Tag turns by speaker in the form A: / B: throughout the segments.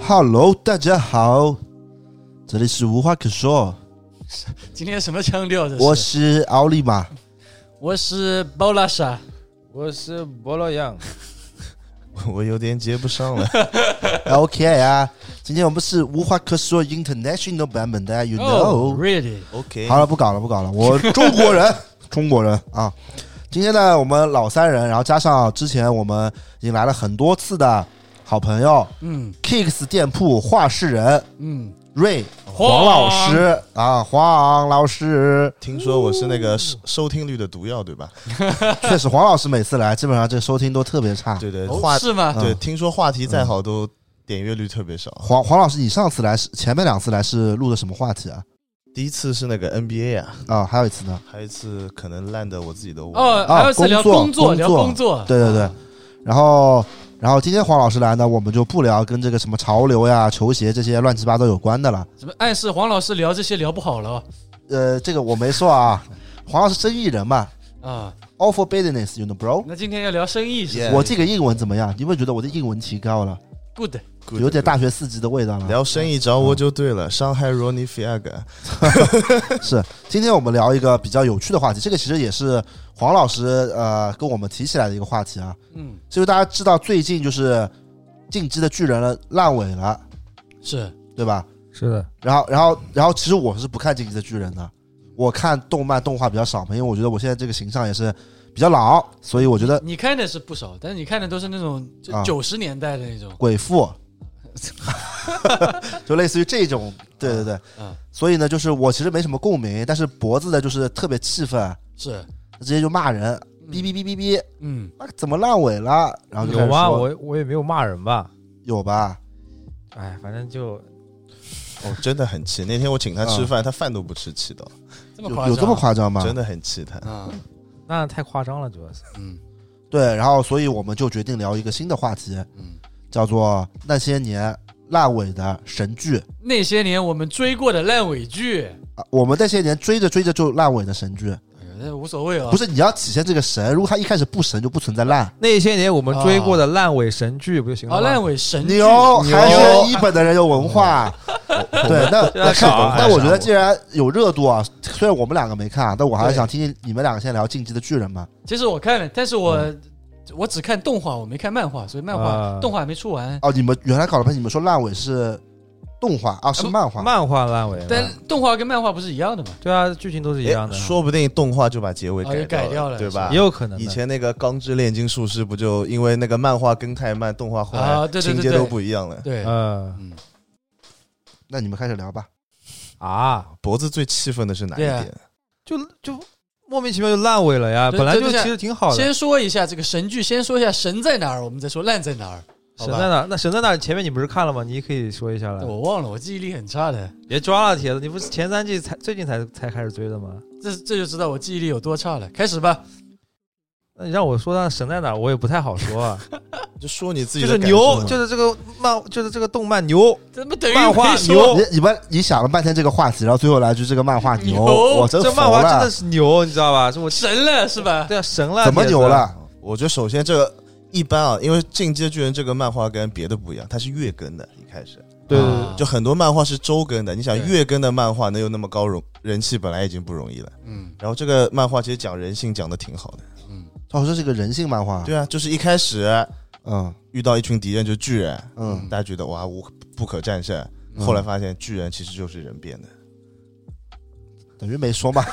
A: Hello，大家好，这里是无话可说，
B: 今天什么腔调？这是
A: 我是奥利马。
B: 我是包拉莎，
C: 我是博洛阳，
A: 我有点接不上了。OK 啊，今天我们是无话可说 International 版本，大家 you
B: Oh,
A: know。
B: really？
C: OK，
A: 好了，不搞了，不搞了，我中国人， 中国人啊。今天呢，我们老三人，然后加上之前我们引来了很多次的好朋友
B: 嗯
A: Kicks 店铺画事人
B: 嗯，
A: 瑞
B: 黄
A: 黄老师啊，黄老师。
D: 听说我是那
B: 哦
D: 个收收听率的毒药，对 吧？
A: 确实，黄老师每次来，基本上这个收听都特别差。
D: 对对，
B: 哦
D: 话
B: 是吗？
D: 对，听说话题再好都点阅率特别少。
A: 黄黄老师，你上次来是前面两次来是录的什么话题啊？
D: 第一次是那个 NBA 啊，
A: 啊，还有一次呢？
D: 还有一次可能烂的我自己都忘了。
B: 哦，还有一次聊
A: 啊工作
B: 作，聊
A: 工作
B: 工作，
A: 对对对
B: 啊，
A: 然后，然后今天黄老师来呢，我们就不聊跟这个什么潮流呀、球鞋这些乱七八糟有关的了。
B: 怎么暗示黄老师聊这些聊不好了哦
A: 呃，这个我没说啊， 黄老师生意人嘛
B: 啊？
A: ，all for business，you know bro。
B: 那今天要聊生意是吧
D: Yeah
A: 我这个英文怎么样？你有没有觉得我的英文提高了，
B: ？Good，
D: Good，
A: 有点大学四级的味道了？
D: 聊生意找我就对
B: 嗯
D: 了，伤害 Ronnie Fiag。
A: 是。今天我们聊一个比较有趣的话题，这个其实也是黄老师呃跟我们提起来的一个话题啊。
B: 嗯，
A: 就是大家知道最近就是《进击的巨人》了烂尾了，
B: 是
A: 对吧？
C: 是的，
A: 然后，然后，然后，其实我是不看《进击的巨人》的，我看动漫动画比较少嘛，因为我觉得我现在这个形象也是比较老，所以我觉得
B: 你看的是不少，但是你看的都是那种就
A: 啊
B: 九十年代的那种，
A: 鬼父， 就类似于这种，对对对，
B: 嗯
A: 所以呢，就是我其实没什么共鸣，但是脖子的就是特别气愤，
B: 是，
A: 直接就骂人，哔哔哔哔哔，
B: 嗯，
A: 啊、怎么烂尾了？然后就开
C: 有
A: 始
C: 吗？
A: 说
C: 我我也没有骂人吧，
A: 有吧？
C: 哎，反正就
D: 哦，真的很气。那天我请他吃
B: 嗯
D: 饭，他饭都不吃，气到
B: 这么
A: 有
B: 夸张，
A: 有这么夸张吗？
D: 真的很 气他。
B: 啊？
C: 那太夸张了，主要是
B: 嗯
A: 对，然后所以我们就决定聊一个新的话题，
B: 嗯，
A: 叫做那些年烂尾的神剧
B: 那些年我们追过的烂尾剧，
A: 啊，我们那些年追着追着就烂尾的神剧，
B: 哎呀，那无所谓啊，
A: 不
B: 是
A: 是你要体现这个神，如果他一开始不神就不存在烂。
C: 那些年我们追过
D: 啊
C: 的烂尾神剧不就行了
B: 啊，
C: 吗？
B: 烂尾神剧，哦
A: 牛，还是一本的人有文化。对，那 那看
C: 搞啊，
A: 那我觉得
C: 搞啊
A: 既然有热度啊，虽然我们两个没看啊，但我还是
B: 对
A: 想听听你们两个先聊《进击的巨人》嘛。
B: 其实我看了，但是我、我只看动画，我没看漫画，所以漫画、
C: 嗯啊
B: 动画还没出完。
A: 哦，你们原来搞了半天，你们说烂尾是动画啊，是
B: 不
A: 漫画。
C: 漫画烂尾嘛，
B: 但动画跟漫画不是一样的吗？
C: 对啊，剧情都是一样的，
D: 诶哎说不定动画就把结尾
B: 哦也改掉
D: 掉
B: 了
D: 对吧
C: 也？有可能的
D: 以前那个《钢之炼金术师》不就因为那个漫画跟太慢，动画后
B: 啊
D: 来
B: 对对对
D: 情节
B: 对
D: 都不一样了。
B: 对，
C: 呃
B: 嗯，
A: 那你们开始聊吧。
C: 啊，
D: 脖子最气愤的是哪一
B: 对啊
D: 点？
C: 就就莫名其妙就烂尾了呀，
B: 对
C: 本来就
B: 就
C: 其
B: 像
C: 实挺好的。
B: 先说一下这个神剧，先说一下神在哪儿，我们再说烂在哪儿。好
C: 神
B: 吧
C: 在哪？那神在哪？前面你不是看了吗？你可以说一下了。
B: 我忘了，我记忆力很差的，
C: 别抓了，铁子，你不是前三季才最近才才开始追的吗？
B: 这这就知道我记忆力有多差了。开始吧，
C: 那你让我说那神在哪，我也不太好说啊。
D: 就说你自己
C: 就
D: 的
C: 是
D: 感受
C: 牛，
D: 嘛
C: 就是这个漫，就是这个动漫牛，
B: 怎么等于
C: 漫画
B: 没说
C: 牛
A: 你你们你想了半天这个话题，然后最后来句这个漫画牛，
B: 牛
A: 我真
C: 这
A: 服
C: 漫画真
A: 哦了
C: 的是牛，你知道吧？是我
B: 神了是吧？
C: 对啊，神了，
A: 怎么牛
C: 铁子？
A: 了？
D: 啊我觉得首先这个一般啊，因为《进击的巨人》这个漫画跟别的不一样，它是月更的，一开始
C: 对对
B: 啊
C: 对，
D: 就很多漫画是周更的。你想
B: 对
D: 月更的漫画能有那么高容人气，本来已经不容易了。
B: 嗯
D: 然后这个漫画其实讲人性讲的挺好的，
B: 嗯，
A: 他哦说是个人性漫画，
D: 对啊，就是一开始
A: 嗯
D: 遇到一群敌人就是巨人，
A: 嗯，
D: 大家觉得哇无不可战胜，
A: 嗯
D: 后来发现巨人其实就是人变的。
A: 等于没说嘛。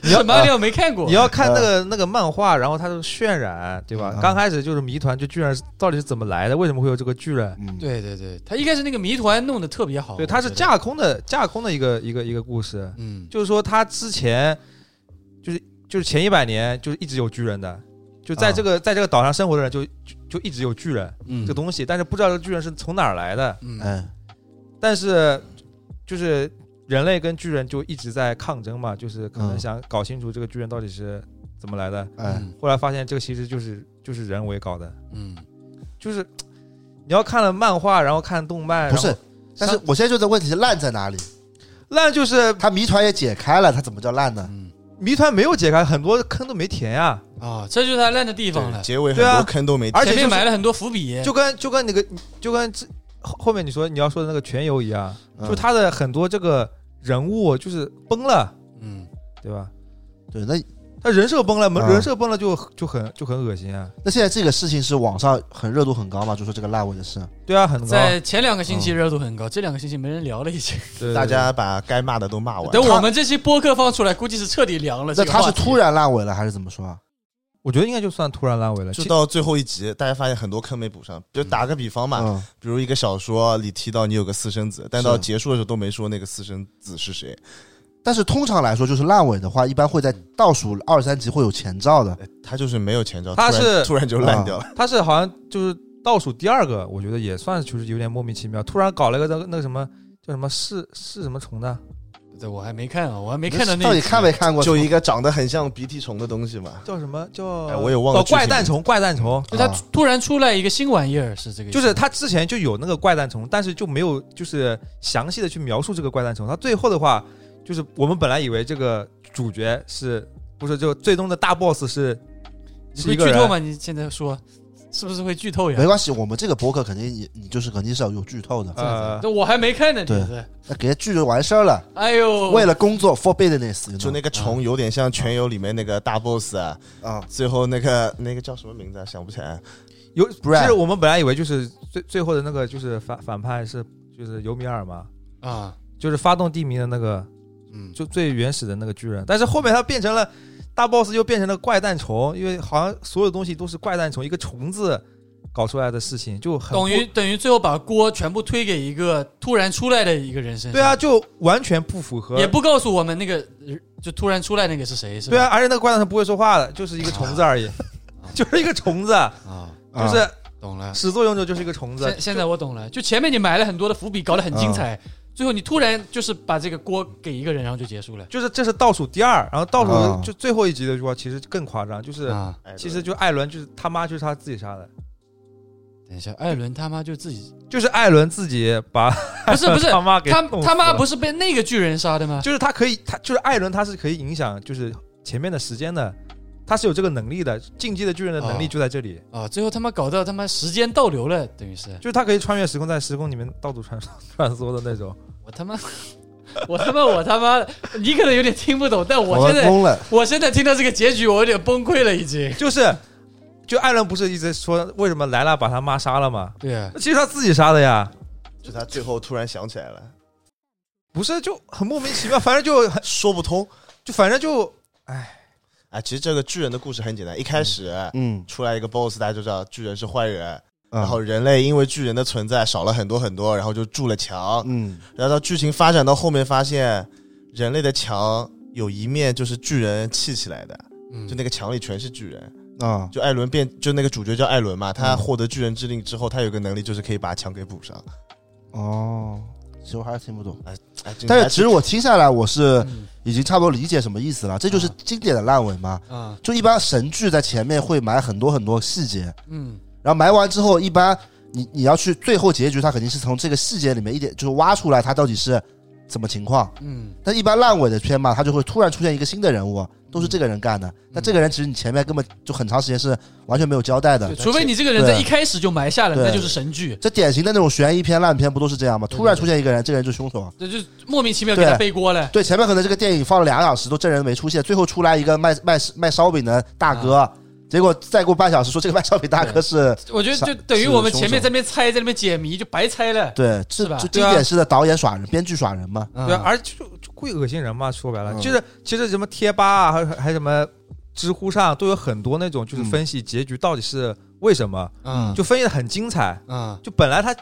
B: 你要马里奥没看过
C: 你，要看那个那个漫画，然后它的渲染，对吧
A: 嗯？
C: 刚开始就是谜团，就巨人到底是怎么来的？为什么会有这个巨人？
A: 嗯，
B: 对对对，他一开始那个谜团弄得特别好，
C: 对，它是
B: 我觉得，
C: 架空的，架空的一个一个一个故事，
B: 嗯，
C: 就是说他之前就是就是前一百年就是一直有巨人的，就在这个在这个岛上生活的人就就就一直有巨人
B: 嗯
C: 这个东西，但是不知道这个巨人是从哪儿来的。
B: 嗯
A: 哎，
C: 但是就是人类跟巨人就一直在抗争嘛，就是可能想搞清楚这个巨人到底是怎么来的。
A: 哎，
C: 后来发现这个其实就是就是人为搞的，
B: 嗯
C: 就是你要看了漫画，然后看动漫，
A: 不是
C: 哎然后，
A: 但是我现在就在问题是烂在哪里？
C: 烂就是
A: 他谜团也解开了，他怎么叫烂呢？
B: 嗯
C: 谜团没有解开，很多坑都没填呀、
B: 啊，这就是他烂的地方了
D: 对，。结尾很
C: 对啊
D: 多坑都没
C: 而且
B: 前面
C: 就是
B: 埋了很多伏笔，
C: 就跟就跟那个就跟之后后面你说你要说的那个全游一样，
A: 嗯
C: 就他的很多这个人物就是崩了，
B: 嗯，
C: 对吧？
A: 对，那
C: 他人设崩了，
A: 啊
C: 人设崩了就就很就很恶心啊，
A: 那现在这个事情是网上很热度很高嘛？就说这个烂尾的事，
C: 对啊，很高，
B: 在前两个星期热度很高，这两个星期没人聊了已经。
C: 对
D: 大家把该骂的都骂完。
B: 等我们这期播客放出来，估计是彻底凉了。
A: 那
B: 这个
A: 他是
B: 话题
A: 突然烂尾了还是怎么说啊？
C: 我觉得应该就算突然烂尾了，
D: 就
C: 其
D: 到最后一集，大家发现很多坑没补上。就打个比方嘛，
A: 嗯，
D: 比如一个小说里提到你有个私生子，但
A: 是
D: 到结束的时候都没说那个私生子是谁。
A: 但是通常来说，就是烂尾的话，一般会在倒数二三集会有前兆的。
D: 哎他就是没有前兆，
C: 他
D: 突然
C: 是啊
D: 突然就烂掉了。
C: 他是好像就是倒数第二个，我觉得也算就是有点莫名其妙，突然搞了个那个那个什么叫什么是是什么虫的，
B: 对我还没看啊，我还没看到那一集。
A: 到底看没看过？啊
D: 就一个长得很像鼻涕虫的东西嘛，
C: 叫什么 叫、
D: 哎我也忘了
C: 哦
D: 具体
C: 怪诞虫怪诞虫，
B: 就他
A: 啊
B: 突然出来一个新玩意儿，是这个意思？
C: 就是他之前就有那个怪诞虫，但是就没有就是详细的去描述这个怪诞虫。他最后的话，就是我们本来以为这个主角是不是就最终的大 boss 是
B: 你
C: 是一
B: 会
C: 个
B: 剧透
C: 人
B: 吗？你现在说是不是会剧透呀
A: 没？关系，我们这个博客肯定也，你就是肯定是要有剧透的。
B: 啊
C: 呃，
B: 那我还没看呢，
A: 对
B: 你是？
A: 那给剧就完事儿了。
B: 哎呦，
A: 为了工作，forbiddenness，
D: 就
C: 嗯
D: 那个虫有点像《全游》里面那个大 boss 啊，
A: 啊，
D: 最后那个那个叫什么名字啊？想不起来。
C: 有
A: 不然
C: 其实我们本来以为就是最最后的那个就是反反派是就是尤米尔嘛，
B: 啊，
C: 就是发动地名的那个
B: 嗯，
C: 就最原始的那个巨人，但是后面他变成了大 boss，又变成了怪诞虫，因为好像所有东西都是怪诞虫一个虫字搞出来的事情，就很
B: 等
C: 不
B: 于等于最后把锅全部推给一个突然出来的一个人身上。
C: 对啊，，就完全不符合
B: 也不告诉我们那个呃就突然出来那个是谁，是吧？
C: 对啊，，而且那个怪诞虫不会说话的，就是一个虫子 而已， 就是一个虫子，
B: 啊，
C: 就
A: 啊
C: 是
B: 懂了。
C: 始作俑者就是一个嗯虫子
B: 现。现在我懂了，就前面你埋了很多的伏笔，搞得很精彩，最后你突然就是把这个锅给一个人，然后就结束了。
C: 就是这是倒数第二，然后倒
A: 啊
C: 数就最后一集的时候，其实更夸张，就是
B: 啊，
D: 哎
C: 其实就艾伦就是他妈就是他自己杀的，
B: 等一下，艾伦他妈就自 己
C: 就是艾伦自己把
B: 不是不是
C: 他妈给
B: 他
C: 弄
B: 他
C: 死
B: 妈
C: 了
B: 不是被那个巨人杀的吗？
C: 就是他可以，他就是艾伦，他是可以影响就是前面的时间的，他是有这个能力的。进击的巨人的能力
B: 哦
C: 就在这里，
B: 啊，最后他妈搞到他妈时间倒流了，等于是
C: 就是他可以穿越时空，在时空里面到处穿穿梭 的那种。
B: 我他妈我他妈我他妈，你可能有点听不懂，但我
A: 我
B: 现在
A: 懵了。
B: 我现在听到这个结局，我有点崩溃了已经。
C: 就是，就艾伦不是一直说为什么莱拉把他妈杀了吗？
B: 对啊，
C: 其实他自己杀的呀，
D: 就他最后突然想起来了，
C: 不是就很莫名其妙，反正就很
D: 说不通。
C: 就反正就
D: 哎，其实这个巨人的故事很简单，一开始
A: 嗯，
D: 出来一个 boss，大家就知道巨人是坏人，
A: 然
D: 然后人类因为巨人的存在少了很多很多，然后就筑了墙，
A: 嗯
D: 然后到剧情发展到后面，发现人类的墙有一面就是巨人砌起来的，
B: 嗯
D: 就那个墙里全是巨人。
A: 啊，
D: 就艾伦变，就那个主角叫艾伦嘛，他
A: 嗯
D: 获得巨人之力之后，他有个能力就是可以把墙给补上。
A: 哦，其实我还是听不懂。
D: 哎，这个
A: 但
D: 还
A: 是其实我听下来，我是
B: 嗯
A: 已经差不多理解什么意思了。这就是经典的烂尾嘛。
B: 啊
A: 就一般神剧在前面会埋很多很多细节，
B: 嗯
A: 然后埋完之后，一般你你要去最后结局，它肯定是从这个细节里面一点就是挖出来它到底是怎么情况。
B: 嗯
A: 但一般烂尾的片嘛，它就会突然出现一个新的人物，都
B: 嗯
A: 是这个人干的。但这个人其实你前面根本就很长时间是完全没有交代的
B: 对，。除非你这个人在
A: 对
B: 一开始就埋下了，
A: 对
B: 那就是神剧，
A: 这典型的那种悬疑片、烂片不都是这样吗？
B: 对对
A: 突然出现一个人，这个人就是凶手。
B: 那就莫名其妙给他
A: 对
B: 背锅了。
A: 对，前面可能这个电影放了两个小时，都证人没出现，最后出来一个卖卖卖烧饼的大哥，
B: 啊
A: 结果再过半小时说这个卖烧饼大哥是
B: 我觉得就等于
A: 是
B: 我们
A: 凶
B: 前面
A: 手
B: 在那边猜，在那边解谜，就白猜了。
A: 对，这
B: 是吧
A: 就
B: 对
A: 经
B: 啊
A: 典式的导演耍人、编剧耍人嘛。
C: 对啊，
B: 嗯
C: 而且就就故意恶心人嘛，说白了，
A: 嗯
C: 就是其实什么贴吧啊，还还什么知乎上都有很多那种就是分析结局到底是为什么，
B: 嗯
C: 就分析的很精彩。
B: 嗯
C: 就本来他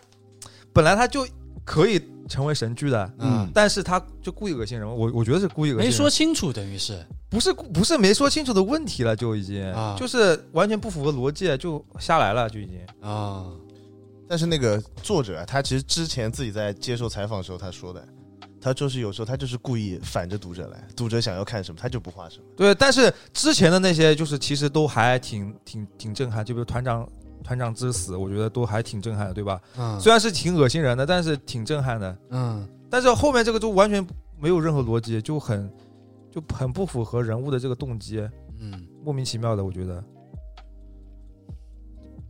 C: 本来他就可以成为神剧的，
B: 嗯，
C: 但是他就故意恶心人嘛，我我觉得是故意恶心人，
B: 没说清楚，等于是
C: 不是不是没说清楚的问题了，就已经、
B: 啊
C: 就是完全不符合逻辑，就下来了，就已经
B: 啊，
D: 但是那个作者啊，他其实之前自己在接受采访的时候他说的，他就是有时候他就是故意反着读者来，读者想要看什么他就不画什么。
C: 对。但是之前的那些就是其实都还挺挺挺震撼，就比如团长团长之死，我觉得都还挺震撼的，对吧？
B: 嗯
C: 虽然是挺恶心人的，但是挺震撼的。
B: 嗯
C: 但是后面这个就完全没有任何逻辑，就很就很不符合人物的这个动机。
B: 嗯，
C: 莫名其妙的，我觉得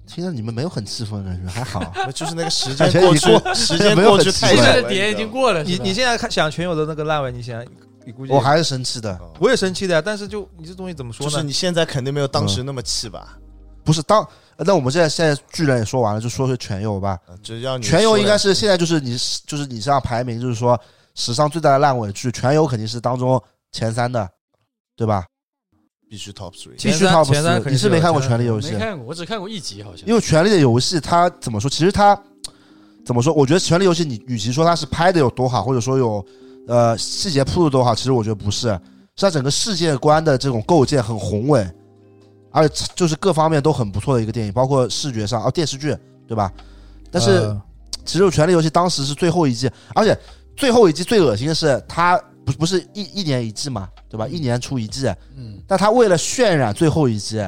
A: 听着你们没有很气愤的感觉，还好。
D: 就是那个时
A: 而
D: 间
A: 且
D: 过
A: 你
D: 去
A: 过，
D: 时间
A: 没有
D: 过
A: 很
D: 去
A: 奇
D: 太
A: 怪
B: 这
D: 快
B: 个
D: 了，
B: 点已
D: 你知道
B: 经
D: 吗
B: 过了，
C: 你
B: 是吧
C: 你现在看想全友的那个烂尾，你现在你估计
A: 我还是生气的，
D: 嗯
C: 我也生气的呀，但是就你这东西怎么说
D: 就
C: 呢？
D: 是你现在肯定没有当时那么气吧？
A: 不是当。呃那我们现在现在巨人也说完了，就说说全友吧。
D: 嗯只要你
A: 全友
D: 说
A: 应该
D: 了
A: 是现在就是你就是你这样排名，就是说史上最大的烂尾剧，全友肯定是当中前三的，对吧？
D: 必须 top three，
A: 必
C: 前
A: 须
C: 三
A: top
C: 前三
A: three
C: 肯定
A: 你是
C: 是
A: 没
C: 有
A: 看过《
C: 前
A: 权
C: 三
A: 力游戏
B: 没》，看过，我只看过一集，好像
A: 因为《权力的游戏》它怎么说？其实它怎么说？我觉得《权力游戏》你与其说它是拍的有多好，或者说有呃细节铺的多好，其实我觉得不是，是它整个世界观的这种构建很宏伟，而且就是各方面都很不错的一个电影，包括视觉上哦电视剧对吧？但是、
C: 呃
A: 其实《权力游戏》当时是最后一季，而且最后一季最恶心的是，它不不是一一年一季嘛，对吧？一年出一季，
B: 嗯，
A: 但它为了渲染最后一季，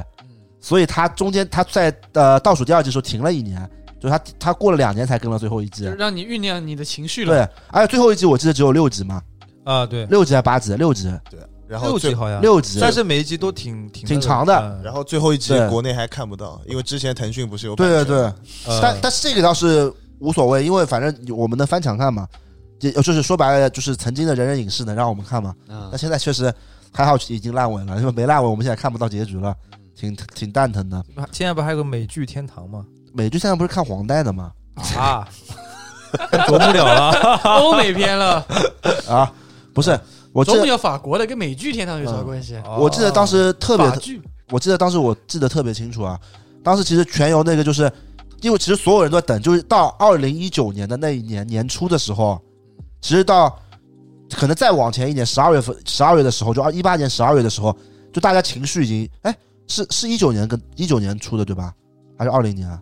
A: 所以它中间它在呃倒数第二季的时候停了一年，就它它过了两年才更了最后一季
B: 就是。让你酝酿你的情绪了。
A: 对，而且最后一季我记得只有六集嘛，
C: 啊，对，
A: 六集还八集？六集，
D: 对，然后
C: 六
D: 最
C: 集好像，
A: 六集。
C: 但是每一集都挺挺
A: 挺
C: 那个
A: 长的
C: 嗯
D: 然后最后一集
A: 对
D: 国内还看不到，因为之前腾讯不是有
A: 对对
D: 版权
A: 对，
C: 呃
A: 但但是这个倒是无所谓，因为反正我们能翻墙看嘛，也呃就是说白了就是曾经的人人影视能让我们看嘛。
B: 啊
A: 那，现在确实还好，已经烂尾了，因为没烂尾，我们现在看不到结局了，挺挺蛋疼的。
C: 现在不还有个美剧《天堂》吗？
A: 美剧现在不是看黄带的吗？
C: 啊， 躲不了了。
B: 欧美片了，
A: 啊，不是， 我嗯记
B: 总不
A: 得
B: 有法国的跟美剧天堂有啥关系？
A: 我记得当时特别
C: 哦
B: 法，剧
A: 我记得当时我记得特别清楚啊。当时其实全游那个就是，因为其实所有人都在等，就是到二零一九年的那一年年初的时候，其实到可能再往前一年，十二月份十二月的时候，就二一八年十二月的时候，就大家情绪已经哎，是是一九年跟一九年出的对吧？还是二零年啊？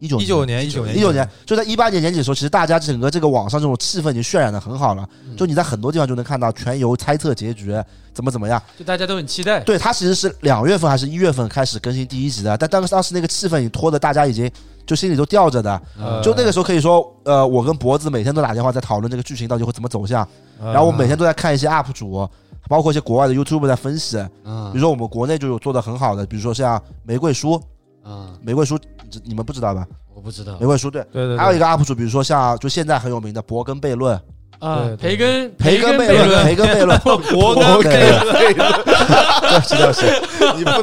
A: 一九
C: 一九年，一九年，
A: 一九年，就在一八年年底的时候，其实大家整个这个网上这种气氛已经渲染的很好了，
C: 嗯
A: 就你在很多地方就能看到全游猜测结局怎么怎么样。
B: 就大家都很期待，
A: 对，它其实是两月份还是一月份开始更新第一集的，但当当时那个气氛已经拖得大家已经就心里都吊着的，
C: 呃
A: 就那个时候可以说，呃，我跟脖子每天都打电话在讨论这个剧情到底会怎么走向，
C: 嗯
A: 然后我每天都在看一些 UP 主。包括一些国外的 YouTube 在分析，
C: 嗯
A: 比
B: 啊
A: 如说我们国内就有做的很好的，比如说像玫瑰书，
B: 啊，
A: 玫瑰书你你们不知道吧？
B: 我不知道
A: 玫瑰书对，
C: 嗯对嗯对，
A: 还有一
C: 个
A: 个 UP 主，比如说像就现在很有名的博根悖论，
B: 啊
C: 对，
B: 培根
A: 培
B: 根
A: 根悖
B: 论
A: 论，培根悖论，
C: 国
A: 我
C: 根
A: 跟
C: 悖论，
A: 对，知道是，你不能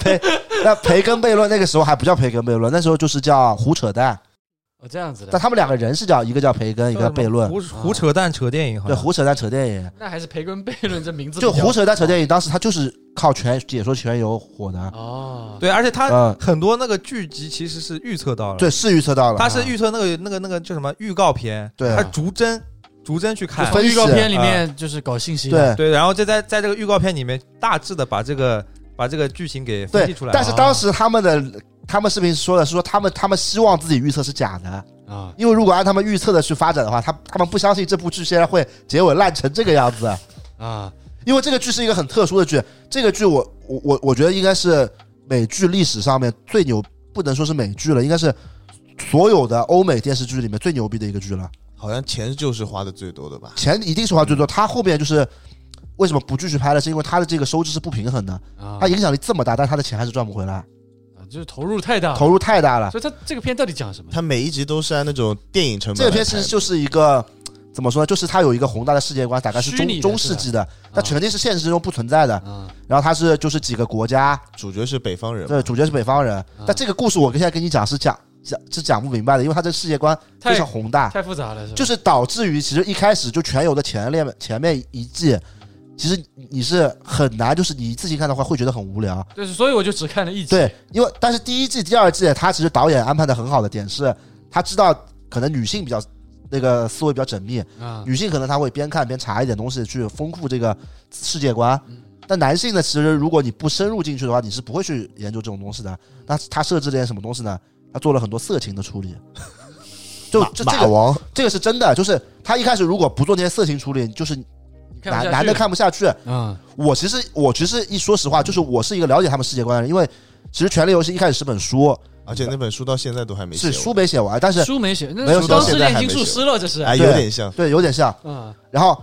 A: 培那培根悖论那个时候还不叫培根悖论，那时候就是叫胡扯淡，
B: 哦这样子的
A: 但，他们两个人是叫一个叫培根，一个悖论，嗯
C: 胡胡扯淡扯电影，好
A: 对，
C: 像
A: 胡扯淡扯电影，
B: 那还是培根悖论这名字
A: 就
B: 比较
A: 胡扯淡扯电影，当时他就是靠全解说全游火的，
B: 哦，
C: 对，而且他
A: 嗯，
C: 很多那个剧集其实是预测到了，
A: 对，是预测到了，
C: 他是预测那个那个那个叫什么预告片，
A: 对啊
C: 他逐帧逐帧去看
A: 就，分析
B: 预告片里面就是搞信息的，
A: 对
C: 对，然后再在在这个预告片里面大致的把这个把这个剧情给分析
A: 对
C: 出来，，
A: 但是当时他们的。他们视频说的是说他们他们希望自己预测是假的，
B: 啊，
A: 因为如果按他们预测的去发展的话，他他们不相信这部剧现在会结尾烂成这个样子。
B: 啊
A: 因为这个剧是一个很特殊的剧，这个剧我我我我觉得应该是美剧历史上面最牛，不能说是美剧了，应该是所有的欧美电视剧里面最牛逼的一个剧了。
D: 好像钱就是花的最多的吧？
A: 钱一定是花最多，它后面就是为什么不继续拍了，是因为它的这个收支是不平衡的，
B: 啊
A: 它，影响力这么大，但它的钱还是赚不回来，
B: 啊就是投入太大了，
A: 投入太大了。
B: 所以他这个片到底讲什么？
D: 它每一集都是按那种电影成本
A: 这
D: 来
A: 个
D: 拍的。
A: 片其实就是一个怎么说呢，就是它有一个宏大的世界观，大概是
B: 虚拟
A: 中
B: 的
A: 中
B: 是吧
A: 世纪的，但肯定是现实中不存在的。
B: 啊
A: 然后它是就是几个国家，
D: 主角是北方人嘛，
A: 对，主角是北方人，
B: 嗯
A: 但这个故事我跟现在跟你讲是讲讲是讲不明白的，因为他这个世界观非常宏大，
B: 太复杂了，是吧？
A: 啊就是导致于其实一开始就全游的前面前面一季，其实你是很难，就是你一次性看的话会觉得很无聊。
B: 对，所以我就只看了一集。
A: 对，因为但是第一季、第二季，他其实导演安排的很好的点是，他知道可能女性比较那个思维比较缜密，
B: 啊，
A: 女性可能她会边看边查一点东西去丰富这个世界观，
B: 嗯
A: 但男性呢，其实如果你不深入进去的话，你是不会去研究这种东西的。那他设置了点什么东西呢？他做了很多色情的处理，就
D: 马
A: 就这
D: 马
A: 个
D: 王
A: 这个是真的，就是他一开始如果不做那些色情处理，就是
B: 你看不
A: 男
B: 下
A: 男的
B: 去
A: 看不下去。
B: 啊
A: 我其实我其实一说实话，就是我是一个了解他们世界观的人，因为其实《权力游戏》一开始是本书，
D: 而且那本书到现在都还没
A: 是
D: 写
A: 书没写完，但是
B: 书没写，
A: 没有
B: 那
A: 写哎
B: 当
D: 到
B: 时
D: 现在
B: 炼
D: 还
B: 金
D: 没
B: 术
D: 写
B: 师了，这是
D: 完，哎，
A: 对
D: 有点像
A: 对有点像。
B: 啊
A: 然后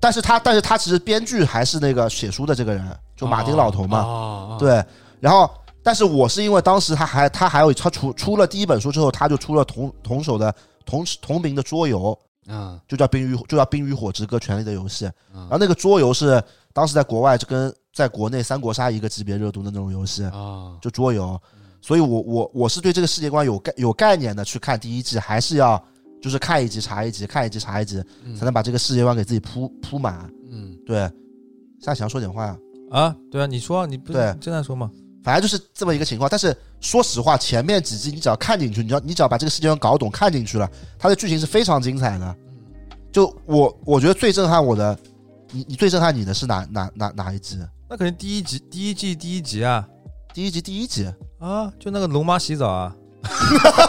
A: 但是他但是他其实编剧还是那个写书的这个人，就马丁老头嘛，
B: 哦，
A: 对，然后。但是我是因为当时他还他还有他出出了第一本书之后，他就出了同同手的同同名的桌游，
B: 嗯
A: 就叫《冰与就叫《冰与火之歌：权力的游戏》。然后
B: 嗯
A: 那个桌游是当时在国外就跟在国内三国杀一个级别热度的那种游戏，
B: 啊，
A: 就桌游。所以我我我是对这个世界观有概有概念的去看第一季，还是要就是看一集查一集，看一集查一集，
C: 嗯
A: 才能把这个世界观给自己铺铺满。啊
B: 嗯
A: 对，夏想说点话呀，
C: 啊，对啊，你说啊你不是
A: 对
C: 正在说吗？
A: 反正就是这么一个情况。但是说实话，前面几集你只要看进去，你只要你只要把这个世界观搞懂，看进去了，它的剧情是非常精彩的。
C: 嗯
A: 就我我觉得最震撼我的，你你最震撼你的是哪哪哪哪一集？
C: 那肯定第一集第一季第一集啊
A: 第一集第一集，
C: 啊，就那个龙妈洗澡啊，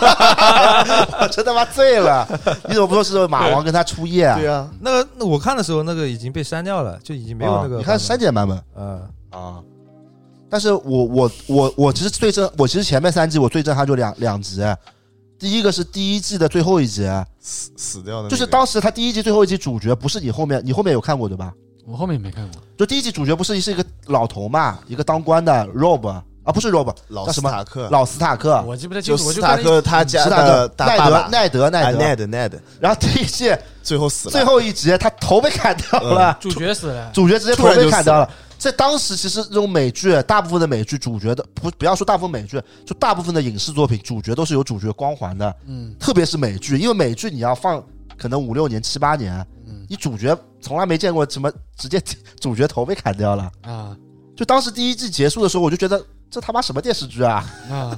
A: 我真他妈醉了！ 你怎么不说是马王跟他初夜啊？
D: 对啊，
C: 那个那我看的时候那个已经被删掉了，就已经没有那个。
A: 哦你看删减版本
C: 嗯
A: 啊。但是我我我我其实最震，我其实前面三季我最震撼就两两集，第一个是第一季的最后一集，
D: 死死掉的那个人，
A: 就是当时他第一季最后一集主角不是你后面，你后面有看过对吧？
B: 我后面也没看过，
A: 就第一季主角不是是一个老头嘛，一个当官的 Rob 啊，不是 Rob，
D: 老
A: 叫什
D: 斯
A: 么
D: 塔克，
A: 老斯塔克，
B: 我记不太清
D: 就
B: 楚，我
D: 斯
B: 就
D: 塔
B: 看了
D: 克他家
A: 斯塔
D: 的
A: 克
D: 大
A: 奈
D: 爸
A: 德
D: 爸啊
A: 奈德奈德，
D: Ned Ned，
A: 然后第一季
D: 最后死了，
A: 最后一集他头被砍掉
D: 嗯
A: 了，
B: 一主角死了，
A: 主角直接
D: 突
A: 头
D: 然
A: 被
D: 就
A: 砍
D: 死
A: 掉
D: 了
A: 了。在当时，其实这种美剧，大部分的美剧主角的不不要说大部分美剧，就大部分的影视作品，主角都是有主角光环的，
B: 嗯
A: 特别是美剧，因为美剧你要放可能五六年、七八年，
B: 嗯
A: 你主角从来没见过什么直接 主角头被砍掉了。
B: 啊
A: 就当时第一季结束的时候，我就觉得这他妈什么电视剧啊！
B: 啊，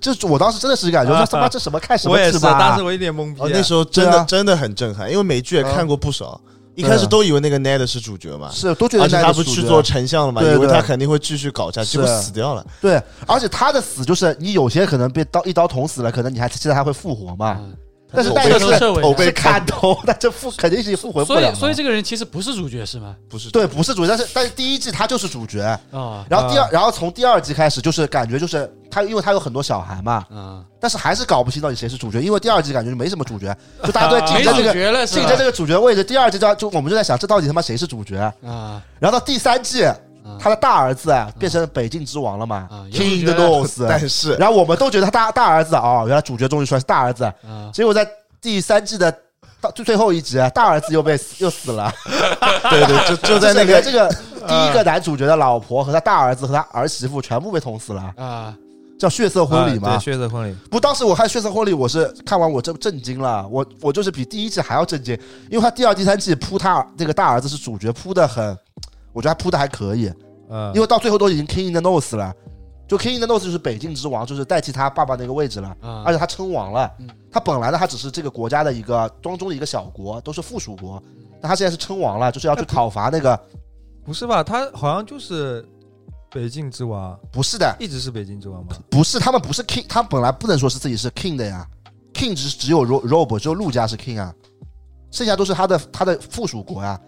A: 这这我当时真的是感觉， 我说他妈这什么看什么
C: 我也
A: 剧
C: 是，
A: 吧啊？
C: 当时我一脸懵逼、
D: 哦，那时候真
A: 对啊
D: 的真的很震撼，因为美剧也看过不少，一开始都以为那个 Ned 是主角嘛，
A: 嗯是都觉得
D: 而且
A: 那
D: 他
A: 个
D: 不
A: 主
D: 去
A: 角
D: 做丞相了嘛，
A: 对
D: 以为
A: 对
D: 他肯定会继续搞下去，结果
A: 是
D: 死掉了。
A: 对，而且他的死就是你有些可能被刀一刀捅死了，可能你还期待他会复活嘛。
B: 嗯
A: 但是
D: 头
A: 但
D: 被
A: 是
B: 彻头彻尾
D: 头
A: 是
D: 被
A: 砍头， 那这复肯定是复活不
B: 所
A: 了嘛。
B: 以所以这个人其实不是主角是吗？
D: 不是
A: 对不是主角，但是但是第一季他就是主角，
B: 啊
A: 然后第二
C: 啊
A: 然后从第二季开始就是感觉就是他，因为他有很多小孩嘛，
B: 啊，
A: 但是还是搞不清到底谁是主角，因为第二季感觉就没什么主角，就大家都在
B: 啊没
A: 竞争啊
B: 主
A: 这个
B: 角了是
A: 竞争这
B: 吧？
A: 个主角位置。第二季就就我们就在想这到底他妈谁是主角？
B: 啊
A: 然后到第三季，
B: 啊
A: 他的大儿子变成北境之王了嘛
B: 啊有
A: ，King
B: 主角
A: the North。
D: 但是
A: 然后我们都觉得他大大儿子哦，原来主角终于出来是大儿子，
D: 嗯
B: 啊，
A: 结果在第三季的到最最后一集，啊大儿子又被 死又死了，
D: 对对， 就就在那
A: 这
D: 个嗯
A: 个第一个男主角的老婆和他大儿子和他儿媳妇全部被捅死了，
B: 啊，
A: 叫血色婚礼
C: 啊
A: 嘛
C: 对，。血色婚礼，
A: 不，当时我看血色婚礼，我是看完我震震惊了，我我就是比第一季还要震惊，因为他第二、第三季铺他那个大儿子是主角铺的很，我觉得他铺的还可以，
C: 嗯，
A: 因为到最后都已经 King in the Nose 了，就 King in the Nose 就是北境之王，就是代替他爸爸那个位置了，
B: 啊
A: 而且他称王了。
B: 嗯
A: 他本来呢，他只是这个国家的一个当中的一个小国，都是附属国，但他现在是称王了，就是要去讨伐那个。
C: 不是吧？他好像就是北境之王，
A: 不是的，
C: 一直是北境之王吗？
A: 不是他们不是 king，他们本来不能说是自己是 king 的呀，king 只只有 ro rob 只有陆家是 king 啊，剩下都是他的他的附属国啊。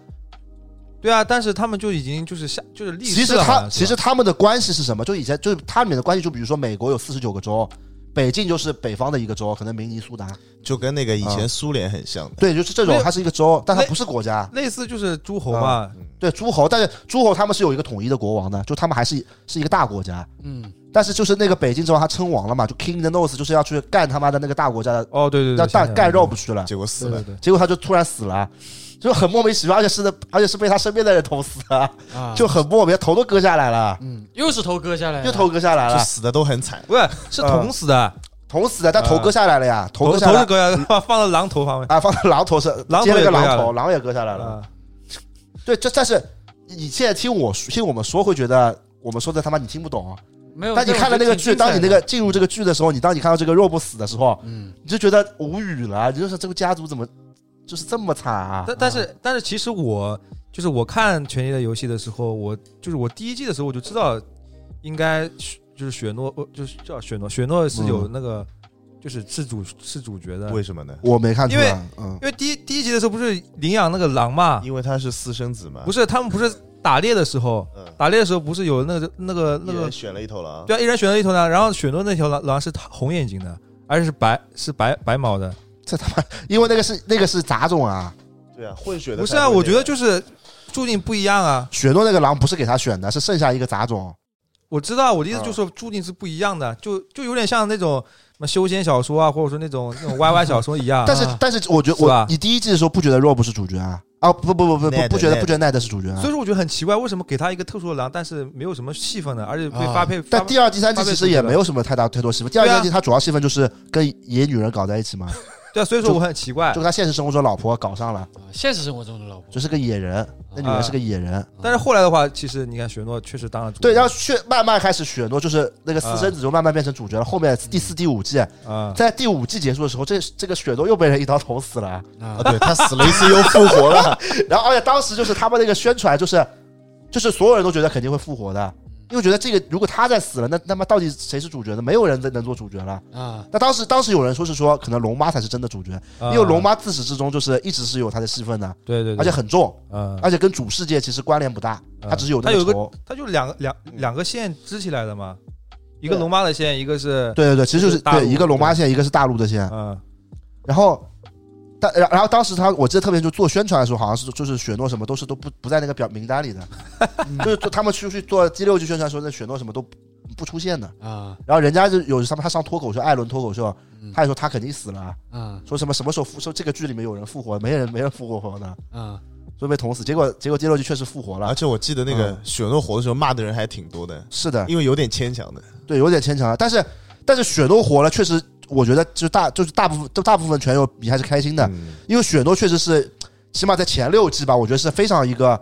C: 对啊，但是他们就已经就是下就是立
A: 其
C: 誓
A: 实
C: 了好
A: 他
C: 像啊是吧
A: 其实他们的关系是什么？就以前就是他里面的关系，就比如说美国有四十九个州。北境就是北方的一个州，可能明尼苏达，
D: 就跟那个以前苏联很像的，
A: 对，就是这
C: 没
A: 种，
C: 有
A: 它是一个州，但它
C: 没
A: 不是国家。
C: 类似就是诸
A: 啊
C: 侯嘛，
A: 对，诸侯，但是诸侯他们是有一个统一的国王的，就他们还是是一个大国家。
B: 嗯
A: 但是就是那个北京之王他称王了嘛，就 King the North 就是要去干他妈的那个大国家的，
C: 哦对对对，
A: 要
C: 想
A: 干
C: 起来
A: 干
C: 了
A: Rob 去了，
D: 结果死
C: 对对
D: 了。
C: 对，
A: 结果他就突然死了，就很莫名其妙，而且是的，而且是被他身边的人捅死了，
B: 啊，
A: 就很莫名，头都割下来了，
B: 嗯，又是头割下来了，
A: 又头割下来
D: 就
A: 了，
D: 死的都很惨，
C: 不是是捅死的，
A: 捅死的，但头割下来了呀，头
C: 嗯头
A: 割嗯
C: 头
A: 下
C: 是
A: 来嗯
C: 割下来的，放放到狼头旁边。
A: 啊，放在狼头上，
C: 狼头
A: 接了
C: 也
A: 个
C: 割下
A: 狼
C: 来
A: 头，狼也割下来了。
C: 啊
A: 对，这但是你现在听我听我们说，会觉得我们说的他妈你听不懂。啊
B: 没有。
A: 当你
B: 但
A: 看了
B: 我觉
A: 那
B: 得
A: 个
B: 挺
A: 剧，
B: 精彩
A: 当你那
B: 的
A: 个进入这个剧的时候，你当你看到这个 Rob 死的时候，
B: 嗯
A: 你就觉得无语了，你就说这个家族怎么就是这么惨啊？
C: 但但是但是其实我就是我看《权力的游戏》的时候，我就是我第一季的时候我就知道，应该是就是雪诺，呃就是叫雪诺，雪诺是有那个就是是主是主角的，
D: 为什么呢？
A: 我没看出
C: 因
A: 来，嗯
C: 因为第一第一集的时候不是领养那个狼嘛，
D: 因为他是私生子嘛，
C: 啊不
D: 是，
C: 是他们不是打猎的时候，
D: 嗯，
C: 打猎的时候不是有那个那个那
D: 一
C: 个
D: 人选了一头狼，
C: 对啊，一人选择一头狼，然后雪诺那条狼狼是红眼睛的，而且是白是白白毛的，
A: 这他妈，因为那个是那个是杂种啊，
D: 对啊，混血的
C: 不是
D: 才
C: 啊，
D: 会
C: 我
D: 那
C: 觉
D: 个
C: 得就是注定不一样啊。
A: 雪诺那个狼不是给他选的，是剩下一个杂种。
C: 我知道，我的意思
A: 啊
C: 就是说注定是不一样的，就就有点像那种什么修仙小说啊，或者说那种那 种 YY 小说一样。啊
A: 但是但是，我觉
C: 是吧
A: 我你第一季的时候不觉得 Rob 是主角啊？啊不不不不不
D: Ned，
A: 不觉得
D: Ned
A: 不觉得 Ned 是主角啊
C: 所以？说我觉得很奇怪，为什么给他一个特殊的狼，但是没有什么戏份呢？而且被
B: 啊
C: 发配。
A: 但第二、第三季
C: 发配
A: 其
C: 出
A: 实
C: 去
A: 也
C: 了
A: 没有什么太大太多戏份。第二、第
C: 对啊
A: 三季他主要戏份就是跟野女人搞在一起嘛，
C: 对啊，所以说我很奇怪
A: 就。跟他现实生活中老婆搞上了，
B: 啊现实生活中的老婆
A: 就是个野人，那女人是个野人。
C: 但是后来的话，其实你看雪诺确实当了主
A: 对，然
C: 角
A: 后却慢慢开始雪诺就是那
C: 嗯
A: 个私生子就慢慢变成主角了。后面第四、第五季，
C: 啊，
A: 在第五季结束的时候，这这个雪诺又被人一刀捅死了。
D: 啊，对他死了一次又复活了，
A: 然后而且当时就是他们那个宣传，就是就是所有人都觉得肯定会复活的，
C: 嗯
A: 因为觉得这个如果他再死了，那那么到底谁是主角呢？没有人能能做主角了。
B: 啊，
A: 那当时当时有人说是说可能龙妈才是真的主角，因
C: 啊
A: 为龙妈自始至终就是一直是有她的戏份的，
C: 对对，对
A: 而且很重，
C: 嗯，
A: 而且跟主世界其实关联不大，她只是有那
C: 她有一个
A: 仇。
C: 他就两个两两个线支起来的嘛，一个龙妈的线，一个是
A: 对对对，其实就是
C: 大陆
A: 对一个龙妈线，一个是大陆的线，
C: 嗯
A: 然后。但然然后当时他我记得特别就做宣传的时候，好像是就是雪诺什么都是都不不在那个表名单里的，就是做他们出去做第六季宣传的时候，那雪诺什么都不不出现的。
B: 啊
A: 然后人家就有他们他上脱口秀，艾伦脱口秀
B: 嗯，
A: 他也说他肯定死了，
B: 啊
A: 说什么什么时候复说这个剧里面有人复活，没人没人复活活呢，
B: 啊！
A: 所以被捅死。结果结果第六季确实复活
D: 而
A: 了，
D: 且我记得那个雪诺活的时候骂的人还挺多的，
A: 是的，
D: 因为有点牵强的。
A: 对，有点牵强了。但是但是雪诺活了，确实我觉得就大就是大部分都大部分全友迷还是开心的，
D: 嗯
A: 因为雪诺确实是起码在前六季吧，我觉得是非常一个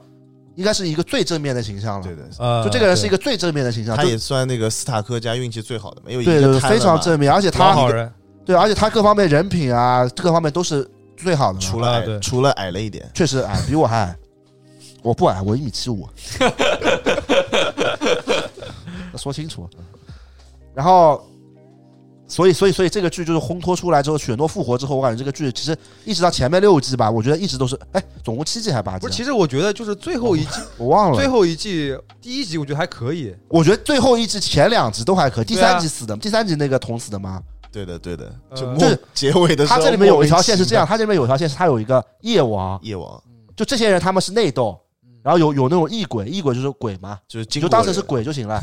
A: 应该是一个最正面的形象了
D: 对。的，
C: 呃，
A: 就这个人是一个最正面的形象，
D: 他
A: 就
D: 也算那个斯塔克家运气最好的嘛，因为
A: 对
D: 一个
A: 对
D: 贪
A: 非
D: 婪
A: 常
D: 嘛
A: 正面，而且
C: 老好
A: 他
C: 人，
A: 对，而且他各方面人品啊，各方面都是最好的嘛。
D: 除了
C: 啊
D: 矮
C: 对
D: 除了矮了一点，
A: 确实哎矮，比我还矮。我不矮，我一米七 五。要说清楚。然后，所以，所以，所以这个剧就是烘托出来之后，雪诺复活之后，我感觉这个剧其实一直到前面六季吧，我觉得一直都是，哎，总共七季还是八季
C: 不
A: 啊？
C: 是，其实我觉得就是最后一季，
A: 我忘
C: 最
A: 了。
C: 后一季第一集我觉得还可以，
A: 我觉得最后一季前两集都还可以，第
C: 对啊
A: 三集死的，第三集那个捅死的嘛。
D: 对的对的，
C: 呃
D: 就末
A: 就是
D: 结尾的时
A: 他
D: 候，
A: 这里面啊有一嗯条线是这样，
D: 莫
A: 他这里面有一条线是他有一个夜王
D: 名，其妙，夜王
A: 就这些人他们是内斗，然后有有那种异鬼，异鬼就是鬼嘛，
D: 就是
A: 你
D: 经
A: 就
D: 过
A: 当成是
D: 人
A: 嗯鬼嗯就行了。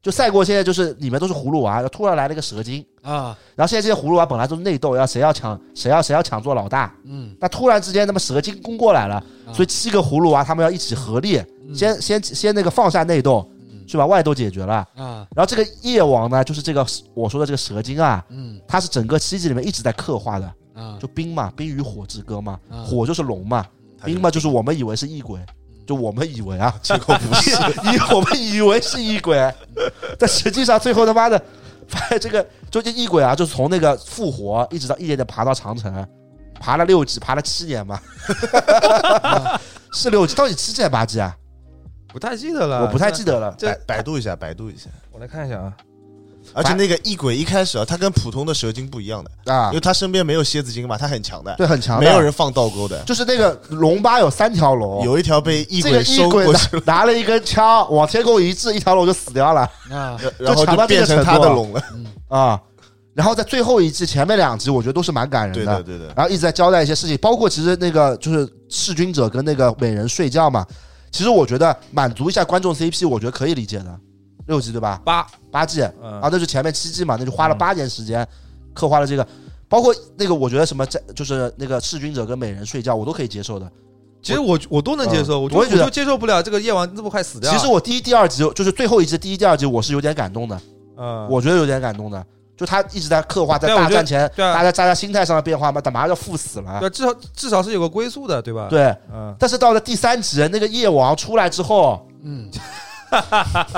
A: 就赛过现在就是里面都是葫芦娃，然后突然来了个蛇精，
B: 啊，
A: 然后现在这些葫芦娃本来都是内斗，要谁要抢谁要谁要抢做老大，
B: 嗯，
A: 那突然之间那么蛇精攻过来了，
B: 啊
A: 所以七个葫芦娃他们要一起合力，
B: 嗯
A: 先先先那个放下内斗，
B: 嗯
A: 去把外斗解决了。
B: 啊，
A: 然后这个夜王呢，就是这个我说的这个蛇精啊，
B: 嗯
A: 它是整个七季里面一直在刻画的，
B: 啊，
D: 嗯
A: 就冰嘛，冰与火之歌嘛，
B: 啊
A: 火就是龙嘛，
D: 他嗯就嗯
A: 冰嘛就是我们以为是异鬼，就我们以为啊，
D: 结果不是
A: 以我们以为是异鬼，但实际上最后他妈的，发现这个就这异鬼啊，就是从那个复活一直到一点点爬到长城，爬了六级，爬了七年 嘛，是六级，到底七级还是八级啊？
C: 不太记得了，
D: 呃
A: 我不太记得了。
C: 这
D: 百百度一下，百度一下。
C: 我来看一下啊，
D: 而且那个异鬼一开始啊，他跟普通的蛇精不一样的，
A: 啊
D: 因为，他身边没有蝎子精嘛，他很强的，
A: 对，很强的，
D: 没有人放倒钩的，
A: 就是那个龙八有三条龙，
D: 有一条被异
A: 这个
D: 鬼
A: 异
D: 收
A: 鬼
D: 过
A: 拿
D: 去了，
A: 拿了一根枪往天空一掷，一条龙就死掉了
B: 啊，
D: 然后
A: 强到
D: 就
A: 这个
D: 变成
A: 程度
D: 他的
A: 了
D: 龙了。
A: 啊。然后在最后一季前面两集，我觉得都是蛮感人
D: 对的对的，
A: 然后一直在交代一些事情，包括其实那个就是弑君者跟那个美人睡觉嘛。其实我觉得满足一下观众 CP，我觉得可以理解的。六季对吧？
C: 八，
A: 八季啊，
C: 嗯
A: 那就前面七季嘛，那就
D: 嗯
A: 花了八年时间刻画了这个，包括那个我觉得什么在就是那个弑君者跟美人睡觉，我都可以接受的。
C: 其实我我都能接受，
A: 嗯
C: 我就
A: 我
C: 我
A: 也觉得
C: 就接受不了这个夜王这么快死掉。
A: 其实我第一、第二集就是最后一季第一、第二集，我是有点感动的，
C: 嗯，
A: 我觉得有点感动的。就他一直在刻画在
C: 对我
A: 大
C: 觉得
A: 战前
C: 对啊
A: 大家大家心态上的变化嘛，他马上要赴死了，
C: 对，至少至少是有个归宿的，对吧？，
A: 啊对。
C: 嗯，
A: 但是到了第三集，那个夜王出来之后，
B: 嗯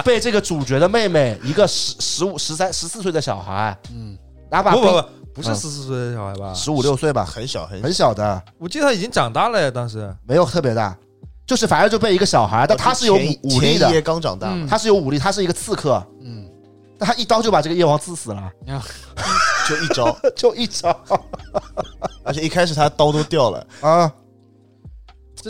A: 被这个主角的妹妹，一个十十五、十三、十四岁的小孩，
B: 嗯
A: 拿把
C: 不不
A: 冰，
C: 不，不是
A: 嗯
C: 十四岁的小孩吧？
A: 十五六岁吧，
D: 很小很小
A: 很小的，
C: 我记得他已经长大了呀，当时
A: 没有特别大，就是反正就被一个小孩，
C: 哦
A: 但他是有武
D: 前
A: 武力
D: 前一
A: 的，嗯
D: 夜刚长大嘛，
A: 他是有武力，他是一个刺客，
B: 嗯，
A: 但他一刀就把这个夜王刺死 了，
D: 就一招，
A: 就一招
D: 而且一开始他刀都掉了，
A: 啊！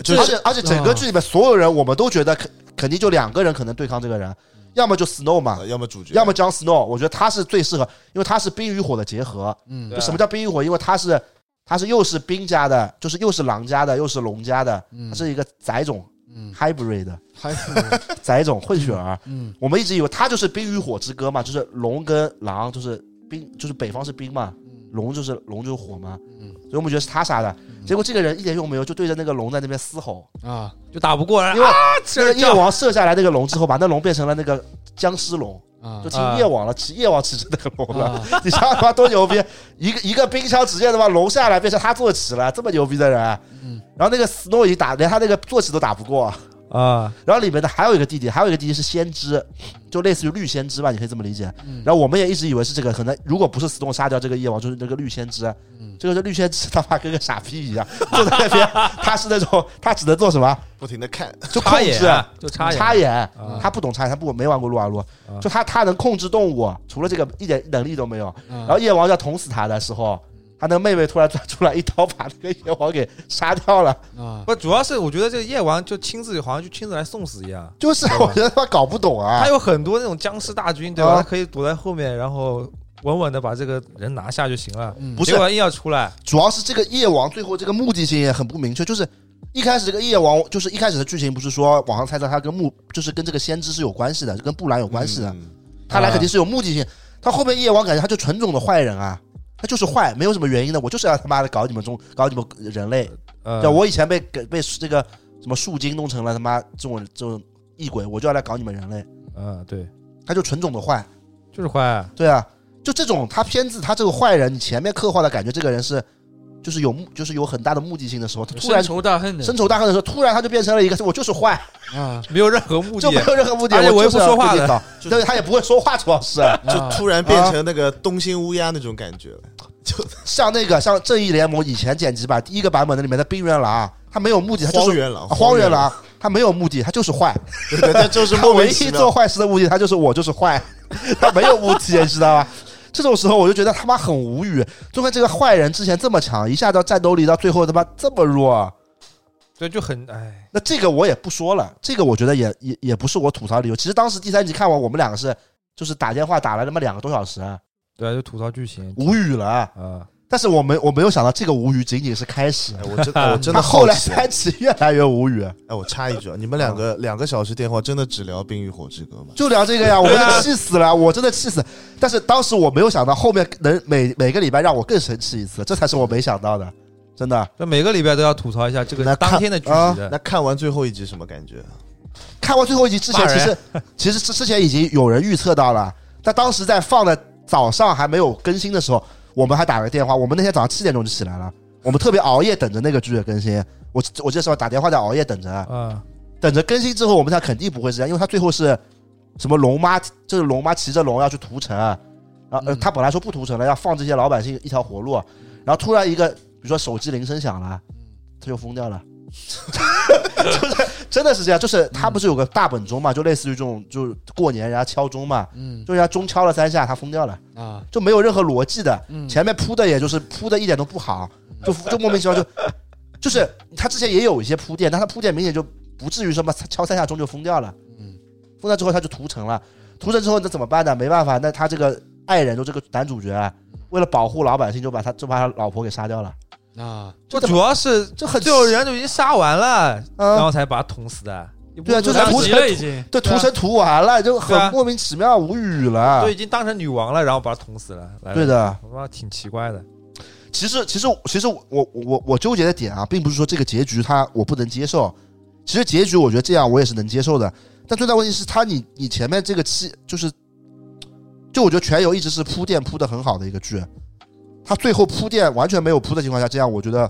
D: 就
A: 而
D: 是
A: 且而且整个剧里面所有人，我们都觉得肯肯定就两个人可能对抗这个人，要么就 Snow 嘛，
D: 要么主角，
A: 啊要么 Jon Snow，我觉得他是最适合，因为他是冰与火的结合，
B: 嗯
C: 对
A: 就什么叫冰与火？因为他是它是又是兵家的，就是又是狼家的，又是龙家的，
E: 嗯
A: 它啊是一个杂种
E: 嗯，
A: hybrid
E: 还是
A: 杂种混血儿。
E: 嗯
A: 我们一直以为它就是冰与火之歌嘛，就是龙跟狼，就是冰，就是北方是冰嘛，
E: 嗯
A: 龙就是龙就是火嘛，
E: 嗯
A: 所以我们觉得是他杀的。结果这个人一点用没有，就对着那个龙在那边嘶吼，
E: 啊，
C: 就打不过人啊
A: 因为
C: 这
A: 那个
C: 个
A: 夜王射下来那个龙之后，把那龙变成了那个僵尸龙，
E: 啊
A: 就听夜王了，骑夜王骑着那个龙了。
E: 啊，
A: 你想想他妈多牛逼！一个一个冰箱直接他妈龙下来变成他坐骑了，这么牛逼的人。
E: 嗯
A: 然后那个斯诺伊打连他那个坐骑都打不过。
C: 啊，
A: 然后里面的还有一个弟弟，还有一个弟弟是先知，就类似于绿先知吧，你可以这么理解。
E: 嗯
A: 然后我们也一直以为是这个，可能如果不是斯诺杀掉这个夜王，就是那个绿先知。啊
E: 嗯
A: 这个是绿先知他妈跟个傻逼一样坐在那边，他是那种他只能做什么，
D: 不停的看，
A: 就控
C: 插眼
A: 制。
C: 啊就插眼，
A: 插眼
C: 啊，
A: 他不懂插眼，他不没玩过撸啊撸，就他他能控制动物，除了这个一点能力都没有。
E: 然
A: 然后夜王要捅死他的时候，他那个妹妹突然钻出来一刀把那个夜王给杀掉了。
E: 啊，
C: 不，主要是我觉得这个夜王就亲自好像就亲自来送死一样。
A: 就是我觉得他妈搞不懂啊
C: 他，有很多那种僵尸大军，对吧？
A: 啊
C: 他可以躲在后面，然后稳稳的把这个人拿下就行了。
E: 嗯
A: 不是
C: 结果硬要出来，
A: 主要是这个夜王最后这个目的性也很不明确，就是。一开始这个夜王就是一开始的剧情，不是说网上猜测他跟木就是跟这个先知是有关系的，就跟布兰有关系的。
D: 嗯
A: 他来肯定是有目的性。他后面夜王感觉他就纯种的坏人啊，他就是坏，没有什么原因的。我就是要他妈的搞你们中搞你们人类。
C: 呃，
A: 对，我以前被给被这个什么树精弄成了他妈这种这种异鬼，我就要来搞你们人类。
C: 嗯，对，
A: 他就纯种的坏，
C: 就是坏啊，
A: 对啊，就这种他片子他这个坏人，你前面刻画的感觉这个人是就是有目就是有很大的目的性的时候，他突然
B: 深仇大恨的
A: 深仇大恨的时候，突然他就变成了一个我就是坏，
E: 啊
C: 没有任何目的
A: 就没。有任何目的，
C: 而且我
A: 我
C: 又
A: 就是
C: 不说话
A: 要
C: 的
A: 搞
D: 就
A: 对他也不会说话，主要是。
D: 就突然变成那个东星乌鸦那种感觉了。
A: 像那个像《正义联盟》以前剪辑版第一个版本的里面的冰原狼，他没有目的，他就是
D: 荒原狼，
A: 啊荒原
D: 原，
A: 狼，他没有目的，他就是坏，
D: 对对，他就是
A: 他
D: 莫
A: 唯
D: 名
A: 一
D: 其
A: 做
D: 妙。
A: 坏事的目的，他就是我就是坏， 他没有目的，你知道吧？ 这种时候我就觉得他妈很无语，就看这个坏人之前这么强，一下到战斗力到最后他妈这么弱，
C: 对，就很哎，
A: 那这个我也不说了，这个我觉得也也也不是我吐槽的理由。其实当时第三集看完，我们两个是就是打电话打了他妈两个多小时，
C: 对啊，就吐槽剧情
A: 无语了。
C: 啊。
A: 但是我没我没有想到这个无语仅仅是开始
D: 哎，我真我真的
A: 他后
D: 好
A: 来
D: 奇。啊
A: 三集越来越无语，
D: 哎，我插一句啊，你们两个两个小时电话真的只聊《冰与火之歌》吗？
A: 就聊这个呀，我真的气死了，我真的气死。但是当时我没有想到后面能每每个礼拜让我更生气一次，这才是我没想到的，真的。
C: 那每个礼拜都要吐槽一下这
D: 那
C: 个
D: 看
C: 当天的剧
A: 啊
C: 情的，
D: 那看完最后一集什么感觉？啊
A: 看完最后一集之前，其
C: 骂人
A: 实其实之之前已经有人预测到了，但当时在放的早上还没有更新的时候，我们还打了个电话，我们那天早上七点钟就起来了，我们特别熬夜等着那个剧的更新。我我记得是吧打电话在熬夜等着，
C: 啊，
A: 等着更新之后，我们才肯定不会这样，因为他最后是什么龙妈，就是龙妈骑着龙要去屠城，然后、呃、
E: 嗯
A: 他本来说不屠城了，要放这些老百姓一条活路，然后突然一个，比如说手机铃声响了，
E: 嗯
A: 他就疯掉了。 就是真的是这样，就是他不是有个大本钟嘛，就类似于这种，就是过年人家敲钟嘛，
E: 嗯
A: 就人家钟敲了三下，他疯掉了，
E: 啊
A: 就没有任何逻辑的，
E: 嗯
A: 前面铺的也就是铺的一点都不好，
C: 嗯
A: 就就莫名其妙就就是他之前也有一些铺垫，但他铺垫明显就不至于什么敲三下钟就疯掉了，
E: 嗯
A: 疯掉之后他就屠城了，屠城之后那怎么办呢？没办法，那他这个爱人就这个男主角，啊
C: 嗯
A: 为了保护老百姓，就把他就把他老婆给杀掉了，
E: 啊
C: 就主要是
A: 就很
C: 最后人都已经杀完了，然
A: 啊，
C: 后才把他捅死的。
A: 对啊就是
B: 来
A: 屠
B: 不及了已经。
A: 对，屠城屠完了就
C: 啊对啊
A: 很莫名其妙，无语了
C: 都。已经当成女王了，然后把她捅死了。来
A: 啊对，的，啊
C: 我妈挺奇怪的。
A: 其实其实其实我我我我纠结的点啊，并不是说这个结局它我不能接受，其实结局我觉得这样我也是能接受的，但最大问题是它你你前面这个期就是，就我觉得全游一直是铺垫铺的很好的一个剧，它最后铺垫完全没有铺的情况下，这样我觉得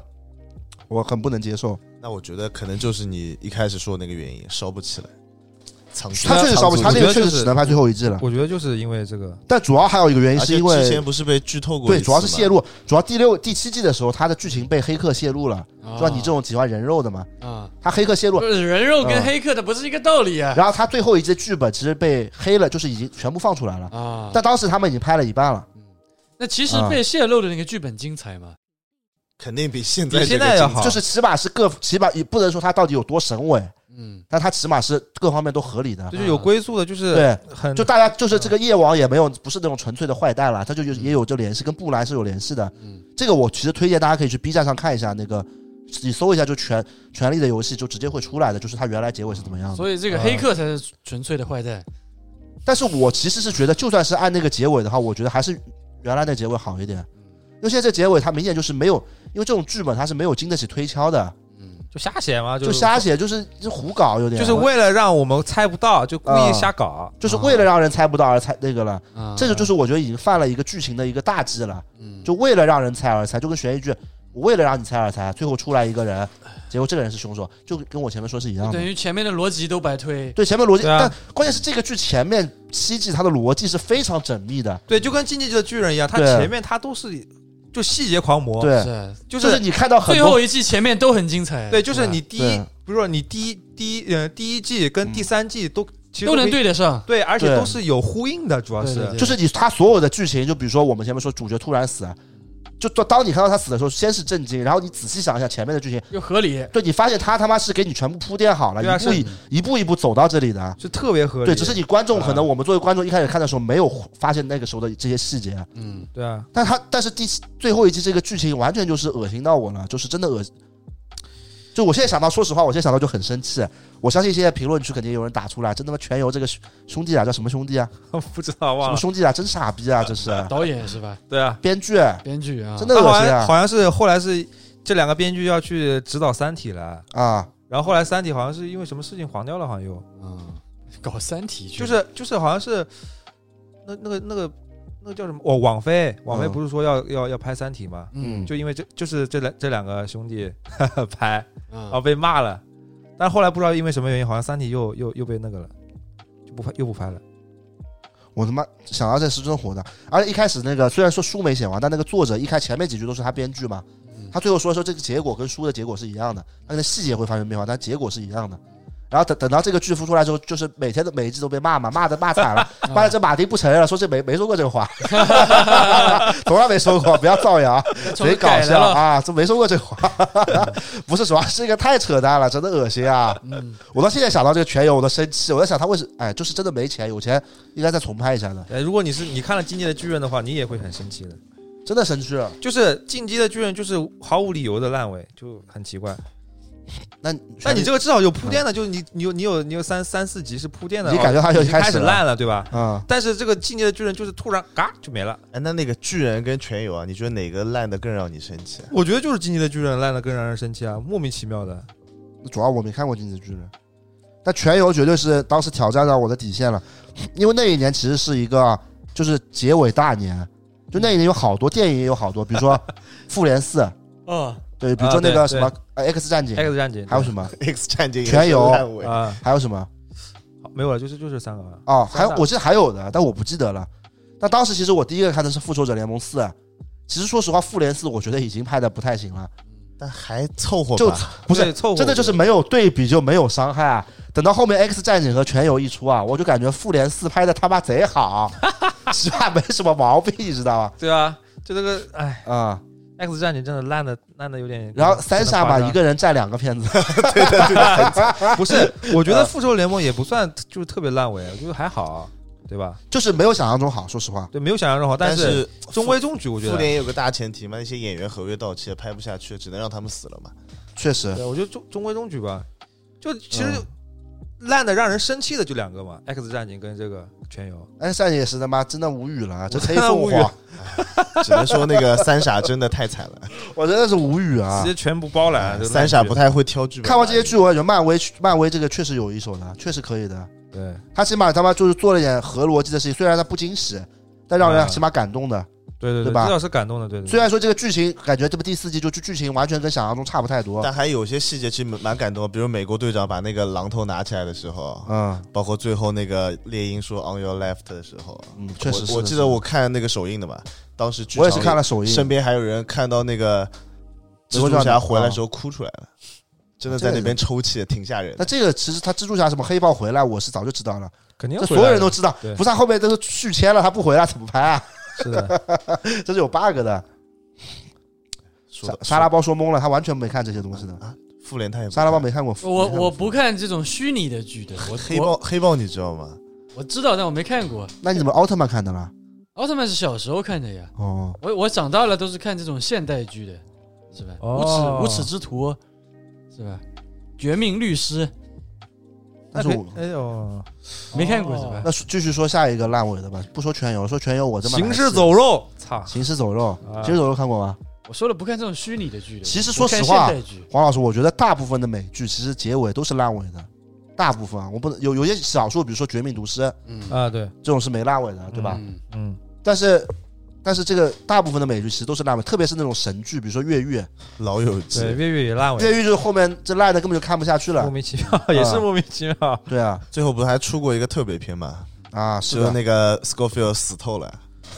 A: 我很不能接受，
D: 那我觉得可能就是你一开始说的那个原因，烧不起来。藏住
A: 它确实烧不起，它
D: 藏住
A: 这
C: 我
A: 个
C: 觉得
A: 确
C: 就
A: 实
C: 是
A: 只能拍最后一季了，
C: 我觉得就是因为这个，
A: 但主要还有一个原因
D: 而
A: 是
D: 且
A: 因
D: 之前
A: 为。
D: 不是被剧透过一
A: 对，
D: 次吗
A: 主要是泄露，主要第六、第七季的时候，它的剧情被黑客泄露了，
E: 啊，
A: 就像你这种喜欢人肉的嘛，
E: 啊
A: 它黑客泄露
B: 不，是人肉跟
A: 嗯
B: 黑客的不是一个道理啊！
A: 然后他最后一季剧本其实被黑了，就是已经全部放出来了。
E: 啊，
A: 但当啊时他们已经拍了一半了，
B: 那其实被泄露的那个剧本精彩嘛，
D: 肯定比现在
C: 比
D: 这
C: 现
D: 个
C: 在要
D: 精
C: 好，
A: 就是起码是各起码也不能说他到底有多神伟，
B: 嗯，
A: 但它起码是各方面都合理的。
C: 就是有归宿的，就是
A: 啊对，
C: 很
A: 就大家就是这个夜王也没有不是那种纯粹的坏蛋了，他就有也有这联系，跟布兰是有联系的。
B: 嗯，
A: 这个我其实推荐大家可以去 B 站上看一下那个。你搜一下就权《权力的游戏》就直接会出来的，就是它原来结尾是怎么样的。
B: 所以这个黑客才是纯粹的坏蛋。
A: 但是我其实是觉得，就算是按那个结尾的话，我觉得还是原来那结尾好一点。因为现在这结尾它明显就是没有，因为这种剧本它是没有经得起推敲的，
B: 嗯，
C: 就瞎写嘛，
A: 就是瞎写，就是就胡搞有点，
C: 就是为了让我们猜不到，就故意瞎搞。
A: 就是为了让人猜不到而猜那个了。
B: 啊
A: 这个就是我觉得已经犯了一个剧情的一个大忌了，
B: 嗯
A: 就为了让人猜而猜，就跟悬疑剧，我为了让你猜而猜，最后出来一个人，结果这个人是凶手，就跟我前面说是一样
B: 等
A: 的。
B: 于前面的逻辑都白推。
A: 对前面逻辑，
C: 对啊
A: 但关键是这个剧前面七季它的逻辑是非常缜密的，
C: 对，就跟《进击的巨人》一样，他
A: 对
C: 前面他都是就细节狂魔，，
A: 对，
B: 是，
C: 就
A: 就是
C: 是
A: 你看到很
B: 最
A: 多
B: 后一季前面都很精彩。
C: 对，就是
B: 吧
C: 你第一
A: 哎对，啊嗯
C: 比如说你第一第一呃第一季跟第三季都其实
B: 都能
C: 可以
B: 对得上。
C: 对，而且
A: 对
C: 都是有呼应的，主要
B: 对对
C: 是
B: 对
A: 就是你他所有的剧情，就比如说我们前面说主角突然死，啊就当当你看到他死的时候，先是震惊，然后你仔细想一下前面的剧情，
B: 又合理，
A: 对你发现他他妈是给你全部铺垫好了，
C: 对啊
A: 一步一一步一步走到这里的。啊
C: 是特别合理。
A: 对，只是你观众可能
C: 啊
A: 我们作为观众一开始看的时候没有发现那个时候的这些细节，
B: 嗯，
C: 对啊，
A: 但他但是第最后一季这个剧情完全就是恶心到我了，就是真的恶心。就我现在想到，说实话，我现在想到就很生气。啊我相信现在评论区肯定有人打出来，真他妈全由这个兄兄弟啊，叫什么兄弟啊，
C: 不知道
A: 什
C: 忘
A: 么
C: 了。
A: 兄弟啊，真傻逼啊，这是
B: 导演是吧？
C: 对啊，
A: 编剧，
B: 编剧啊，
A: 真的
C: 他
A: 恶
C: 好
A: 心
C: 像
A: 啊
C: 好像是后来是这两个编剧要去指导《三体》了，
A: 啊！
C: 然后后来《三体》好像是因为什么事情黄掉了，好像又
B: 嗯，搞三体去
C: 就是就是好像是那那个那个那个叫什么哦，网飞网飞
A: 嗯
C: 不是说要要要拍《三体》吗？
B: 嗯
C: 就因为这就是这两这两个兄弟 拍，然后
B: 啊，
C: 被骂了，但是后来不知道因为什么原因，好像《三体》又又又被那个了，就不拍又不拍了。
A: 我他妈想到这是真火的，而且一开始那个虽然说书没写完，但那个作者一开前面几句都是他编剧嘛，他最后说说这个结果跟书的结果是一样的，他可能细节会发生变化，但结果是一样的。然后等等到这个剧孵出来之后，就是每天的每一季都被骂嘛，骂的骂惨了，骂的这马丁不承认了，说这没没说过这话， 从来没说过，不要造谣，贼搞笑
B: 啊，
A: 啊，这没说过这话，不是主要是一个太扯淡了，真的恶心啊！
B: 嗯，
A: 我到现在想到这个全游，我都生气。我在想他为什，哎，就是真的没钱，有钱应该再重拍一下的，
C: 哎，如果你是你看了《进击的巨人》的话，你也会很生气的。
A: 真的生气了。
C: 就是《进击的巨人》就是毫无理由的烂尾，就很奇怪。
A: 那
C: 但你这个至少有铺垫的，就是你你有你有你有三三四集是铺垫的，
A: 你
C: 哦
A: 感觉它就
C: 已经开
A: 开始了
C: 烂了，对吧？
A: 啊、
C: 但是这个《进击的巨人》就是突然嘎就没了。
D: 哎，那那个巨人跟全游啊，你觉得哪个烂的更让你生气？
C: 我觉得就是《进击的巨人》烂的更让人生气啊，莫名其妙的。
A: 嗯，主要我没看过《进击的巨人》，但全游绝对是当时挑战到我的底线了，因为那一年其实是一个啊就是结尾大年，就那一年有好多电影也有好多，比如说 《复联四》，
B: 哦，
A: 对，比如说那个
C: 啊对
A: 什么、呃 X 战警》，
C: X 战警
A: 还有什么，
D: X 战警也
A: 全
D: 是
A: 游
D: 烂尾，
C: 啊？
A: 还有什么
C: 好没有了，就是就是三个啊。
A: 哦，还有
C: 三大
A: 我记得还有的，但我不记得了。但当时其实我第一个看的是《复仇者联盟四》，啊其实说实话，《复联四》我觉得已经拍的不太行了，
D: 但还凑合吧。
A: 就不是
C: 对凑合，
A: 真的就是没有对比就没有伤害啊！等到后面 X 战警和全游一出啊，我就感觉复联四拍的他妈贼 好，实话没什么毛病，你知道吗？
C: 对啊，就这个哎，
A: 啊、
C: 《X 战警》真的烂的烂的有点。
A: 然后三傻嘛，
C: 有
A: 一啊
C: 点夸
A: 个人占两个片子，
C: 张不是，我觉
A: 嗯
C: 得《复仇者联盟》也不算就是特别烂尾，我觉得还好，啊对吧？
A: 就是没有想象中好。说实话，
C: 对，没有想象中好，
D: 但
C: 是中规中矩，我觉
D: 复
C: 得。
D: 联也有个大前提嘛，那些演员合约到期了，拍不下去，只能让他们死了 嘛。
A: 确实
C: 对，我觉得中中规中矩吧。
A: 嗯
C: 就其实烂的让人生气的就两个嘛，《X 战警》跟这个《全游
A: X 战警也是他妈真的无语了，这黑
C: 真的
A: 凤
C: 无语
A: 凰，
D: 只能说那个三傻真的太惨了，
A: 我真的是无语》，啊哎
C: 直！接全部包揽。这个烂
D: 三傻
C: 剧
D: 不太会挑剧本。
A: 看完这些剧，我感觉漫威漫威这个确实有一手的，确实可以的。
C: 对，
A: 他起码他妈就是做了一点合逻辑的事情，虽然他不惊喜，但让人
C: 嗯
A: 起码感动的。
C: 对对
A: 对吧
C: 至少是感动的，
D: 嗯
C: 对对。
A: 虽
C: 对
A: 然说这个剧情感觉这部第四季就剧剧情完全跟想象中差不太多，
D: 但还有些细节其实蛮感动的，比如美国队长把那个榔头拿起来的时候，
A: 嗯
D: 包括最后那个猎鹰说 “on your left” 的时候，
A: 嗯，确实是
D: 我我
A: 的
D: 记
A: 是
D: 得
A: 的
D: 我看那个首映的嘛，当时剧场
A: 我也是看了首
D: 里
A: 映，
D: 身边还有人看到那个蜘蛛侠回
A: 啊
D: 来的时候哭出来了，真的在那边抽泣，挺吓人
A: 那
D: 的。
A: 这个其实他蜘蛛侠什么黑豹回来，我是早就知道了，
C: 肯定
A: 这所
C: 回
A: 有
C: 来
A: 人
C: 的
A: 都知道
C: 对，
A: 不是他后面都是续签了，他不回来怎么拍啊？
C: 是的，
A: 这是有 bug 的。
D: 说
A: 沙
D: 的
A: 沙拉包说懵了，他完全没看这些东西的。
D: 啊，复联他也不
A: 沙拉包
D: 看
A: 没看过复，
B: 我我不看这种虚拟的剧的，我
D: 黑
B: 我
D: 豹黑豹你知道吗？
B: 我知道，但我没看过。
A: 那你怎么奥特曼看的啦？
B: 奥特曼是小时候看的呀，
A: 哦，
B: 我我长大了都是看这种现代剧的，是吧？
C: 哦
B: 无耻无耻之徒，是吧？绝命律师
A: 但是
C: 那
A: 我
C: 可以哎呦，
B: 没看过是
C: 哦
B: 吧？
A: 那继续说下一个烂尾的吧，不说全游，说全游我这么
C: 行尸走肉，操！
A: 行尸走肉，
C: 啊
A: 行尸走肉看过吗？
B: 我说了不看这种虚拟的剧的。
A: 其实
B: 我
A: 说
B: 看
A: 实话
B: 现代剧
A: 黄老师，我觉得大部分的美剧其实结尾都是烂尾的，大部分啊，我不能有有些少数，比如说《绝命毒师》
B: 嗯
C: 啊，对，
A: 这种是没烂尾的，对吧？
B: 嗯
C: 嗯，
A: 但是但是这个大部分的美剧其实都是烂尾，特别是那种神剧，比如说《越狱》，
D: 老友记
C: 对，，嗯越狱也啊烂
A: 《
C: 尾，
A: 越狱》就是后面这烂的根本就看不下去
C: 莫
A: 了。
C: 名其妙，也是莫名其妙。
A: 对啊，
D: 最后不是还出过一个特别篇嘛？
A: 啊是
D: 就
A: 的
D: 是，那个 Scofield 死透了，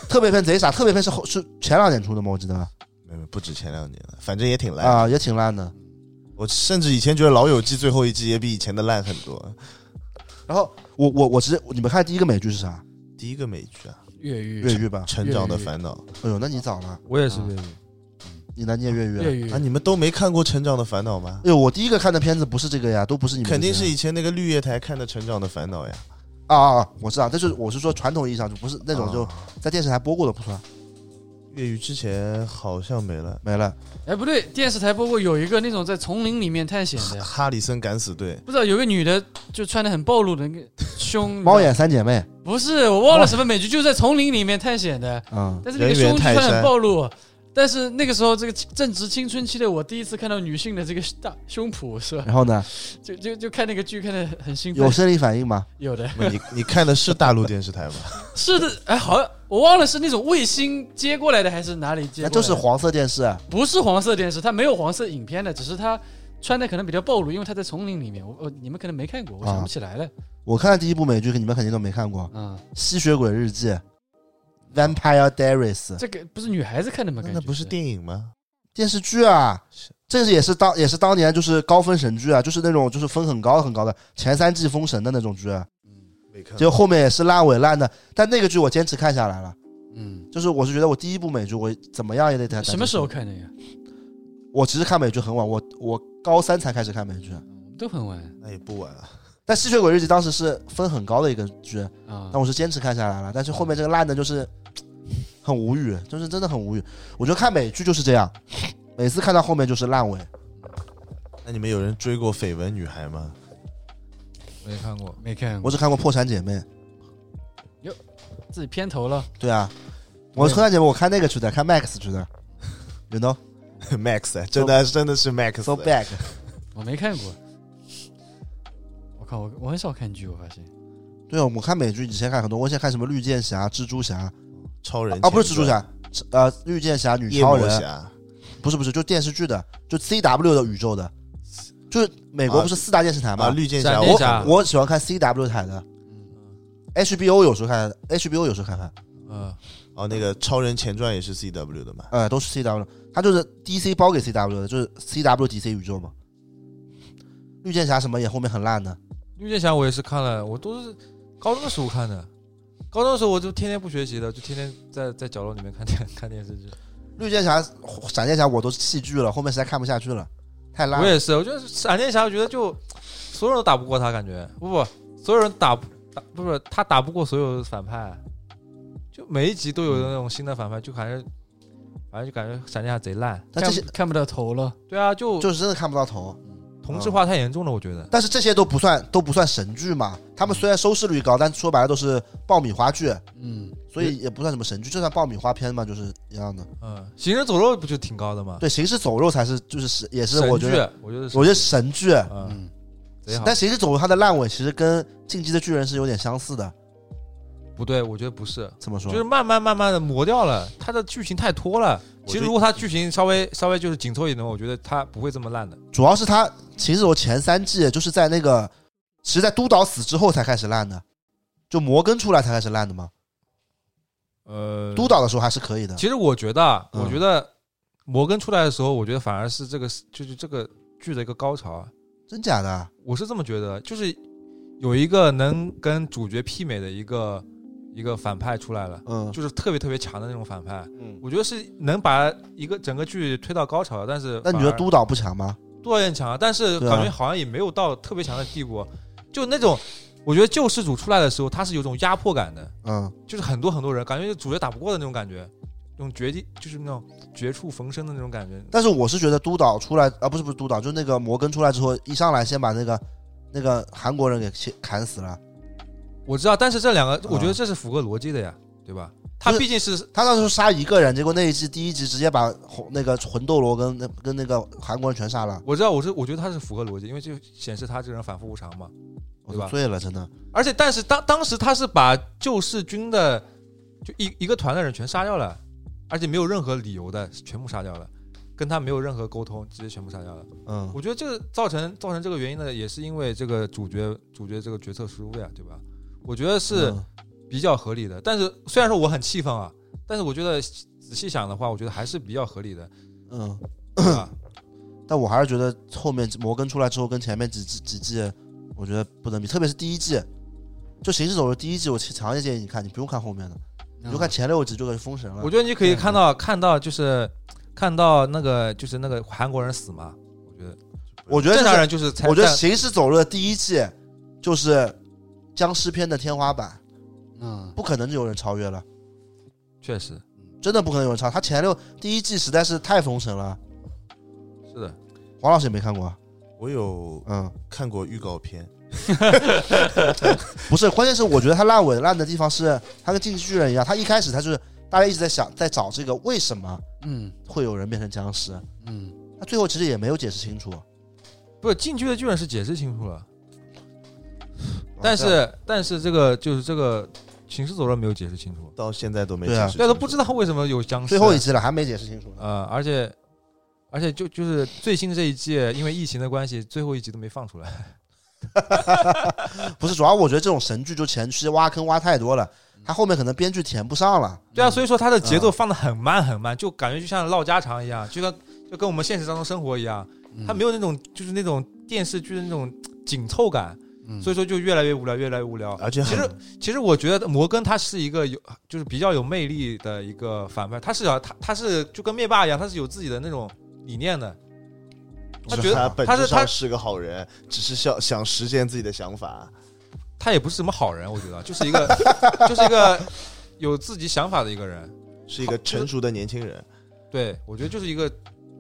A: 特别篇贼傻，特别篇是后是前两年出的吗？我记得
D: 没嗯有不止前两年了，反正也挺烂。
A: 啊，也挺烂的。
D: 我甚至以前觉得老友记最后一季也比以前的烂很多。
A: 然后我我我直接你们看第一个美剧是啥？
D: 第一个美剧啊，
B: 越狱
A: 越狱吧？
D: 《成长的烦恼
A: 哎呦，那你早了，
C: 我也是越狱，
A: 你来念越狱啊。
B: 越狱
D: 啊，你们都没看过《成长的烦恼》吗？
A: 哎呦，我第一个看的片子不是这个呀，都不是你们
D: 肯定
A: 这
D: 是
A: 个
D: 以前那个绿叶台看的《成长的烦恼》呀。
A: 啊啊啊！我知道，但是我是说传统意义上就不是那种就
D: 啊
A: 在电视台播过的不算，
D: 越狱之前好像没了。
A: 没了。
B: 哎不对，电视台播过有一个那种在丛林里面探险的，
D: 哈里森敢死队，
B: 不知道有个女的就穿的很暴露的那个
D: 嗯
B: 胸，
A: 猫眼三姐妹，
B: 不是我忘了什么美剧，就是在丛林里面探险的，
A: 嗯，
B: 但是那个
D: 人猿
B: 胸就
D: 泰
B: 穿
D: 山
B: 很暴露。但是那个时候，这个正值青春期的我，第一次看到女性的这个大胸脯，是吧？
A: 然后呢，
B: 就就就看那个剧，看的很兴奋
A: 有。生理反应吗？
B: 有的
D: 你你看的是大陆电视台 吗？
B: 是的，哎，好像我忘了是那种卫星接过来的还是哪里
A: 那
B: 接过来的，
A: 就是黄色电视，啊
B: 不是黄色电视，它没有黄色影片的，只是它穿的可能比较暴露，因为它在丛林里面。我我你们可能没看过，我想不起来了。
A: 我看的第一部美剧，你们肯定都没看过，
B: 嗯，
A: 《吸血鬼日记》（Vampire Diaries）
B: 这个不是女孩子看的吗？
D: 那
B: 感觉
D: 那不是电影吗？
A: 电视剧啊
D: 是。
A: 这个也是当也是当年就是高分神剧啊，就是那种就是分很高很高的前三季封神的那种剧，
D: 嗯没看
A: 结果后面也是烂尾烂的，但那个剧我坚持看下来了。
B: 嗯，
A: 就是我是觉得我第一部美剧我怎么样也得得
B: 什么时候？看的呀？
A: 我其实看美剧很晚，我我高三才开始看美剧，
B: 都很晚
D: 那也不晚啊。
A: 但《吸血鬼日记》当时是分很高的一个剧，
D: 嗯
B: 啊
A: 但。我是坚持看下来了。但是后面这个烂的就是很无语，就是真的很无语。我觉得看美剧就是这样，每次看到后面就是烂尾。
D: 那你们有人追过绯闻女孩吗？
C: 没看过。
B: 没看
A: 我
B: 过，
A: 只看过《破产姐妹》，
B: 自己偏头了。
A: 对啊，我《破产姐妹》我看那个去的，看 Max 去的，you know，so
D: Max 啊真的真的是 Max，的
A: back。
B: 我没看过。我靠，我我很少看剧，我发现。
A: 对啊，我看美剧以前看很多，我以前看什么绿箭侠、蜘蛛侠
D: 超人
A: 啊，不是蜘
D: 前
A: 蛛
D: 传、
A: 侠，呃，绿箭侠、女
D: 夜
A: 超
D: 魔
A: 人，
D: 侠，
A: 不是不是，就电视剧的，就 CW 的宇宙的，就是美国不是四大电视台吗？
D: 啊，绿箭
C: 闪
D: 侠，
C: 电
D: 我
C: 侠
A: 我喜欢看 CW 台的，HBO 有时候看，HBO 有时候看看，
C: 嗯，
D: 哦，那个超人前传也是 CW 的嘛？
A: 呃，都是 CW，它就是 DC 包给 CW 的，就是 CW DC 宇宙嘛。绿箭侠什么也后面很烂的，
C: 绿箭侠我也是看了，我都是高中的时候看的。高中的时候我就天天不学习的，就天天在在角落里面看电看电视剧。
A: 绿箭侠、闪电侠我都弃剧了，后面实在看不下去了，太烂
C: 我
A: 了。
C: 也是，我觉得闪电侠，我觉得就所有人都打不过他，感觉不不，所有人打不打不是他打不过所有反派，就每一集都有那种新的反派，就感觉反正就感觉闪电侠贼烂。
A: 但
B: 看
A: 这些
B: 不看不到头了。
C: 对啊，就
A: 就是真的看不到头，
C: 同质化太严重了，我觉得。
A: 但是这些都不算都不算神剧嘛。他们虽然收视率高，但说白了都是爆米花剧，
B: 嗯，
A: 所以也不算什么神剧，就算爆米花片嘛，就是一样的。
C: 嗯，行人走肉不就挺高的吗？
A: 对，行尸走肉才是就是是也是
C: 啊神
A: 我觉得
C: 剧，我觉得是
A: 我觉得神剧，啊
C: 嗯，
B: 嗯，
C: 贼好。
A: 但行尸走肉它的烂尾其实跟进击的巨人是有点相似的。
C: 不对，我觉得不是，
A: 怎么说
C: 就？是慢慢慢慢的磨掉了，它的剧情太拖了。
D: 我
C: 其实
D: 就
C: 如果它剧情稍微稍微就是紧凑一点，我觉得它不会这么烂的。
A: 主要是它行尸走肉前三季啊就是在那个，其实在督导死之后才开始烂的，就摩根出来才开始烂的嘛。
C: 呃，
A: 督导的时候还是可以的，
C: 其实我觉得啊，
A: 嗯
C: 我觉得摩根出来的时候，我觉得反而是这个就是这个剧的一个高潮啊。
A: 真假的？
C: 我是这么觉得，就是有一个能跟主角媲美的一个一个反派出来了，
A: 嗯
C: 就是特别特别强的那种反派。
A: 嗯。
C: 我觉得是能把一个整个剧推到高潮的，但是
A: 那你觉
C: 反
A: 得
C: 而
A: 督导不强吗？
C: 多少有点强啊，但是
A: 对啊
C: 感觉好像也没有到特别强的地步。就那种，我觉得救世主出来的时候，他是有种压迫感的，
A: 嗯，
C: 就是很多很多人感觉就主角打不过的那种感觉，那种绝地就是那种绝处逢生的那种感觉。
A: 但是我是觉得督导出来啊，不是不是督导，就是那个摩根出来之后，一上来先把那个那个韩国人给切砍死了。
C: 我知道，但是这两个，我
A: 啊
C: 觉得这是符合逻辑的呀，对吧？他
A: 不是
C: 毕竟是
A: 他那时候杀一个人，结果那一集第一集直接把红那个魂斗罗跟那跟那个韩国人全杀了，
C: 我知道，我是我觉得他是符合逻辑，因为就显示他这个人反复无常嘛。
A: 我
C: 对吧
A: 都醉了，真的。
C: 而且，但是当当时他是把救世军的就一一个团的人全杀掉了，而且没有任何理由的全部杀掉了，跟他没有任何沟通，直接全部杀掉了。
A: 嗯，
C: 我觉得这个造成造成这个原因呢，也是因为这个主角主角这个决策失误呀，对吧？我觉得是
A: 嗯
C: 比较合理的。但是虽然说我很气愤啊，但是我觉得仔细想的话，我觉得还是比较合理 的，
A: 嗯，
C: 对吧？
A: 但我还是觉得后面摩根出来之后，跟前面几季几季，我觉得不能比，特别是第一季，就《行尸走肉》第一季，我强烈建议你看，你不用看后面的，你就看前六集就可以封神了
C: 我。觉得你可以看到看到就是看到那个就是那个韩国人死嘛，我觉得
A: 我觉得
C: 正
A: 这
C: 常
A: 是，
C: 人就是才
A: 我觉得《
C: 在
A: 行尸走肉》的第一季就是僵尸片的天花板，
B: 啊
E: 嗯，
A: 不可能有人超越了，
C: 确实
A: 真的不可能有人超。他前六第一季实在是太封神了，
C: 是的，
A: 黄老师也没看过啊，
D: 我有
A: 嗯。
D: 看过预告片，
A: 不是，关键是我觉得他烂尾烂的地方是，他跟《进击巨人》一样，他一开始他就是大家一直在想，在找这个为什么
E: 嗯
A: 会有人变成僵尸，
E: 嗯，
A: 他最后其实也没有解释清楚。
C: 不是进去的巨人是解释清楚
A: 啊
C: 了，但是但是这个就是这个行尸走肉没有解释清楚，
D: 到现在都没
A: 对啊
D: 解释
C: 大家都
D: 清
C: 不
D: 楚
C: 知道为什么有僵尸。啊
A: 最后一季了还没解释清楚呢。
C: 呃，而且而且就就是最新这一季，因为疫情的关系，最后一集都没放出
A: 嗯
C: 来。
A: 不是，主要我觉得这种神剧就前期挖坑挖太多了，他后面可能编剧填不上了。
C: 对啊，
E: 以
C: 所以说它的节奏放的很慢很慢，就感觉就像唠家常一样，就跟就跟我们现实当中生活一样，
B: 嗯
A: 嗯
C: 它没有那种就是那种电视剧的那种紧凑感，
A: 嗯
E: 有
B: 嗯
C: 所
E: 以
C: 以说就越来越无聊，越来越无聊。
D: 而且
C: 其实其实我觉得摩根他是一个有就是比较有魅力的一个反派，他是啊他他是就跟灭霸一样，他是有自己的那种理念的。他觉
D: 就是他
C: 得
D: 本
C: 他是
D: 质
C: 他
D: 上是个好人，只是想想实现自己的想法。
C: 他也不是什么好人，我觉得就是一 个就是一个有自己想法的一个人。
D: 是一个成熟的年轻人，
C: 对我觉得就是一个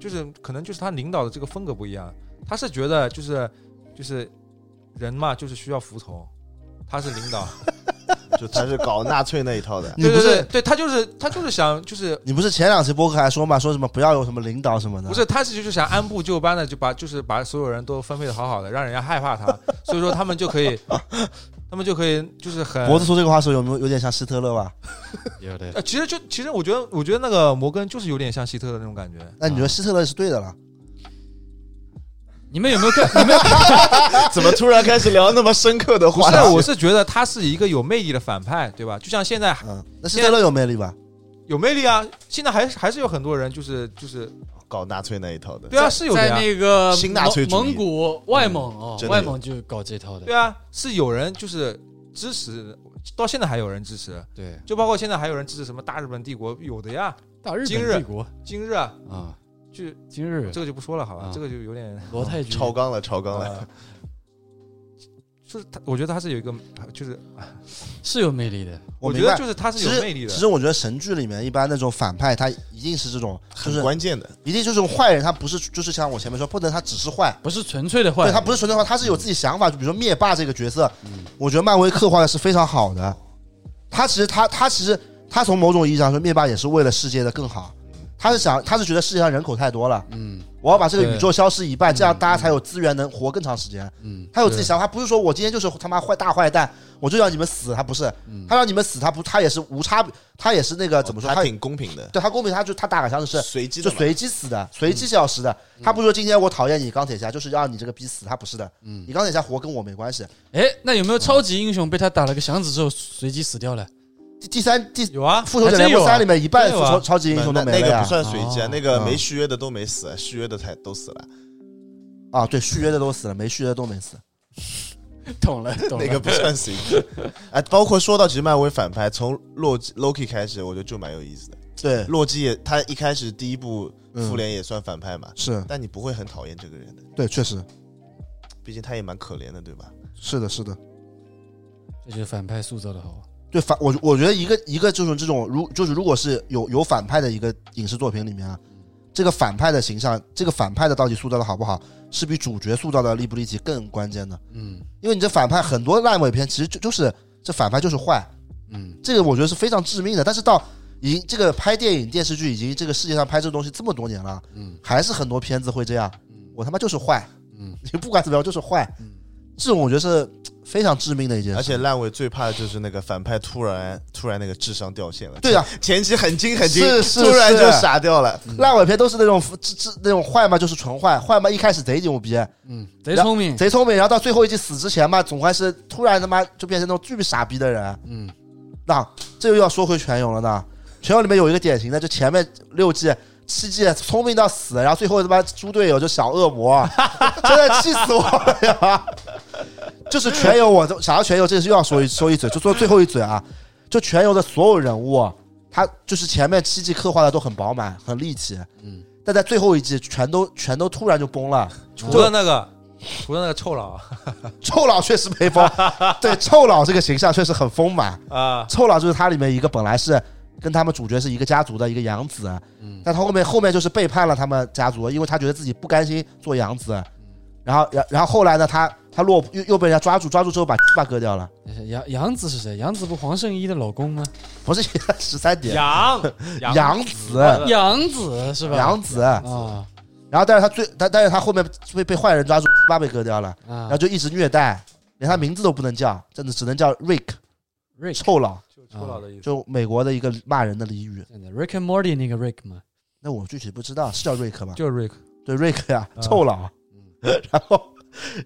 C: 就是可能就是他领导的这个风格不一样，他是觉得就是就是人嘛就是需要服从，他是领导，
D: 就他是搞纳粹那一套的
A: 。你不
C: 对对
A: 是
C: 对对，他就是他就是想就是
A: 你不是前两期播客还说嘛，说什么不要有什么领导什么的，
C: 不是，他是就是想按部就班的，就把就是把所有人都分配的好好的，让人家害 怕他，所以说他们就可以，他们就可以就是很
A: 脖子说这个话的时候有没有有点像希特勒吧？
B: 有的，
C: 呃，其实就其实我觉得我觉得那个摩根就是有点像希特的那种感觉，
A: 那你觉得希特勒是对的了？
B: 你们有没有看？你们
D: 怎么突然开始聊那么深刻的
C: 不
D: 话
C: 是啊
D: 题？，
C: 我是觉得他是一个有魅力的反派，对吧？就像现在
A: 嗯，那希特勒有魅力吧？
C: 有魅力啊，现在还是还是有很多人就是就是
D: 搞纳粹那一套的。
C: 对啊是有的
B: 在
C: 呀，
B: 那个
D: 新纳粹主义
B: 蒙蒙古外蒙哦
D: 真，的
B: 外
D: 有
B: 蒙就搞这套的
C: 对。啊是有人就是支持，到现在还有人支持，
B: 对，
C: 就包括现在还有人支持什么大日本帝国有的呀，
B: 大日
C: 今日
B: 本帝国
C: 今日啊
B: 啊，
C: 就
B: 今日
C: 这个就不说了好吧，
B: 啊
C: 这个就有点。
B: 罗太君
D: 超纲了，超纲了，
C: 呃就是他，我觉得他是有一个，就是
B: 是有魅力的，
C: 我觉
A: 明白
C: 得。就是他是
A: 其
C: 有
A: 实
C: 魅力的
A: 其。实我觉得神剧里面一般那种反派，他一定是这种，就是
D: 很关键的。
A: 一定就是这种坏人，他不是就是像我前面说，不能他只是坏，
B: 不是纯粹的坏
A: 对
B: 人，
A: 他不是纯粹坏，他是有自己想法。就比如说灭霸这个角色，我觉得漫威刻画的是非常好的。他其实他他其实他从某种意义上说，灭霸也是为了世界的更好。他是想，他是觉得世界上人口太多了，
E: 嗯
A: 我要把这个宇
C: 对
A: 宙消失一半，这样大家才有资源能活更长时间。
E: 嗯
A: 他有自己想法，他不是说我今天就是他妈坏大坏蛋，我就让你们死。他不是，他让你们死，他不，他也是无差别，他也是那啊个怎么说？
D: 哦他
A: 他
D: 挺公平的，
A: 对他公平，他就他打个枪就是
D: 随机
A: 就
D: 的嘛。
A: 随机死
D: 嗯
A: 的，随机消失的。他不是说今天我讨厌你钢铁侠，就是要让啊你这个逼死，他不是的。
E: 嗯
A: 你钢铁侠活跟我没关系。
B: 哎，那有没有超级英雄被他打了个响指之后随机死掉了？
A: 第第三第
C: 有啊，
A: 复仇者联盟
B: 还真有啊
A: 三里面一半
C: 真
A: 复
C: 有啊
A: 仇超级英雄都
D: 那
A: 没
D: 那
A: 了
D: 个不
A: 呀。
D: 算随机啊
B: 哦，
D: 那个
A: 嗯
D: 没续约的都 没死，啊续约的才都死了。
A: 啊，对，续约的都死了，没续约的都没死。
B: 懂了，
A: 哦
B: 懂了。
D: 那个不算随 机。哎，包括说到其实漫威反派，从洛基 Loki 开始，我觉得就蛮有意思的。
A: 对，
D: 洛基也他一开始第一部
A: 嗯
D: 复联也算反派嘛，
A: 是
D: 但你不会很讨厌这个人的，
A: 对，确实
D: 毕竟他也蛮可怜的，对吧？
A: 是的，是的。
B: 这就是反派塑造的好。
A: 对反我我觉得一个一个就是这种如就是如果是有有反派的一个影视作品里面啊，
D: 嗯
A: 这个反派的形象，这个反派的到底塑造的好不好，是比主角塑造的厉不厉奇更关键的。
B: 嗯
A: 因为你这反派很多烂尾片其实就就是这反派就是坏，
B: 嗯，
A: 这个我觉得是非常致命的。但是到已经这个拍电影电视剧已经这个世界上拍这东西这么多年了，
B: 嗯，
A: 还是很多片子会这样，我他妈就是坏，
B: 嗯，
A: 你不管怎么样就是坏，
B: 嗯，
A: 这种我觉得是非常致命的一件事，
D: 而且烂尾最怕的就是那个反派突然突然那个智商掉线了，
A: 对啊，
D: 前期很精很精，
A: 是是
D: 突然就是傻掉了，
A: 烂尾片都是那种这这那种坏嘛，就是纯坏，坏嘛一开始贼牛逼，
B: 嗯，贼聪明，
A: 贼聪明，然后到最后一集死之前嘛，总还是突然他妈就变成那种巨傻逼的人。
B: 嗯，
A: 那这又要说回全勇了呢。全勇里面有一个典型的，就前面六季、七季聪明到死，然后最后他妈猪队友就小恶 魔，真的气死我了呀！就是全勇，我都想要全勇，这是又要说一说一嘴，就说最后一嘴啊，就全勇的所有人物，他就是前面七季刻画的都很饱满、很立体，
B: 嗯，
A: 但在最后一季全都全都突然就崩了。
C: 除了那个，除了那个臭啊佬
A: 臭老确实没 疯，对，臭老这个形象确实很丰满。
C: 啊，
A: 臭老就是它里面一个本来是跟他们主角是一个家族的一个养子，但他后面后面就是背叛了他们家族，因为他觉得自己不甘心做养子，然后然然后后来呢，他他落又又被人家抓住，抓住之后把鸡巴割掉了，
B: 杨杨紫是谁？杨紫不黄圣依的老公吗？
A: 不是十三点
C: 羊
A: 养子
B: 杨紫是吧？
A: 养子，
B: 啊
A: 然后但是他最但但是他后面被被坏人抓住，鸡巴被割掉了，然后
B: 啊
A: 就一直虐待，连他名字都不能叫，真的只能叫 Rick
B: ，Rick
A: 臭老。
C: 就臭佬的意思。
A: 就美国的一个骂人的俚语。
B: 真的 Rick and Morty 那个 Rick 吗？
A: 那我具体不知道是叫瑞克吧？
C: 就是嗯 Rick，
A: 对，瑞克呀，
C: 啊
A: 臭佬。 然后，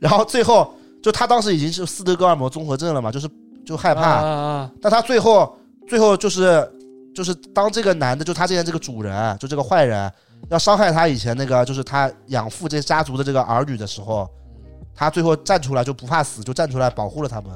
A: 然后最后就他当时已经是斯德哥尔摩综合症了嘛，就是就害怕。
B: 啊啊
A: 但他最后最后就是就是当这个男的，就他之前这个主人，啊就这个坏人
C: 嗯
A: 要伤害他以前那个就是他养父这家族的这个儿女的时候，
C: 嗯
A: 他最后站出来就不怕死，就站出来保护了他们。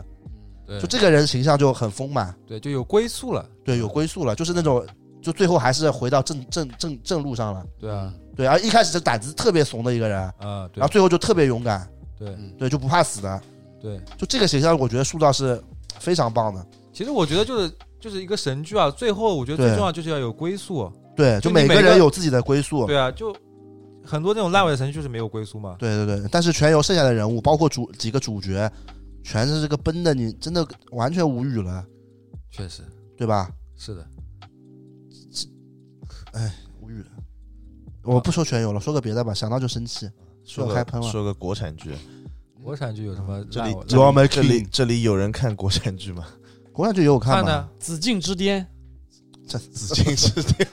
C: 对
A: 就这个人形象就很丰满，
C: 对，就有归宿了，
A: 对，有归宿了，就是那种就最后还是回到正正正正路上了。
C: 对啊，
A: 对，而一开始是胆子特别怂的一个人，
C: 啊，
A: 然
C: 对
A: 后最后就特别勇敢，
C: 对
A: 对，就不怕死的，
C: 对。
A: 就这个形象，我觉得塑造是非常棒的。
C: 其实我觉得就是就是一个神剧啊，最后我觉得
A: 对
C: 最重要就是要有归宿，
A: 对，就
C: 就你
A: 每
C: 每
A: 个
C: 个
A: 人有自己的归宿。
C: 对啊，就很多这种烂尾的神剧就是没有归宿嘛，
A: 对对对，但是全由剩下的人物，包括主几个主角，全是这个奔的，你真的完全无语了，
C: 确实
A: 对吧？
C: 是的，
A: 无语了。我不说全游了，说个别的吧，想到就生气。
D: 说
A: 又
D: 个
A: 开喷了
D: 说个国产剧，
C: 国产剧有什么
D: 嗯这
C: 烂
D: 里
C: 尾
D: 这
A: 烂
D: 里
A: 尾
D: 这
A: King
D: 里这里有人看国产剧 吗？
A: 国产剧也有看
C: 看
A: 吗？
C: 呢？
B: 紫禁之巅，
A: 这
D: 紫禁之巅，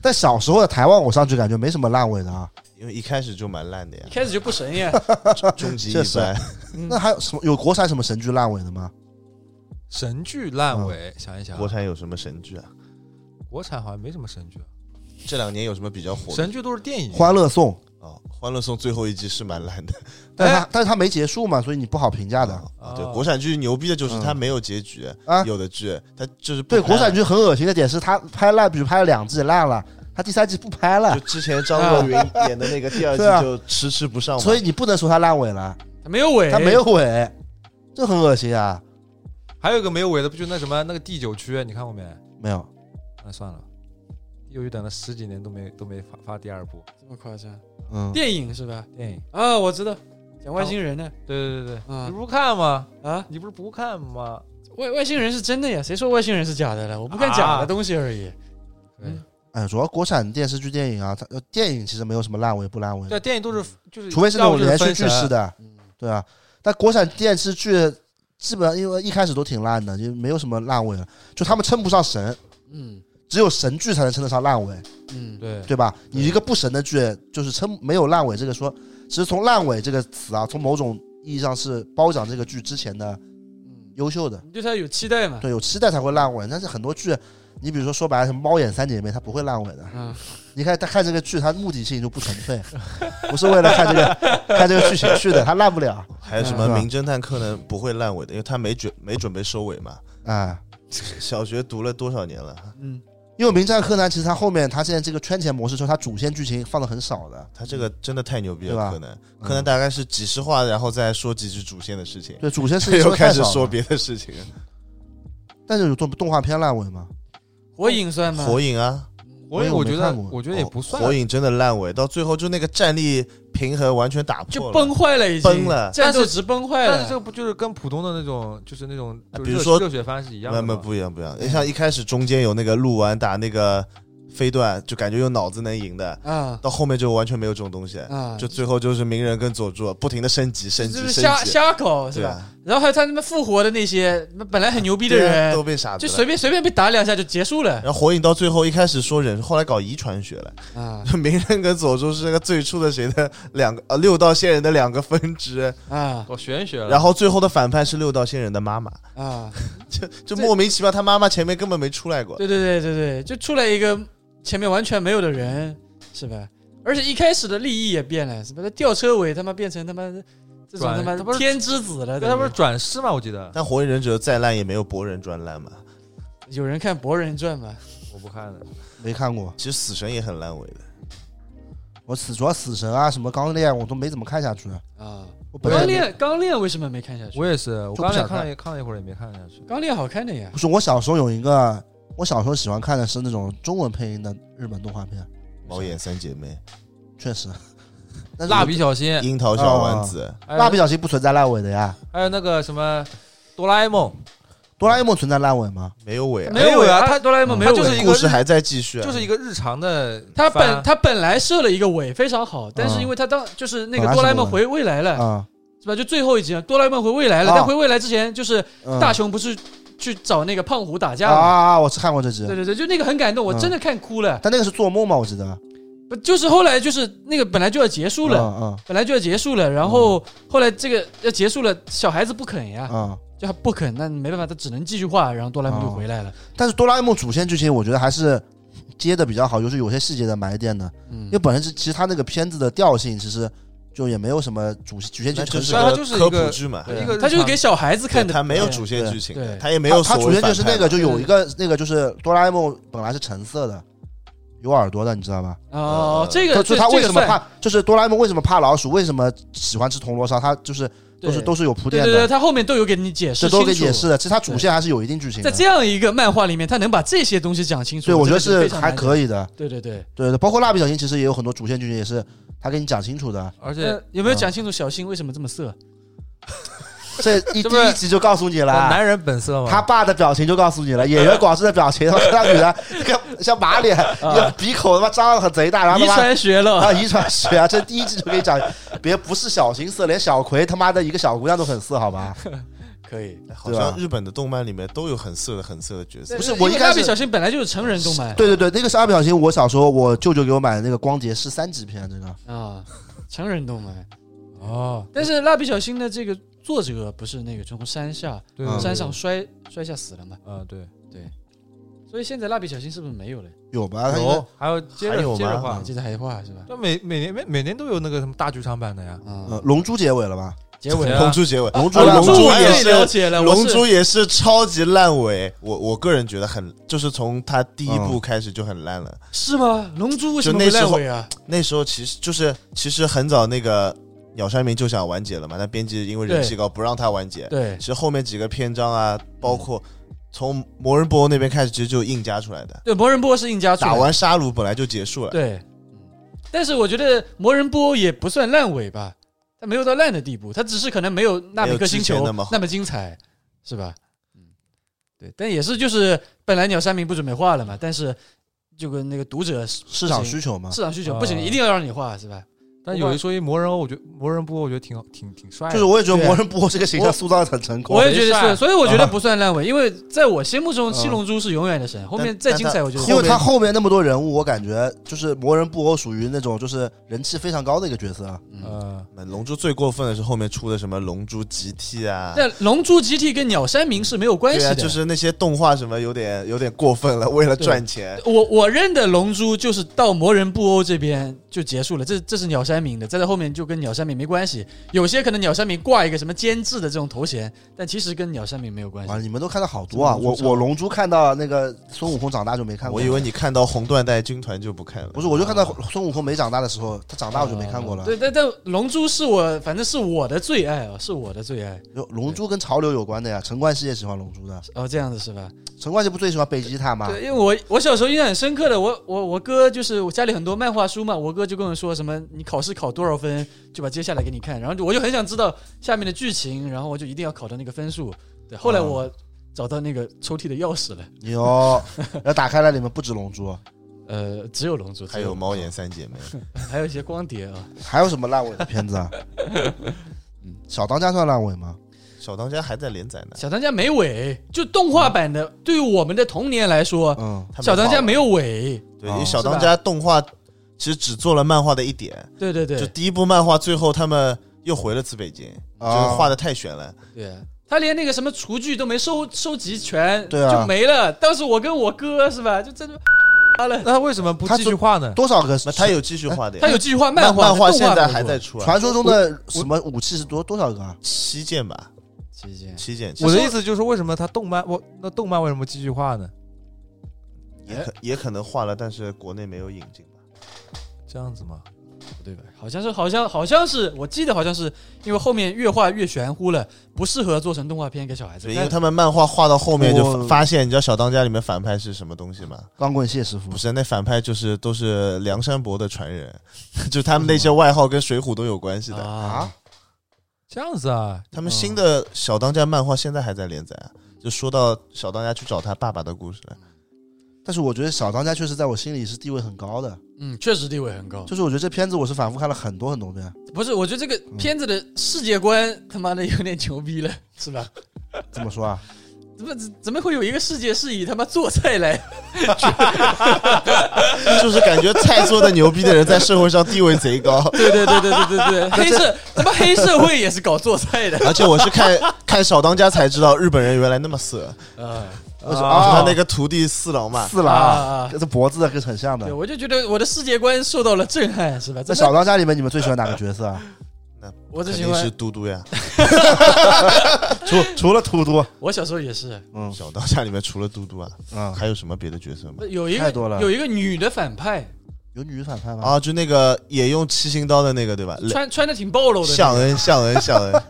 A: 但小时候的台湾，我上去感觉没什么烂尾的啊。
D: 因为一开始就蛮烂的呀
B: 一，开始就不神呀。
D: 终极一
A: 确实啊
D: 班，
B: 嗯
A: 那还有什么有国产什么神剧烂尾的吗？
C: 嗯神剧烂尾，想一想啊，
D: 国产有什么神剧啊？
C: 国产好像没什么神剧啊，
D: 这两年有什么比较火的？
C: 神剧都是电影。
A: 《欢乐颂》，
D: 哦，《欢乐颂》最后一季是蛮烂的，
A: 但是它、
C: 哎
A: 但是它没结束嘛，所以你不好评价的。
D: 啊对
C: 哦，
D: 国产剧牛逼的就是它
A: 嗯
D: 没有结局
A: 啊
D: 有的剧它就是不
A: 对，
D: 拍
A: 国产剧很恶心的点是，他拍烂，比如拍了两季烂了，他第三季不拍了
D: 就，之前张若昀演的那个第二季
A: 对啊
D: 就迟迟不上嘛，
A: 所以你不能说他烂尾了，
B: 他没有
C: 哎
B: 尾，
A: 他没有尾，这很恶心啊！
C: 还有一个没有尾的，不就那什么那个第九区，你看过没？
A: 没有，
C: 那算了，又去等了十几年都没都没发发第二部
B: 这么夸张。
A: 嗯，
B: 电影是吧？
C: 电影。
B: 啊，我知道，讲外星人的
C: 对对对对，
A: 嗯
B: 啊
C: 你不看吗？
B: 啊，
C: 你不是不看吗？
B: 外外星人是真的呀，谁说外星人是假的了？我不看假的东西而已。
C: 对，
A: 哎，主要国产电视剧、电影啊，它呃电影其实没有什么烂尾不烂尾
C: 对，，电影都是就是，嗯
A: 除非是那种连续剧式
C: 的。
A: 的，对啊。但国产电视剧基本上因为一开始都挺烂的，就没有什么烂尾了，就他们称不上神，
B: 嗯
A: 只有神剧才能称得上烂尾。
B: 嗯，
C: 对，
A: 对吧？你一个不神的剧，就是称没有烂尾这个说，其实从烂尾这个词啊，从某种意义上是褒奖这个剧之前的
B: 嗯，
A: 优秀的，
B: 你对他有期待嘛？
A: 对，有期待才会烂尾。但是很多剧，你比如说说白了，什么《猫眼三姐妹》，它不会烂尾的。
B: 嗯，
A: 你看他看这个剧，它目的性就不纯 粹，不是为了看这个看这个剧情去的，它烂不了
D: 还有什
A: 嗯
D: 么《名侦探柯南》不会烂尾的，因为他没准没准备收尾嘛。
A: 啊。
D: 小学读了多少年了？
B: 嗯，
A: 因为《名侦探柯南》其实它后面它现在这个圈钱模式之后，它主线剧情放的很少的，
D: 他这个真的太牛逼
A: 对吧嗯
D: 了，柯南，柯南大概是几十话，然后再说几句主线的事情，
A: 对主线事情
D: 又
A: 说太
D: 开
A: 少
D: 始
A: 了
D: 说，别的事情。
A: 但是有动动画片烂尾吗？
B: 火影算
C: 嗯
B: 吗？
D: 火影啊，
C: 火影
A: 我
C: 我
A: 没
C: 觉得
A: 看过哦
C: 我觉得也不算
D: 哦火影真的烂尾，到最后就那个战力平衡完全打破
B: 就
D: 了
B: 崩坏了，已经
D: 崩了
B: 战斗值崩坏
A: 哎
C: 但是
B: 了
C: 这。个不就是跟普通的那种，就是那种，
D: 啊
C: 就
D: 比
C: 是
D: 如
C: 热
D: 说
C: 热血番是一样
D: 没
C: 的
D: 有没有
C: 吗？
D: 不一样不一样，像一开始中间有那个鹿丸打那个飞段，就感觉用脑子能赢的，
B: 啊
D: 到后面就完全没有这种东西，
B: 啊！
D: 就最后就是鸣人跟佐助不停的升级升级
B: 就是
D: 升
B: 瞎
D: 级，
B: 瞎搞是
D: 对
B: 吧？
D: 啊，
B: 然后还有他们复活的那些那本来很牛逼的
D: 对啊都
B: 人，
D: 被傻子
B: 就
D: 了
B: 随便随便被打两下就结束了
D: 然后火影到最后一开始说人，后来搞遗传学了。
B: 啊
D: 鸣人跟佐助是那个最初的谁的两个呃六道仙人的两个分支，
B: 啊
C: 哦，玄学了。
D: 然后最后的反派是六道仙人的妈妈，
B: 啊！
D: 就就
B: 这
D: 莫名其妙他妈妈前面根本没出来过。
B: 对对对对对，就出来一个前面完全没有的人，是吧？而且一开始的利益也变了，是吧？他吊车尾他妈变成他妈这种
C: 转
B: 他妈
C: 他不是
B: 天之子了，
C: 但他不
B: 等
C: 是
B: 于
C: 转世吗？我记得
D: 但火影忍者再烂也没有博人专烂嘛。
B: 有人看《博人传》吗？
C: 我不看的。
A: 没看过，
D: 其实死神也很烂尾的，
A: 我死主要死神啊什么钢炼我都没怎么看下去。
B: 啊，
A: 我本来
B: 钢
A: 也没
B: 炼钢炼为什么没看下去？
C: 我也是，我
A: 不
C: 刚才
A: 想
C: 看
A: 看
C: 了一看了一会儿也没看下去。
B: 钢炼好看的呀
A: 不，是我小时候有一个，我小时候喜欢看的是那种中文配音的日本动画片，
D: 猫眼三姐妹、
A: 确实。但是
C: 蜡笔小新，哎
D: 樱桃小丸子、
C: 还有
A: 蜡笔小新不存在烂尾的呀，
C: 还有那个什么哆啦 A 梦，
A: 哆啦 A 梦存在烂尾吗？
D: 没有尾啊，
C: 没有
B: 尾
C: 啊
B: 他
C: 他
B: 哆啦 A 梦没有
C: 他就是
B: 尾
C: 一个
D: 故事还在继续、啊，
C: 就是一个日常的番。
B: 他本他本来设了一个尾非常好，但是
A: 嗯
B: 因为他当就是那
A: 本
B: 个
A: 来是
B: 哆啦 A 梦
A: 尾
B: 回未来了，
A: 啊，
B: 是吧？就最后一集了，哆啦 A 梦回未来了，
A: 啊
B: 但回未来之前就是
A: 嗯
B: 大雄不是去找那个胖虎打架
A: 啊
B: 吗？
A: 啊啊！我是看过这集
B: 对，对对，就那个很感动，我
A: 嗯
B: 真的看哭了。
A: 但那个是做梦嘛，我记得。
B: 不就是后来就是那个本来就要结束了，
A: 嗯
B: 本来就要结束了，然后后来这个要结束了，小孩子不肯
A: 嗯哦
B: 呀，
A: 嗯。
B: 就他不肯，那没办法，他只能继续画，然后哆啦 A 梦就回来了。
A: 但是哆啦 A 梦主线剧情，我觉得还是接的比较好，就是有些细节的埋垫的，
B: 嗯
A: 因为，本身是其实它那个片子的调性其实就也没有什么主主线剧情
D: 那
A: 很
D: 就是
A: 少。
C: 它
D: 个
C: 就是一
D: 科
C: 个
D: 普剧嘛。
A: 对
C: 一个日常
B: 他就是给小孩子看的，
D: 他没有主线剧情
B: 对
D: 的，他也没有
A: 它
D: 所
A: 它主
D: 谓
A: 线
D: 反派
A: 就
D: 嘛。
A: 是那个，就有一个那个就是哆啦 A 梦本来是橙色的，有耳朵的，你知道吗？
B: 哦，这个
A: 就
B: 这
A: 是他为
B: 这
A: 什
B: 个
A: 么
B: 算
A: 怕，就是哆啦 A 梦为什么怕老鼠，为什么喜欢吃铜锣烧，他就是都是
B: 对
A: 都是有铺
B: 对
A: 垫
B: 对对，
A: 的，
B: 他后面都有给你解释
A: 这
B: 清楚，
A: 都给解释的。其实它主线还是有一定剧情
B: 在
A: 的，
B: 这样一个漫画里面，他能把这些东西讲清楚，
A: 所以我觉得
B: 真的
A: 是
B: 非常
A: 还
B: 以。
A: 可以的。
B: 对对对，
A: 对对，包括蜡笔小新其实也有很多主线剧情也是他给你讲清楚的，
C: 而且
B: 呃，有
D: 嗯
B: 没有讲清楚小新为什么这么色？
A: 这一第
C: 这不是
A: 一集就告诉你了。
C: 男人本色嘛，
A: 他爸的表情就告诉你了，
B: 呃
A: 演员广志的表情，他 妈那女的跟像马脸，鼻口他妈张的贼大，然后
B: 遗
A: 他妈
B: 传学 了，
A: 啊遗传学啊，这第一季就给你讲， 别不是小型色，连小葵他妈的一个小姑娘都很色，好 吧？
B: 可以。
D: 好
A: 对
D: 像
A: 吧
D: 日本的动漫里面都有很色的很色的角色
A: 不，是
B: 因为
A: 我一开始
B: 蜡笔小新本来就是成人动漫，
A: 对对对，那个是蜡笔小新，我小时候我舅舅给我买的那个光碟是三级片，这个
B: 啊，成人动漫。
C: 哦，
B: 但是蜡笔小新的这个作者不是那个从山下
C: 对
A: 嗯
B: 山上摔摔下死了嘛？
C: 啊，对，
B: 所以现在蜡笔小新是不是没有了？
A: 有吧？它应该
C: 有还有接
D: 还
C: 着
D: 有吗
C: 接着
B: 啊，
C: 画，
B: 记得还画是吧？
C: 那每每年每每年都有那个什么大剧场版的呀，
B: 啊
A: 呃，，龙珠结尾了吧？
B: 结尾
C: 对啊
D: 龙珠结尾，
A: 龙珠
D: 啊
A: 烂
D: 龙
A: 尾
D: 珠
B: 我
D: 也
B: 最了
D: 是。
B: 解了，我
D: 龙
B: 是
D: 珠也是超级烂尾，我我个人觉得很，就是从他第一
A: 嗯
D: 部开始就很烂了。
B: 是吗？龙珠为什么会
D: 就那时
B: 烂
D: 候
B: 尾啊？
D: 那时候其实就是其实很早那个鸟山明就想完结了嘛，但编辑因为人气高不让他完结。
B: 对
D: 其实后面几个篇章啊，包括从魔人布欧那边开始，其实就硬加出来的。
B: 对，魔人布欧是硬加出来
D: 打
B: 的
D: 完杀戮本来就结束了，
B: 对，但是我觉得魔人布欧也不算烂尾吧，他没有到烂的地步，他只是可能没有纳米克星
D: 没有之前
B: 球
D: 那么好
B: 那么精彩，是吧？嗯，对，但也是就是本来鸟山明不准备画了嘛，但是就跟那个读者
A: 市场需求嘛，
B: 市场需求不行，
C: 啊
B: 一定要让你画是吧？
C: 但有一说一，魔人欧，我觉得魔人布欧，我觉得挺好，挺挺
D: 哎
C: 帅的。
A: 就是我也觉得
B: 对
A: 魔人布欧这个形象
B: 我
A: 塑造的很成功
B: 我。也觉得
C: 没
B: 是，
C: 事
B: 所以我觉得不算烂
D: 啊
B: 尾，因为在我心目中
A: 啊
B: 七龙珠是永远的神，后面
D: 但
B: 再精彩
D: 嗯但
B: 我觉
D: 后
A: 因
B: 得
A: 为
D: 面
A: 他后面那么多人物，我感觉就是魔人布欧属于那种就是人气非常高的一个角色。啊
B: 嗯。
C: 呃，
D: 那龙珠最过分的是后面出的什么龙珠 GT 啊，
B: 但龙珠 GT 跟鸟山明是没有关系
D: 对啊，
B: 的，
D: 就是那些动画什么有点有点过分了，为了赚钱，
B: 我我认的龙珠就是到魔人布欧这边就结束了，这这是鸟山山明的，再到后面就跟鸟山明没关系。有些可能鸟山明挂一个什么监制的这种头衔，但其实跟鸟山明没有关系
A: 哇，。你们都看到好多啊！
B: 这
A: 我
B: 龙珠
A: 我龙珠看到那个孙悟空长大就没看过，
D: 我以为你看到红缎带军团就不看了，啊
A: 不是，我就看到孙悟空没长大的时候，他长大我就没看过了。
B: 对，但但《龙珠》是我，反正是我的最爱啊，是我的最爱。
A: 有龙珠跟潮流有关的呀，陈冠希也喜欢龙珠的，
B: 哦，这样子是吧？
A: 陈冠希不最喜欢北极
D: 啊
A: 塔吗？
B: 对，因为我我小时候印象很深刻的，我我我哥就是我家里很多漫画书嘛，我哥就跟我说什么你考试考多少分，就把接下来给你看，然后就我就很想知道下面的剧情，然后我就一定要考到那个分数。对，
D: 啊
B: 后来我找到那个抽屉的钥匙了，
A: 有， 然后打开来里面不止龙珠，
B: 呃，只有龙珠，
D: 还
B: 只
D: 有
B: 有
D: 猫眼三姐 妹，
B: 还有一些光碟啊，
A: 还有什么烂尾的片子啊？嗯，小当家算烂尾吗？
D: 小当家还在连载呢。
B: 小当家没尾，就动画版的，对于我们的童年来说，
A: 嗯，
D: 他
B: 小当家没
D: 有，
B: 有尾。
D: 对，
A: 哦
D: 因为小当家动画其实只做了漫画的一点，
B: 对对对，
D: 就第一部漫画最后他们又回了紫北京，就是
A: 啊
D: 画的太悬了。
B: 对啊，他连那个什么厨具都没收收集全，
A: 对啊
B: 就没了。当时我跟我哥是吧，就真的他了。
C: 那他为什么不继续画呢？
A: 多少个是？
D: 那他有继续画的呀，
B: 哎他有继续画
D: 漫
B: 画，
D: 画
B: 动
D: 现在
B: 没
D: 还
B: 有
D: 在出啊，
A: 传说中的什么武器是多多少个啊？
D: 七件吧，
B: 期间，
D: 七件，
C: 我的意思就是，为什么他动漫我那动漫为什么继续画呢？
D: 也可也可能画了，但是国内没有引进吧。
C: 这样子吗？
B: 不对吧？好像是，好像好像是，我记得好像是因为后面越画越玄乎了，不适合做成动画片给小孩子
D: 对，因
B: 看
D: 为。他们漫画画到后面就
A: 我
D: 发发现，你知道小当家里面反派是什么东西吗？
A: 钢棍谢师傅
D: 不是，那反派就是都是梁山伯的传人， 就他们那些外号跟水浒都有关系的。
B: 啊，
C: 这样子啊，
D: 他们新的小当家漫画现在还在连载啊，就说到小当家去找他爸爸的故事了。
A: 但是我觉得小当家确实在我心里是地位很高的，
B: 嗯，确实地位很高。
A: 就是我觉得这片子我是反复看了很多很多遍。
B: 不是，我觉得这个片子的世界观他妈的有点牛逼了，是吧？
A: 怎么说啊？
B: 怎么怎么会有一个世界是以他妈做菜来。
D: 就是感觉菜做的牛逼的人在社会上地位贼高
B: 对对对对对对对， 黑社他妈黑社会也是搞做菜的
D: 而且我是看看小当家才知道，日本人原来那么色。
B: 啊
A: 为什么
D: 就
A: 啊
D: 他那个徒弟四郎嘛，
A: 四
B: 啊
A: 郎，
B: 啊！
A: 这脖子跟很像
B: 对，
A: 的。
B: 我就觉得我的世界观受到了震撼，是吧？
A: 在
B: 真的，
A: 小当家里面，你们最喜欢哪个角色啊？
B: 我最
D: 肯
B: 喜
D: 定是
B: 欢。
D: 嘟嘟呀。
A: 除除了秃秃，
B: 我小时候也是，
A: 嗯
D: 小当家里面除了嘟嘟啊，
A: 啊，
D: 还有什么别的角色吗？
B: 有一
A: 太
B: 个
A: 多了
B: 有一个女的反派，
A: 有女反派吗？
D: 啊，就那个也用七星刀的那个，对吧？
B: 穿穿的挺暴露的。
D: 向恩，向恩，向恩，
B: 啊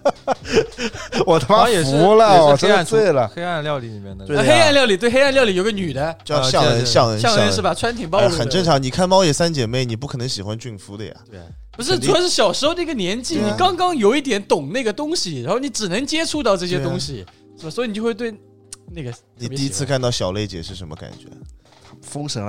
A: 我他妈
C: 好像也是
A: 服
C: 也是
A: 了，我
C: 黑
A: 真的
C: 暗
A: 醉了。
C: 黑暗料理里面的
D: 对
B: 呃
D: 的
B: 黑
D: 呀
B: 暗料理对黑暗料理有个女的，
D: 叫
C: 啊
D: 向
C: 对
D: 恩，
C: 对
D: 向恩，
B: 向
D: 恩
B: 恩是？吧？穿挺暴
D: 哎，
B: 露的，
D: 很正。常。你看《猫眼三姐妹》，你不可能喜欢俊夫的呀。
B: 对，不是，
D: 肯
B: 主
D: 定
B: 要是小时候那个年纪，
D: 对啊
B: 你刚刚有一点懂那个东西，然后你只能接触到这些
D: 对啊
B: 东西，是吧？所以你就会对那个
D: 你
B: 特别
D: 第一
B: 喜
D: 次
B: 欢
D: 看到小泪姐是什么感觉？
A: 封 神了。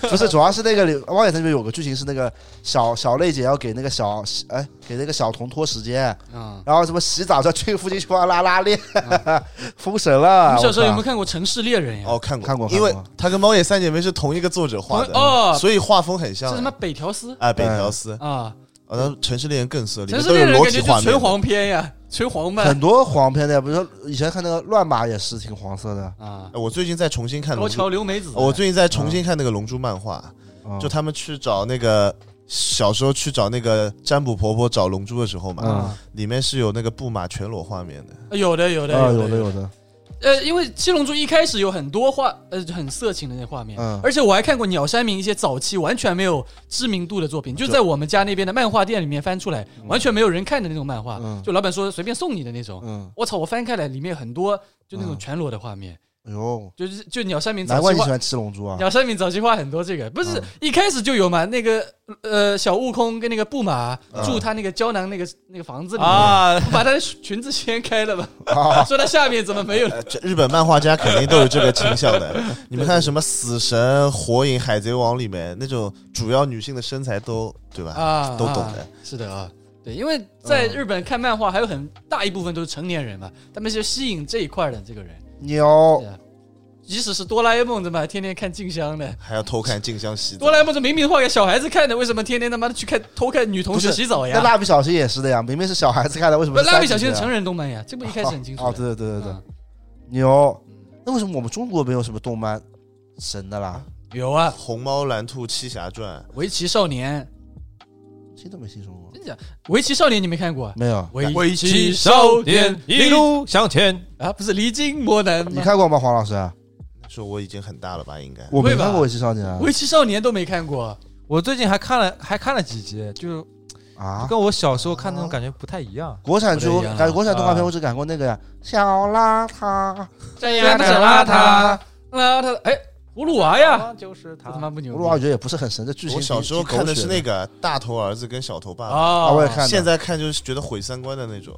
A: 不是，主要是那个里汪野那边有个剧情是那个小小泪姐要给那个小哎给那个小童拖时间，
B: 啊。
A: 然后什么洗澡叫去附近去帮她拉拉链
B: 啊，
A: 封神了。
B: 你小时候有没有
A: 我靠
B: 看过《城市猎人》呀？
D: 哦，看过，
A: 看过看
D: 因为
A: 过
D: 她跟《猫眼三姐妹》是同一个作者画的，
B: 哦，
D: 所以画风很像
B: 是
D: 的。
B: 什么北条司
D: 啊，北
A: 哎
D: 条司，
B: 啊？
D: 啊，那《城市猎人》更色，里
B: 城
D: 面
B: 市
D: 都
B: 猎
D: 有
B: 人
D: 裸
B: 感
D: 体
B: 觉
D: 画
B: 就
D: 面。
B: 纯黄片呀，纯黄漫
A: 很多黄片的，比如说以前看那个乱马也是挺黄色的，
B: 啊
D: 哎。我最近在重新看《
B: 高
D: 龙珠哦
B: 桥》，留美子，
D: 我最近在重新看那个《龙珠》漫画，
A: 嗯
D: 就他们去找那个小时候去找那个占卜婆婆找龙珠的时候嘛，
A: 嗯
D: 里面是有那个布马全裸画面的。
B: 有的有的
A: 啊
B: 有
A: 有
B: 的
A: 的有的，
B: 呃，因为《七龙珠》一开始有很多画，呃，很色情的那画面，
A: 嗯
B: 而且我还看过鸟山明一些早期完全没有知名度的作品，就在我们家那边的漫画店里面翻出来，完全没有人看的那种漫画，
A: 嗯
B: 就老板说随便送你的那种。
A: 嗯，
B: 我操！我翻开来，里面很多就那种
A: 嗯
B: 全裸的画面，
A: 哎呦，
B: 就是就鸟山明早
A: 难怪
B: 期
A: 你喜
B: 画，
A: 欢七龙珠啊，
B: 鸟山明早期画很多这个，不是、
A: 嗯
B: 一开始就有嘛？那个呃，小悟空跟那个布马
D: 嗯
B: 住他那个胶囊那个那个房子里面，
C: 啊，
B: 不把他的裙子掀 开了吧？
A: 啊
B: 说他下面怎么没有？
D: 呃这日本漫画家肯定都有这个倾向的。 你们看什么《死神》《火影》《海贼王》里面那种主要女性的身材都对吧？
B: 啊，
D: 都懂
B: 啊
D: 的。
B: 是的啊，对，因为在日本看漫画还有很大一部分都是成年人嘛，他们就吸引这一块的这个人。
A: 牛
B: 对啊，即使是哆啦 A 梦，怎么天天看静香呢？
D: 还要偷看静香洗澡
B: 哆啦 A 梦这明明画给小孩子看的，为什么天天他妈的去看偷看女同
A: 不
B: 事
A: 是
B: 洗澡
A: 那
B: 哎呀？
A: 蜡笔小新也是的呀，明明是小孩子看的，为什
B: 不
A: 么是
B: 是蜡笔
A: 30
B: 小新是
A: 岁啊
B: 成人动漫呀，这不一开始很清楚
A: 哦，
B: 的。
A: 对对对对对
B: 嗯，
A: 牛。那为什么我们中国没有什么动漫神的啦？
B: 有啊，
D: 红猫蓝兔七侠传
B: 围棋少年
A: 真的没听说过，
B: 真假？围棋少年你没看过啊？
A: 没有。
B: 围棋少年一路
C: 路向前。
B: 啊，不是离经磨难
A: 你
B: 吗？
A: 看过吗，黄老师？
D: 说我已经很大了吧？应该
A: 我没
B: 会吧
A: 看过《围棋少年》啊
B: 围棋少年都没看过，
C: 我最近还看了，还看了几集，就是
A: 啊！
C: 跟我小时候看那种感觉不太一样。
A: 国产剧
B: 不太
A: 我
B: 一样啊
A: 感觉国产动画片我只赶过那个呀，小邋遢，
B: 这
C: 样的邋遢，
B: 邋遢，哎，葫芦娃呀，，
C: 就是他
B: 他妈不牛
A: 我
B: 逼！
A: 老觉得也不是很神，这剧情
D: 我
A: 挺
D: 小时候
A: 挺狗
D: 看的是
A: 血
D: 那个大头儿子跟小头爸爸，
B: 啊
A: 啊，我也看的。
D: 现在看就是觉得毁三观的那种。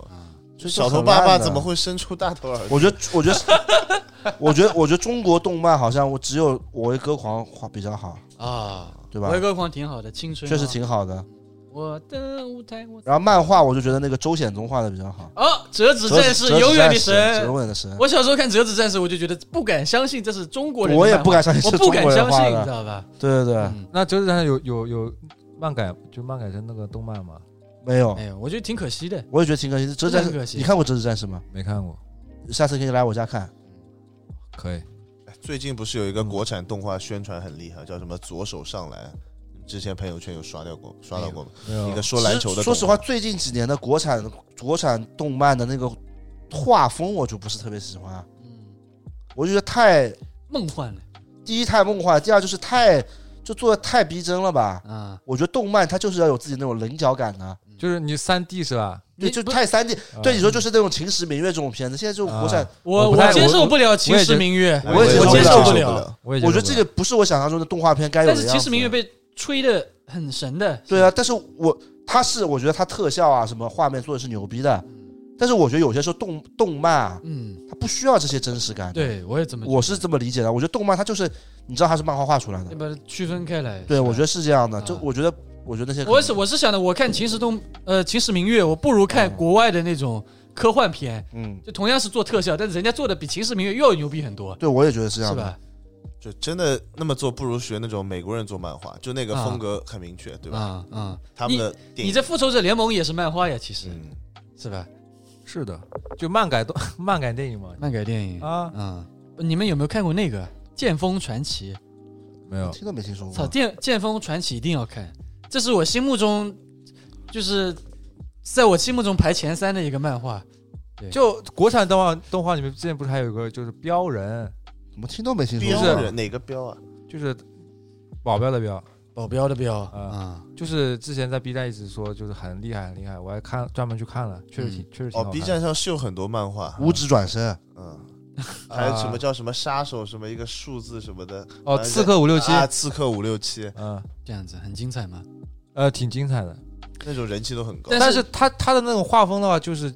A: 所以就
D: 小头
A: 很
D: 爸爸
A: 烂的
D: 怎么？会生出大头儿子？
A: 我觉得，我觉得，我觉得， 我觉得中国动漫好像我只有《我为歌狂》比较好，
B: 啊，
A: 对吧
B: 我？歌狂挺好的，青春啊
A: 确实。挺好的。
B: 我的舞台，我
A: 然后漫画我就觉得那个周显宗画的比较好，
B: 哦，折纸
A: 折纸
B: 战士
A: 折纸
B: 永远的
A: 战士
B: 神。
A: 永远的神。
B: 我小时候看折纸战士，我就觉得不敢相信这是中国人，
A: 我也不，敢相信
B: 我
A: 是
B: 不
A: 中
B: 敢
A: 国人
B: 相
A: 画
B: 信，你
A: 的，
B: 知道吧？
A: 对对对，
B: 嗯，
C: 那折纸上有有有漫改，就漫改成那个动漫吗？
A: 没有
B: 哎，呀，我觉得挺可惜的。
A: 我也觉得挺可惜。折纸战
B: 真的很可惜
A: 士，你看过折纸战士吗？
C: 没看过，
A: 下次可以来我家看。
C: 可以。
D: 最近不是有一个国产动画宣传很厉害，叫什么“左手上篮”？你们之前朋友圈有刷掉过，刷到过吗？
C: 没有
D: 一个说篮球的。
A: 说嗯实话，，最近几年的国产国产动漫的那个画风，我就不是特别喜欢，啊
B: 嗯，
A: 我就觉得太
B: 梦幻了
A: 第一太梦幻，第二就是太就做的太逼真了吧。
B: 啊！
A: 我觉得动漫它就是要有自己那种棱角感的，
C: 就是你三 D 是吧？
A: 对，
B: 你
A: 就
B: 不
A: 太三 D。对
C: 啊
A: 你说，就是那种《秦时明月》这种片子，现在就国产，
B: 我
C: 我不太
B: 接受
C: 我
B: 不了《秦
C: 我也
B: 时
C: 觉
B: 明月》，
A: 我也
B: 我
A: 接
B: 接
A: 受
B: 受
A: 不
B: 不了。
D: 了。
C: 我也
A: 我觉得
C: 不
A: 这个
C: 了
A: 不是我想象中的动画片该有的
B: 但
A: 样子。
B: 是《秦时明月》被吹的很神的，
A: 对啊，但是我它是我觉得它特效啊什么画面做的是牛逼的，但是我觉得有些时候动动漫啊，
B: 嗯，
A: 它不需要这些真实感。，
B: 对我也这么觉得，
A: 我是这么理解的。我觉得动漫它就是你知道它是漫画画出来的
B: 要，把它区分开来。
A: 对
B: 是吧
A: 我觉得是这样的。就
B: 啊
A: 我觉得，我觉得那些可能
B: 我是我是想的，我看《秦时动》呃《秦时明月》，我不如看国外的那种科幻片，
A: 嗯，
B: 就同样是做特效，但是人家做的比《秦时明月》又要牛逼很多，
A: 对我也觉得是啊这样
B: 是
A: 的。
B: 吧？
D: 就真的那么做，不如学那种美国人做漫画，就那个风格很明确，对吧？
B: 啊啊！
D: 他们的电
B: 你
D: 影
B: 这《复仇者联盟》也是漫画呀，其实
D: 嗯，
B: 是吧？
C: 是的，就漫改动 漫改电影嘛。
B: 漫改电影啊，
C: 啊，
B: 你们有没有看过那个《剑锋传奇》？
C: 没有，
A: 听都没听说
B: 操，《
A: 过。
B: 剑剑锋传奇》一定要看，这是我心目中，就是在我心目中排前三的一个漫画。
C: 就国产动画动画里面，之前不是还有一个就是标人，
A: 怎么听都没听说
D: 标
A: 过？
D: 人哪个标啊？
C: 就是保镖的镖，
B: 保镖的镖啊
C: 啊，就是之前在 B 站一直说就是很厉害很厉害，我还看专门去看
B: 嗯
C: 了，确实挺、确实挺
D: 哦
C: 好看
D: ，B
C: 的
D: 站上是有很多漫画，
A: 五指转身，
D: 嗯，
B: 啊
D: 还有什么叫什么杀手什么一个数字什么的，
C: 哦，
D: 呃
C: 刺客五六七，
D: 啊，刺客五六七
C: 嗯
B: 这样子很精彩吗？
C: 呃，挺精彩的。
D: 那种人气都很高
B: 但。
C: 但
B: 是
C: 是他他的那种画风的话，就是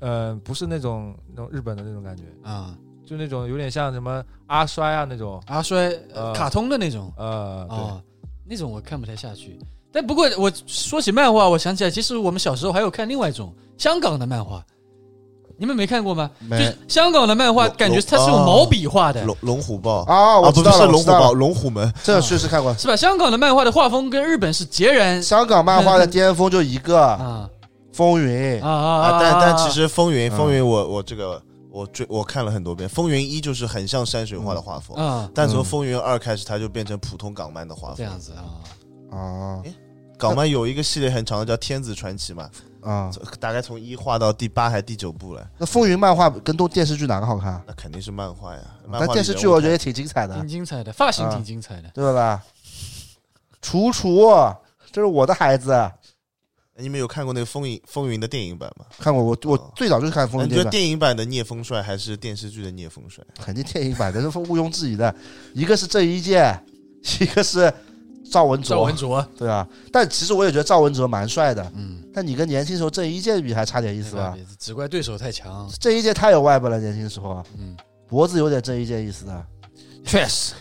C: 呃，不是那种那种日本的那种感觉，
B: 啊，
C: 就那种有点像什么阿衰啊那种，
B: 阿衰呃
C: 啊
B: 卡通的那种
C: 呃，对，
B: 啊，那种我看不太下去。但不过我说起漫画，我想起来，其实我们小时候还有看另外一种香港的漫画，你们没看过吗？就
A: 没
B: 是香港的漫画，
D: 龙
B: 感觉它是用
D: 哦
B: 毛笔画的，
D: 龙龙虎豹
A: 啊，我
D: 啊，
A: 知
D: 不
A: 道
D: 是
A: 了，我
D: 龙
A: 知
D: 虎
A: 道
D: 豹，
A: 了，
D: 龙虎门。
B: 啊
A: 这确实看过。
B: 是吧？香港的漫画的画风跟日本是截然
A: 香港漫画的巅峰就一个
B: 啊
A: 风云
B: 啊，啊
D: 啊，！但但其实《风云》
C: 嗯
D: 《风云》我我这个我追我看了很多遍，《风云一》就是很像山水画的画风，
B: 啊，
D: 但从《
C: 嗯
D: 风云二》开始，它就变成普通港漫的画
B: 这
D: 风。
B: 样子啊，
A: 啊
D: 港漫有一个系列很长的叫《天子传奇》嘛，
A: 啊。
B: 嗯
D: 大概从一画到第八还第九部了，
A: 那风云漫画跟动电视剧哪个好看？啊
D: 那肯定是漫画呀。漫
A: 但
D: 画里嗯
A: 电视剧
D: 人物
A: 我觉得也挺精彩的
B: 挺，精彩的，发型
A: 啊
B: 挺精彩的。
A: 对吧？楚楚，这是我的孩子，
D: 你们有看过那个《风云》《风云》的电影版吗？
A: 看过我我
D: 哦
A: 最早就是看风
D: 那
A: 云
D: 你
A: 电影
D: 觉
A: 版，
D: 得电影版的聂风帅还是电视剧的聂风帅？
A: 肯定电影版的是毋庸置疑的，一个是郑伊健，一个是赵文
B: 赵
A: 卓
B: 文，卓，
A: 对啊。但其实我也觉得赵文卓蛮帅的，
B: 嗯，
A: 但你跟年轻时候郑伊健比还差点意思吧？
B: 只怪对手太强。
A: 郑伊健太有外边了，年轻时候
B: 嗯，
A: 脖子有点郑伊健意思的。
C: 确实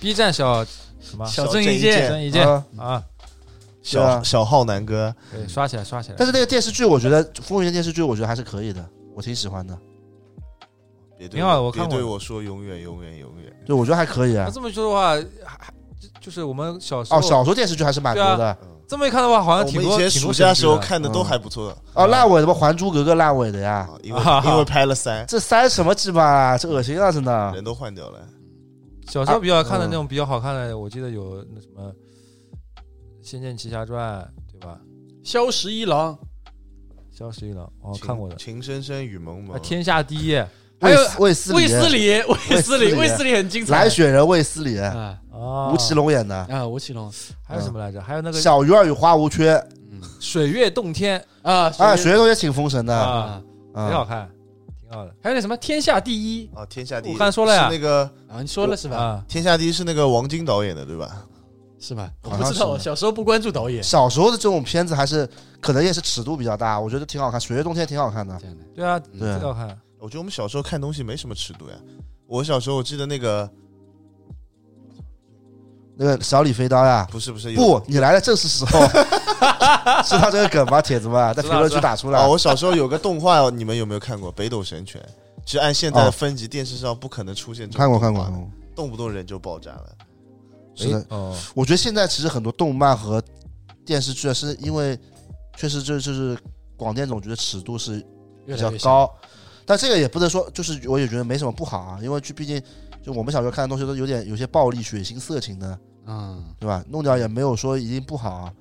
C: ，B 站小什么
B: 小郑
D: 郑
B: 伊
D: 伊
B: 健
D: 健
C: 郑伊健
A: 啊
C: 啊，
A: 对啊
D: 小小浩南哥，
C: 对，刷起来刷起来
A: 但。是那个电视剧，我觉得《风云》的电视剧，我觉得还是可以的，我挺喜欢的。
D: 别对
C: 挺好的我
D: 别
C: 看过
D: 对我说永远永远永远。
A: 对，我觉得还可以。
C: 那
A: 啊。
C: 这么说的话，还还就就是我们小时候
A: 哦，小时候电视剧还是蛮多
C: 啊
A: 的。
D: 嗯
C: 这么一看的话，好像
D: 我
C: 啊挺
D: 们以
C: 多。
D: 前
C: 挺
D: 暑
C: 多
D: 假
C: 神
D: 时
C: 剧的
D: 候看的都还不错的，
A: 哦，烂尾什么《还珠格格》烂尾的呀？
D: 啊因为因为拍了三，
A: 这塞什么鸡巴啊？这恶心啊！真的。
D: 人都换掉了。
C: 小时候比较看的那种比较好看的，我记得有那什么《仙剑奇侠传》，对吧？
B: 萧十一郎，
C: 萧十一郎，哦，看过的。
D: 情深深雨蒙
C: 啊，
D: 蒙，
C: 天下第一啊，
B: 还有
A: 卫斯
B: 卫
A: 卫
B: 斯
A: 理，
B: 理，卫斯理，
A: 卫斯理
B: 卫斯理很精彩。
A: 来雪人卫斯理，
B: 啊
A: 吴奇隆演的，
B: 啊，吴奇隆嗯
C: 还有什么来着？还有那个《
A: 小鱼儿与花无缺，
C: 水月洞天
B: 啊，
A: 哎，雪人同学请封神的，啊
C: 啊，挺好看，挺好的。
B: 还有那什么天下第一
D: 啊，天下第一，
C: 我刚才说了呀
D: 是那个
B: 啊，你说了是吧？
C: 啊，
D: 天下第一是那个王晶导演的，对吧？
B: 是吧？我
A: 好像
B: 不知道，
A: 是
B: 小时候不关注导演。
A: 小时候的这种片子还是可能也是尺度比较大，我觉得挺好看，《雪月洞天》挺好看的，
B: 这样的
C: 对啊，
A: 对
C: 挺好看。
D: 我觉得我们小时候看东西没什么尺度呀。我小时候我记得那个
A: 那个小李飞刀呀。
D: 不是不是有
A: 不，你来的正是时候， 知道这个梗吗，铁子们？在评论区打出
D: 啊，
A: 来。
D: 我小时候有个动画，你们有没有看过《北斗神拳》？其实按现在的分级，电视上不可能出现这种
A: 哦看过，看
D: 动
A: 过
D: 画，
A: 看过。
D: 动不动人就爆炸了。
A: 是的
C: 哎，哦，
A: 我觉得现在其实很多动漫和电视剧啊，是因为确实就就是广电总局的尺度是比
B: 越来
A: 较
B: 越像
A: 高，但这个也不能说，就是我也觉得没什么不好啊，因为就毕竟就我们小时候看的东西都有点有些暴力、血腥、色情的，
B: 嗯，
A: 对吧？弄掉也没有说一定不好啊。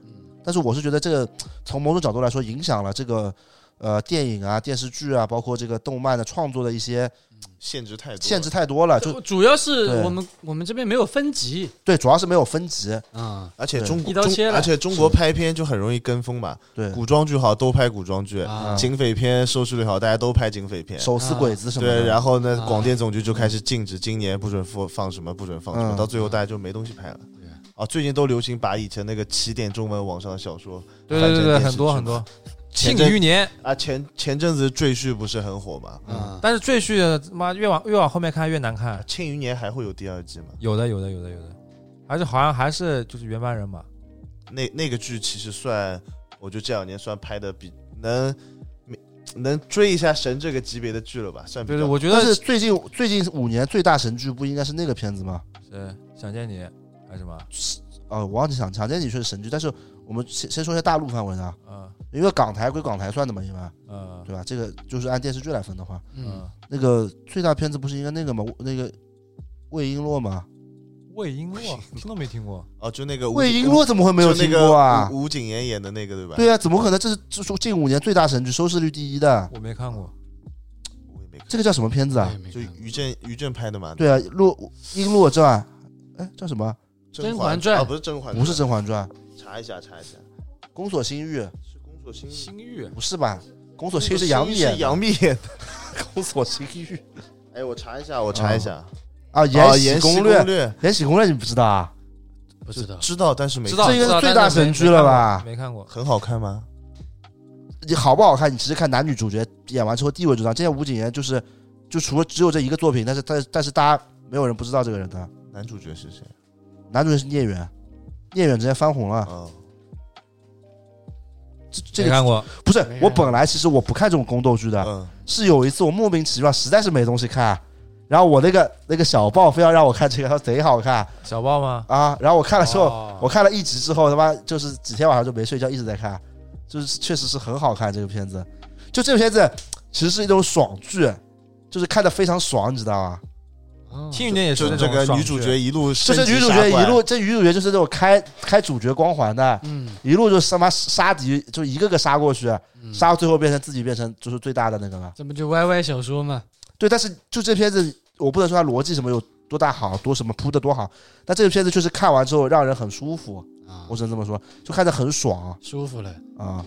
A: 但是我是觉得这个从某种角度来说，影响了这个呃电影啊、电视剧啊，包括这个动漫的创作的一些
D: 限制太多了，
A: 限制太多了，就
B: 主主要是
A: 对
B: 我们我们这边没有分级
A: 对，主要是没有分级，
B: 啊
D: 而且
A: 对
D: 中国
B: 一刀
D: 中
B: 切了
D: 而且中国拍片就很容易跟风嘛，
A: 对，
D: 古装剧好都拍古装剧，
B: 啊
D: 警匪片收视率好，大家都拍警匪片。
A: 手撕鬼子什么的，
D: 对，然后呢
B: 啊，
D: 广电总局就开始禁止今年不准放放什么，不准放什么，
A: 嗯
D: 到最后大家就没东西拍了。
B: 对
D: 啊，最近都流行把以前那个起点中文网上的小说，
C: 对对对对，
D: 反正电视剧
C: 很多很多。
D: 前
C: 庆
D: 阵
C: 余年，
D: 啊，前前阵子《赘婿》不是很火嘛？
A: 嗯
B: 啊，
C: 但是赘婿他妈越往越往后面看越难看
D: 《。庆余年》还会有第二季吗？
C: 有的有的有的有的，而且好像还是就是原班人马。
D: 那那个剧其实算，我觉得这两年算拍的比能能追一下神这个级别的剧了吧，算比
C: 对
D: 较
C: 对，我觉得
A: 但是最近最近五年最大神剧不应该是那个片子吗？
C: 是呃想见你还是什么？
A: 哦，我忘记想，强奸你确实神剧，但是我们先先说一下大陆范围的啊，
C: 嗯
A: 因为港台归港台算的嘛，一般
C: 嗯
A: 对吧？这个就是按电视剧来分的话，
B: 嗯，
C: 嗯，
A: 那个最大片子不是应该那个吗？那个魏璎珞吗？
C: 魏璎珞听都没听过。
D: 哦，就那个吴
A: 魏璎珞怎么会没有
D: 就那
A: 听
D: 个
A: 过啊？
D: 吴吴谨言演的那个对吧？
A: 对啊，怎么可能？这是这是近五年最大神剧，收视率第一的。
C: 我没看过，
D: 我也没看，
A: 这个叫什么片子啊
B: 我也？哎没
D: 就
B: 看
D: 于正于正拍的嘛，《
A: 对啊，洛璎珞传，哎，叫什么？
B: 甄
D: 嬛
B: 嬛传
D: 啊，不是《甄嬛传》，
A: 不是《甄嬛传》，
D: 查一下查一下，
A: 《宫锁心玉》
D: 是《宫锁心玉》。
C: 心玉
A: 不是吧？《宫锁心玉》是杨幂演
D: 是
A: 的，
D: 杨幂演的。
A: 《宫锁心玉》
D: 哎，我查一下，我查一下。
A: 啊，《
D: 哦
A: 延禧
D: 攻
A: 攻略》，《延禧攻略》你不知道啊？
B: 不知道
D: 知道，但是没
C: 知
D: 看
C: 道
A: 这应该
C: 知道
A: 是最
C: 但
A: 大
C: 没
A: 神剧了吧
C: 没看过，
D: 很好看吗？
A: 你好不好看，你其实看男女主角演完之后地位就知道。这些吴谨言就是，就除了只有这一个作品，但是但但是大家没有人不知道这个人的。
D: 男主角是谁？
A: 男主角是聂远，聂远直接翻红了。
D: 哦，
A: 这这
C: 没
A: 个
C: 看过。
A: 不是
B: 没看
A: 我本来其实我不看这种宫斗剧的，
D: 嗯，
A: 是有一次我莫名其妙实在是没东西看，然后我那个那个小报非要让我看这个，他说贼好看
C: 小报吗？
A: 啊，然后我看了之后，
C: 哦
D: 啊
A: 我看了一集之后，他妈就是几天晚上就没睡觉，一直在看，就是确实是很好看这个片子。就这个片子其实是一种爽剧，就是看的非常爽，你知道吗？
B: 啊
C: 庆余年也是
D: 就
C: 那
D: 这
C: 种
D: 个
C: 爽
D: 女主
C: 剧
D: 角一路
A: 这
D: 升级
A: 是
D: 杀怪，
A: 女主角一路，这女主角就是那种开开主角光环的，
B: 嗯，
A: 一路就他妈杀敌，就一个个杀过去，
B: 嗯
A: 杀到最后变成自己变成就是最大的那个了。
B: 这不就 YY 小说嘛？
A: 对，但是就这片子，我不能说它逻辑什么有多大好，多什么铺的多好，但这个片子确实看完之后让人很舒服，
B: 啊
A: 我只能这么说，就看着很爽
B: 舒服了，
A: 啊、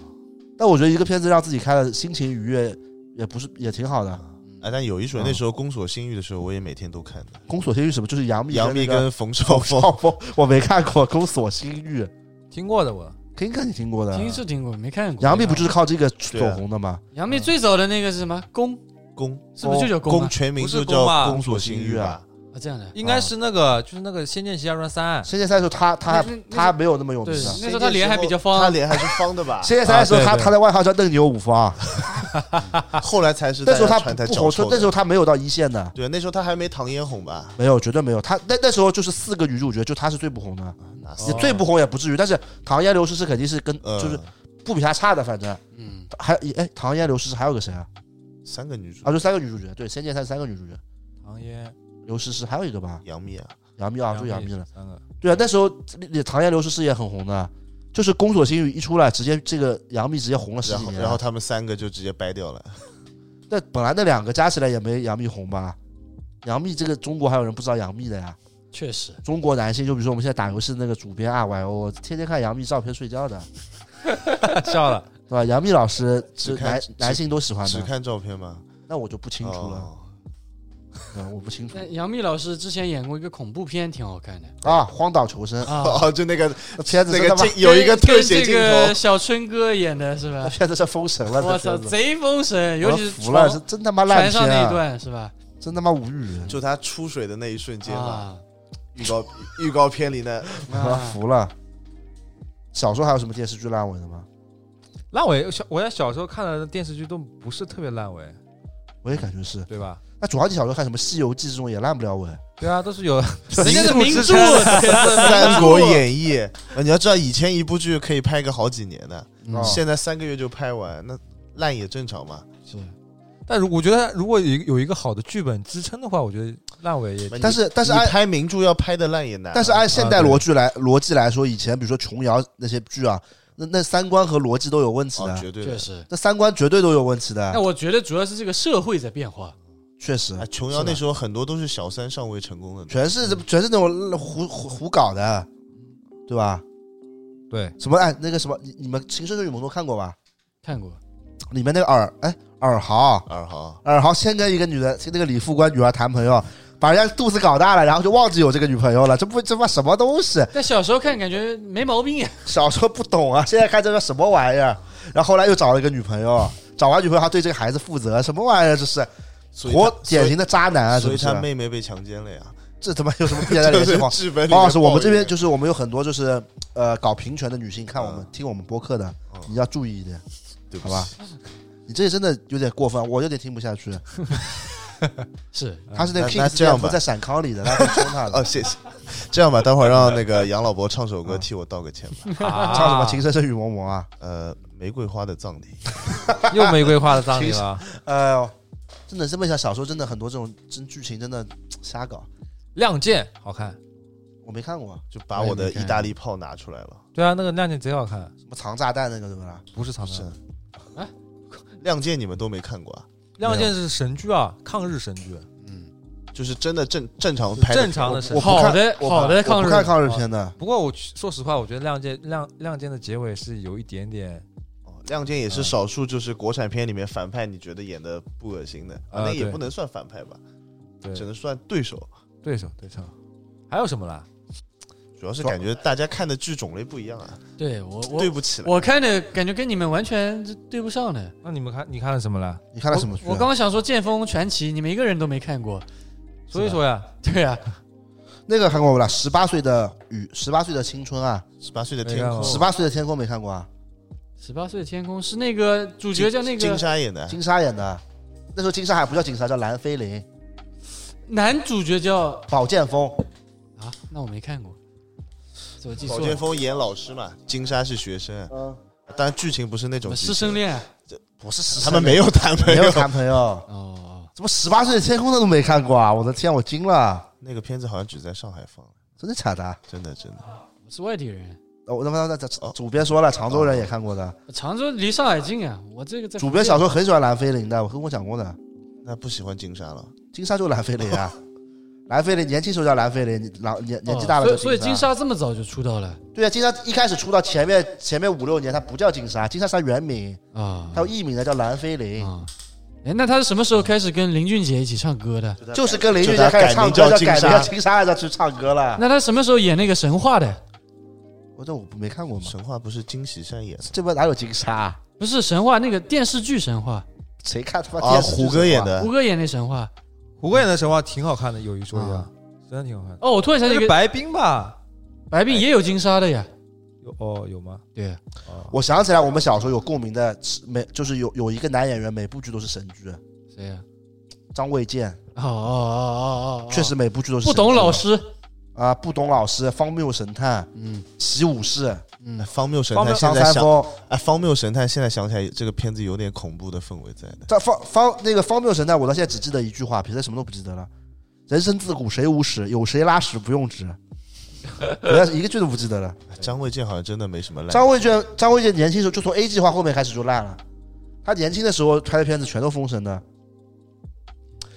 A: 但我觉得一个片子让自己看的心情愉悦，也不是也挺好的。
D: 哎，但有一说，那时候《宫锁心玉》的时候，我也每天都看的。
A: 《宫锁心玉》什么就是杨幂、
D: 杨幂
A: 跟
D: 跟冯绍 峰，
A: 赵峰，我没看过《宫锁心玉》，
C: 听过的我，
A: 肯定你听过的。
B: 听是听过，没看过。
A: 啊杨幂不就是靠这个
D: 对
A: 走
D: 啊
A: 红的吗？
B: 杨幂最早的那个是什么宫？
A: 嗯
D: 宫
B: 是不是就叫宫
D: 宫
B: 啊？
D: 全名
C: 不
D: 就
C: 是宫吧
D: 叫《宫锁心玉》吧？
B: 啊，这样的。
C: 应该是那个就是那个《仙剑奇侠传三》，
A: 《仙剑三》的时候，她她
B: 那
A: 还她没有那么有名
B: 对，
A: 的。
B: 那
A: 《？
B: 时候她脸还比较方啊
D: 她脸还是方的吧
A: 仙剑三》的时候，
C: 啊对
A: 她
C: 对
A: 她的外号叫嫩牛五方，啊
D: 后来才是
A: 那时候她
D: 大
A: 不
D: 家传她
A: 不
D: 脚
A: 红，
D: 臭的。
A: 那时候她没有到一线的。
D: 对，那时候她还没唐嫣红吧？
A: 没有，绝对没有。她那那时候就是四个女主角，就她是最不红的，
D: 哪
C: 哦
A: 也最不红也不至于。但是唐嫣、刘诗诗肯定是跟
D: 呃，
A: 就是不比她差的，反正
B: 嗯，
A: 还哎，唐嫣、刘诗诗还有个谁啊？
D: 三个女主
A: 啊，，就三个女主角，对，《仙剑三》三个女主角，
C: 唐嫣、
A: 刘诗诗还有一个吧，
D: 杨幂啊，
A: 杨�蜜啊，就杨幂了。
C: 三个。
A: 对啊，那时候唐嫣、刘诗诗也很红的，就是《宫锁心语》一出来，直接这个杨幂直接红了十
D: 然
A: 几
D: 后
A: 年。
D: 然后他们三个就直接掰掉了。
A: 那本来那两个加起来也没杨幂红吧？杨幂这个中国还有人不知道杨幂的呀？
B: 确实，
A: 中国男性，就比如说我们现在打游戏的那个主编 RYO，我天天看杨幂照片睡觉的，
C: 笑了。
A: 对吧？杨幂老师
D: 只
A: 是
D: 看
A: 男
D: 只
A: 男性都喜欢
D: 只
A: 的，
D: 看照片吗？
A: 那我就不啊清楚了，
D: 哦
A: 嗯，我不清楚
B: 那杨幂老师之前演过一个恐怖片，挺好看的
A: 啊。荒岛求生，
B: 啊，
D: 哦，就那个
A: 那片子
D: 那
A: 真
D: 个
A: 他妈，
D: 镜 有一个特写镜
B: 跟这个
D: 头，
B: 小春哥演的是
A: 那
B: 吧？
A: 片子是封神了，
B: 我
A: 那
B: 操，
A: 片子，
B: 贼封神，尤其是
A: 我服了，
B: 床
A: 是真他妈烂
B: 船上
A: 片
B: 那一
A: 啊，
B: 段是啊吧？
A: 真他妈无语，
D: 就他出水的那一瞬间嘛，
B: 啊，
D: 预告预告片 里呢，
A: 我
B: 啊
A: 服了。小时候还有什么电视剧烂尾的吗？
C: 烂尾，小我在小时候看的电视剧都不是特别烂尾，
A: 我也感觉是。
C: 对吧？
A: 那主要你小时候看什么《西游记》这种也烂不了尾，
C: 对啊，都是有
B: 人家是名著，
A: 啊
D: 《三国演义》呃，你要知道以前一部剧可以拍个好几年的，
B: 嗯
A: 哦
D: 现在三个月就拍完，那烂也正常嘛。
B: 是
C: 但如我觉得，如果有一个有一个好的剧本支撑的话，我觉得烂尾也
A: 但是但是
D: 你
A: 按
D: 拍名著要拍的烂也难啊，
A: 但是按现代逻辑来逻辑来说，以前比如说琼瑶那些剧啊，那那三观和逻辑都有问题
D: 哦
A: 的，
D: 绝对
B: 确
D: 的。
B: 实。
A: 那三观绝对都有问题
B: 那
A: 的，
B: 我觉得主要是这个社会在变化，
A: 确实
D: 啊，琼瑶那时候很多都是小三尚未成功的，
A: 全是全是那种胡胡胡搞的，对吧？
C: 对，
A: 什么哎那个什么，你你们《情深深雨蒙蒙》看过吧？
B: 看过
A: 里面那个尔哎尔豪，
D: 二号啊
A: 尔豪呃先跟一个女的，那个李副官女儿谈朋友，把人家肚子搞大了，然后就忘记有这个女朋友了，这不这不什么东西？
B: 但小时候看感觉没毛病呀。
A: 小时候不懂啊，现在看这个什么玩意儿？然后后来又找了一个女朋友，找完女朋友还对这个孩子负责，什么玩意儿？这是活典型的渣男啊！是
D: 所
A: 不
D: 以
A: 是
D: 他？妹妹被强奸了 呀。？
A: 这他妈有什么必然的联系吗
D: 剧本里面
A: 王老师，我们这边
D: 抱怨
A: 就是我们有很多就是呃搞平权的女性看我们
D: 嗯
A: 听我们播客的
D: 嗯，
A: 你要注意一点，
D: 对不
A: 好
D: 起
A: 吧？你这真的有点过分，我有点听不下去。
B: 是，
A: 他 是那个
D: 嗯那那
A: Kings
D: 这样吧
A: 夫在闪康里的，他可以冲他的
D: 哦，。谢谢。这样吧，待会儿让那个杨老伯唱首歌替我道个歉吧。
C: 唱
A: 唱什么《情深深雨蒙蒙》啊？
D: 呃，玫瑰花的葬礼，
C: 又玫瑰花的葬礼了，
A: 哎呦，真的这么想，小时候真的很多这种真剧情真的瞎搞，
C: 亮剑好看，
A: 我没看过。
D: 就
C: 哎
D: 把我的意大利炮拿出来了。
C: 对啊，那个亮剑贼好看，
A: 什么藏炸弹那个对不啦？
C: 不是长
D: 是
C: 城，
D: 亮剑你们都没看过啊？
C: 亮剑是神剧啊，抗日神剧，
D: 就是真的正正常拍
C: 正常的神
A: 我
C: 剧。
A: 不看
B: 好的
A: 我不
B: 好的抗
A: 我
B: 日
A: 不看抗日片的，
C: 不过我说实话，我觉得亮剑亮亮剑的结尾是有一点点，
D: 哦亮剑也
C: 嗯
D: 是少数，就是国产片里面反派你觉得演的不恶心的，
C: 啊
D: 啊那也
C: 对
D: 不能算反派吧，
C: 对
D: 只能算对手。
C: 对手对手，还有什么啦？
D: 主要是感觉大家看的剧种类不一样啊，
B: 对我
D: 对
B: 我
D: 不起了。
B: 我看的感觉跟你们完全就对不上呢。
C: 那你们看你看了什么了？
A: 你看了什么剧啊？
B: 我我刚刚想说《剑锋传奇》，你们一个人都没看过。
C: 所以说呀，
B: 对啊，
A: 那个看过不啦？十八岁的雨，十八岁的青春啊，
D: 十八岁的
C: 没
D: 天
C: 看
D: 空
C: 过，
A: 十八岁的天空没看过啊？
B: 十八岁的天空是那个主角叫那
D: 金
B: 个
D: 莎演的，
A: 金莎演的，那时候金莎还不叫金莎，叫蓝菲林、
B: 男主角叫
A: 宝剑锋。
B: 啊，那我没看过，是我记错
D: 宝剑
B: 了。
D: 锋演老师嘛，金莎是学生，
A: 嗯，
D: 当然剧情不是那
B: 什
D: 种
B: 么师生，恋啊
A: 不是十，
D: 他们没有谈
A: 没
D: 朋
A: 有
D: 友。
A: 谈朋友，
B: 哦，
A: 怎么十八岁的天空的都没看过啊？我的天，我惊了，
D: 那个片子好像只在上海放，
A: 真的假的？
D: 真的真的。
B: 我是外地人，
A: 哦，我他妈在主编说了，常州人也看过的。
B: 常州离上海近啊。我这个在
A: 主编小时候很喜欢蓝菲林的，我跟我讲过的。
D: 那不喜欢金莎了，
A: 金莎就是蓝菲林啊， 蓝菲林年轻时候叫蓝菲林，老年年纪
B: 哦
A: 大了
B: 所
A: 就
B: 以所以金
A: 金莎。
B: 莎这么早就出道了
A: 对啊，金莎一开始出道前面前面五六年，她不叫金莎，金莎是她原名，
B: 啊
A: 她有艺名的叫蓝菲林，
B: 啊。哎，那他是什么时候开始跟林俊杰一起唱歌的？
A: 就是跟林俊
D: 就她
A: 杰开始唱
D: 改
A: 歌，
D: 名叫
A: 叫
D: 金
A: 改名
D: 莎
A: 叫金莎，要去唱歌了。
B: 那他什么时候演那个神话的？
A: 我这我没看过嘛，
D: 神话不是金喜善演的
A: 这边哪有金莎？
B: 不是神话，那个电视剧神话，
A: 谁看他妈
D: 啊？
A: 电视剧
D: 胡歌演的
A: 嗯
B: 胡，歌演那神话。
C: 胡歌演的神话挺好看的，有一说一啊
A: 啊，
C: 真的挺好看的。
B: 哦，我突然想
C: 那
B: 起一
C: 是
B: 个
C: 白冰吧？
B: 白冰也有金莎的呀。
C: 有哦有吗？
B: 对啊，
C: 哦，
A: 我想起来，我们小时候有共鸣的，每就是有有一个男演员，每部剧都是神剧，
B: 谁呀？
A: 张卫健，
B: 哦哦哦哦哦哦，
A: 确实每部剧都是
B: 不
A: 神剧
B: 懂老师。
A: 啊，不懂老师，方谬神探，
B: 嗯
A: 习武士，
D: 哎
B: 嗯，
D: 方谬神
C: 方
D: 探
C: 谬
D: 现
A: 张
D: 在
A: 三
D: 想
A: 丰，
D: 哎，方谬神探现在想起来，这个片子有点恐怖的氛围在的。
A: 这方方那个方谬神探，我到现在只记得一句话，别的什么都不记得了。人生自古谁无死，有谁拉屎不用纸。人家是一个剧都不记得了。
D: 张卫健好像真的没什么烂。
A: 张卫健，张卫健年轻时候就从 A 计划后面开始就烂了，他年轻的时候拍的片子全都封神的。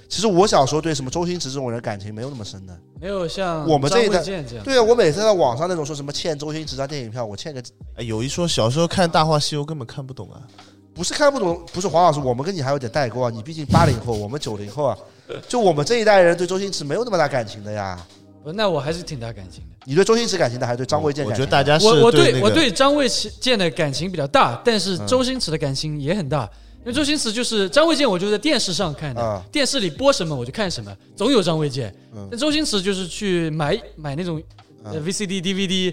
A: 其实我小时候对什么周星驰这种人感情没有那么深的。
B: 没有像
A: 我们这一代
B: 张卫健这样。
A: 对啊，我每次在网上那种说什么欠周星驰张电影票，我欠个
D: 哎有一说，小时候看《大话西游》根本看不懂啊。
A: 不是看不懂，不是黄老师，我们跟你还有点代沟啊。你毕竟八零后，我们九零后啊，就我们这一代人对周星驰没有那么大感情的呀。
B: 不那我还是挺大感情的。
A: 你对周星驰感情大，还是对张卫健
D: 我
A: 感
D: 觉
A: 情
D: 得
A: 大？
D: 大家是
B: 我我
D: 对那
B: 我
D: 个
B: 对张卫健的感情比较大，但是周星驰的感情也很大。因为周星驰就是张卫健，我就在电视上看的，
A: 啊
B: 电视里播什么我就看什么，总有张卫健。
A: 嗯
B: 但周星驰就是去买买那种呃
A: 嗯
B: VCD、DVD，、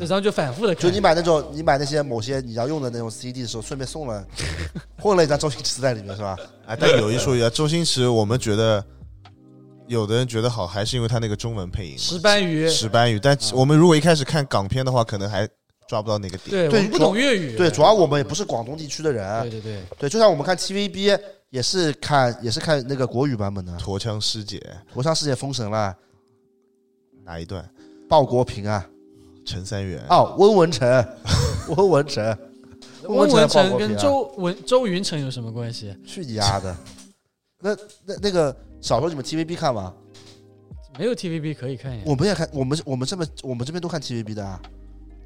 B: 然后就反复的
A: 就
B: 看。
A: 你买那种，你买那些某些你要用的那种 CD 的时候，顺便送了，混了一张周星驰在里面是吧？
D: 啊，但有一说一啊，周星驰我们觉得，有的人觉得好，还是因为他那个中文配音嘛
B: 石斑鱼，
D: 石斑鱼。
A: 嗯
D: 但我们如果一开始看港片的话，可能还抓不到那个点。
B: 对，我
A: 对
B: 们不
A: 主要
B: 懂粤语，
A: 对，主啊要我们也不是广东地区的人
B: 对，对对，
A: 对，就像我们看 TVB 也是看也是看那个国语版本的，《
D: 驼枪师姐
A: 国上世界》封神了，
D: 哪一段？
A: 鲍国平啊，
D: 陈三元
A: 哦，温文成， 温文成，温
B: 温
A: 文
B: 文
A: 成
B: 成跟周文周云成有什么关系？
A: 啊去你丫的！那那那个小时候你们 TVB 看吗？
B: 没有 TVB 可以看呀。
A: 我们也看，我们我们这边我们这边都看 TVB 的啊，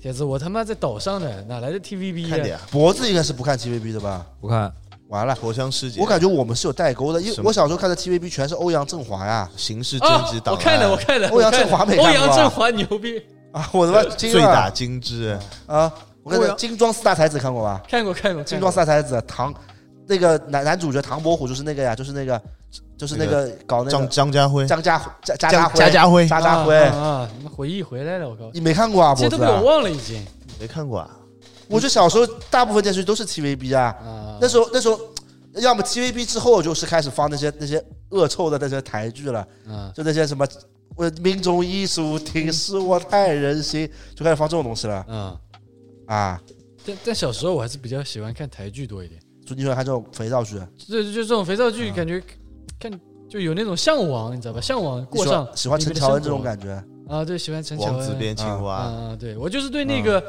B: 铁子，我他妈在岛上的，哪来的 TVB
D: 看
B: 呀、
D: 点啊，
A: 脖子应该是不看 TVB 的吧？
C: 我看
A: 完了。
D: 驼枪师姐。
A: 我感觉我们是有代沟的，因为
D: 什么
A: 我小时候看的 TVB 全是欧阳震华呀，
D: 刑事
B: 啊
D: 侦缉，档
B: 我
D: 案
B: 看了，我看了，
A: 欧阳
B: 我看
A: 震华
B: 了
A: 没看
B: 欧
A: 过
B: 阳
A: 啊
B: 震华牛逼，
A: 啊，我他妈惊
D: 醉打
A: 了
D: 金枝，
A: 啊！我跟你
C: 欧
A: 讲，
C: 阳
A: 《金装四大才子》看过吧？
B: 看过看过，
A: 《金
B: 看
A: 装
B: 过
A: 四大才子》唐那个男男主角唐伯虎就是那个呀，就是那个就是那个搞那
D: 张
A: 个
D: 张家辉，
A: 张家家家家
D: 张
A: 辉家
D: 家辉
A: 家
B: 啊
A: 辉，
B: 啊啊！你们回忆回来了，我靠，
A: 你没看过啊？
B: 这
A: 脖
B: 都
A: 子
B: 被
A: 啊
B: 我，忘了已经
D: 没看过啊？
A: 我就小时候大部分电视剧都是 TVB 啊，
B: 啊。
A: 那时候那时候，要么 TVB 之后就是开始放那些那些恶臭的那些台剧了，
B: 啊，
A: 就那些什么我民族艺术挺是我太人心，就开始放这种东西了
B: 嗯，
A: 啊！
B: 但但小时候我还是比较喜欢看台剧多一点，
A: 就你喜欢看这种肥皂剧，
B: 就就这种肥皂剧，感觉看就有那种向往，你知道吧？向往过上
A: 你喜欢喜欢陈乔恩这种感觉，
B: 觉啊，对，喜欢陈乔
D: 王子
B: 恩
D: 变青
B: 啊
A: 嗯
D: 蛙，
B: 啊，对我就是对那个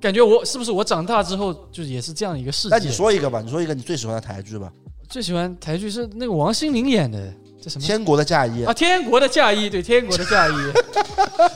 B: 感觉，我是不是我长大之后就也是这样一个世界？
A: 那你说一个吧，你说一个你最喜欢的台剧吧，
B: 最喜欢台剧是那个王心凌演的，叫什
A: 《
B: 么？
A: 天国的嫁衣
B: 啊，》，天国的嫁衣，对，天国的嫁衣，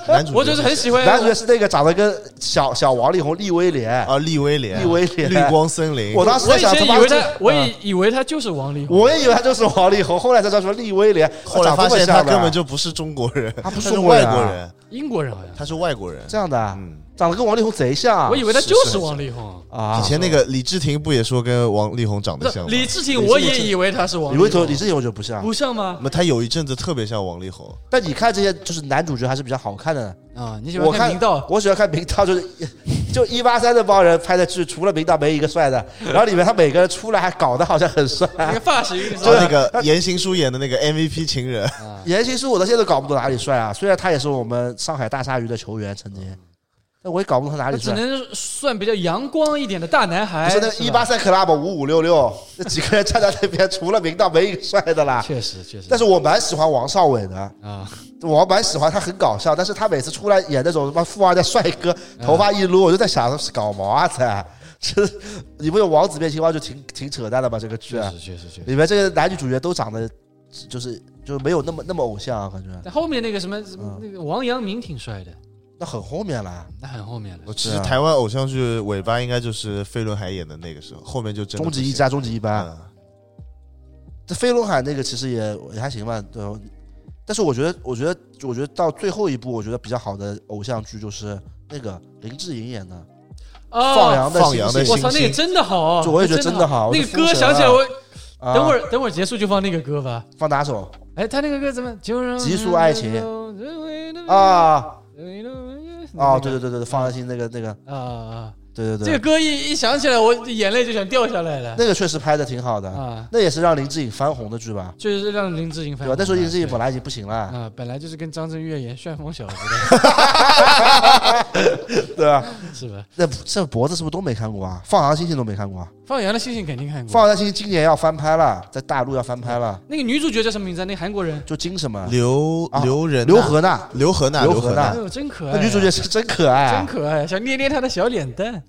D: 男主角
B: 我就是很喜欢。
A: 男主嗯角是那个长得跟小小王力宏立威廉，
D: 啊，利威廉，
A: 利威廉
D: 绿光森林，
A: 我当时
B: 我
A: 在
B: 以
A: 想
B: 前
A: 他妈
B: 以为
A: 这
B: 他，我也以为他就是王力宏。
A: 啊我也以为他就是王力宏，后来才知道什么立威廉，
D: 后来
A: 长这
D: 发
A: 么
D: 现他
A: 像的啊
D: 根本就不是中国人，
A: 他不是
D: 是
A: 中国
D: 外
A: 人啊
D: 国人，
B: 英国人好像，
D: 他是外国人。
A: 这样的啊，
D: 嗯，
A: 长得跟王力宏贼像
B: 我以为他
D: 是
B: 就是
D: 是
B: 王力宏。
A: 啊
D: 以！前那个李治廷不也说跟王力宏长得像
B: 不
D: 吗？
B: 李治廷，
A: 李治廷
B: 我也以为他是王
A: 李
B: 力
A: 威头，
B: 宏。
A: 李志颖我觉得不像
B: 不，像吗？
D: 那他有一阵子特别像王力宏，
A: 但你看这些就是男主角还是比较好看的。
B: 啊，你喜
A: 我
B: 欢
A: 看
B: 明道？
A: 我喜欢看明道，就是就一 八三那帮人拍的剧，除了明道没一个帅的。然后里面他每个人出来还搞得好像很帅。
B: 那个发型，你知
D: 就
B: 道
D: 那
B: 吗？
D: 个言情书演的那个 MVP 情人，
A: 言情书我到现在都搞不懂哪里帅啊！虽然他也是我们上海大鲨鱼的球员曾经，但我也搞不懂他哪
B: 他
A: 里
B: 嗯只
A: 帅。
B: 能算比较阳光一点的大男
A: 不
B: 孩。
A: 是那一八三 club 五五六六那几个人站在那边，除了明道没一个帅的啦。
B: 确实确
A: 啊
B: 实
A: 但是我蛮喜欢王少伟的，
B: 啊，
A: 我蛮喜欢他，很搞笑，但是他每次出来演那种什么富二代帅哥，头发一撸，我就在想是搞毛啊 这，这你不有王子变青蛙就挺挺扯淡的吧？这个剧啊
B: 确实确实确实。
A: 里面这个男女主角都长得就是就是没有那么那么偶像、啊，感觉
B: 但后面那个什么什么
A: 嗯
B: 那个王阳明挺帅的，
A: 那很后面了。
B: 那很后面了。
D: 其
A: 是
D: 实
A: 啊
D: 台湾偶像剧尾巴应该就是飞轮海演的那个时候，后面就真的
A: 终
D: 不行
A: 极一家，终极一班，
D: 嗯
A: 这飞轮海那个其实也也还行吧，对吧。但是我觉得，我觉得，我觉得到最后一部，我觉得比较好的偶像剧就是那个林志颖演的《
B: 啊，
A: 放羊的
D: 放羊的
A: 星
B: 我
A: 星
B: 操，那个真的好，
A: 就我也觉得真的好
B: 那
A: 我
B: 个
A: 就疯神了
B: 歌想起来我，
A: 啊
B: 等会儿等会儿结束就放那个歌吧。
A: 放哪首
B: 哎，他那个歌怎么？就让
A: 极速爱情啊？哦，对对
B: 对
A: 对对，对放羊星那个那个，
B: 啊啊！
A: 对对
B: 嗯这个
A: 对，
B: 歌一一响起来，我眼泪就想掉下来了
A: 那个确实拍的挺好的，
B: 啊！
A: 那也是让林志颖翻红的剧吧？
B: 就是让林志颖
A: 对
B: 翻
A: 吧
B: 红？
A: 那时候林志颖
B: 对
A: 本来已经不行了，
B: 啊，本来就是跟张震岳演旋风小子 的，
A: 对吧？
B: 是吧？
A: 那这脖子是不是都没看过啊？放羊星星都没看过啊？
B: 放羊的星星肯定看过。
A: 放羊的星星今年要翻拍了，在大陆要翻拍了，
B: 那个女主角叫什么名字啊？那个韩国人。
A: 就金什么
D: 刘
A: 啊
D: 刘仁
A: 刘和娜，
D: 刘和娜
A: 刘
D: 和
A: 和
D: 娜
A: 娜
B: 哎呦，真可爱、
A: 啊那女主角是真可爱
B: 真
A: 啊！
B: 可爱，想捏捏她的小脸蛋。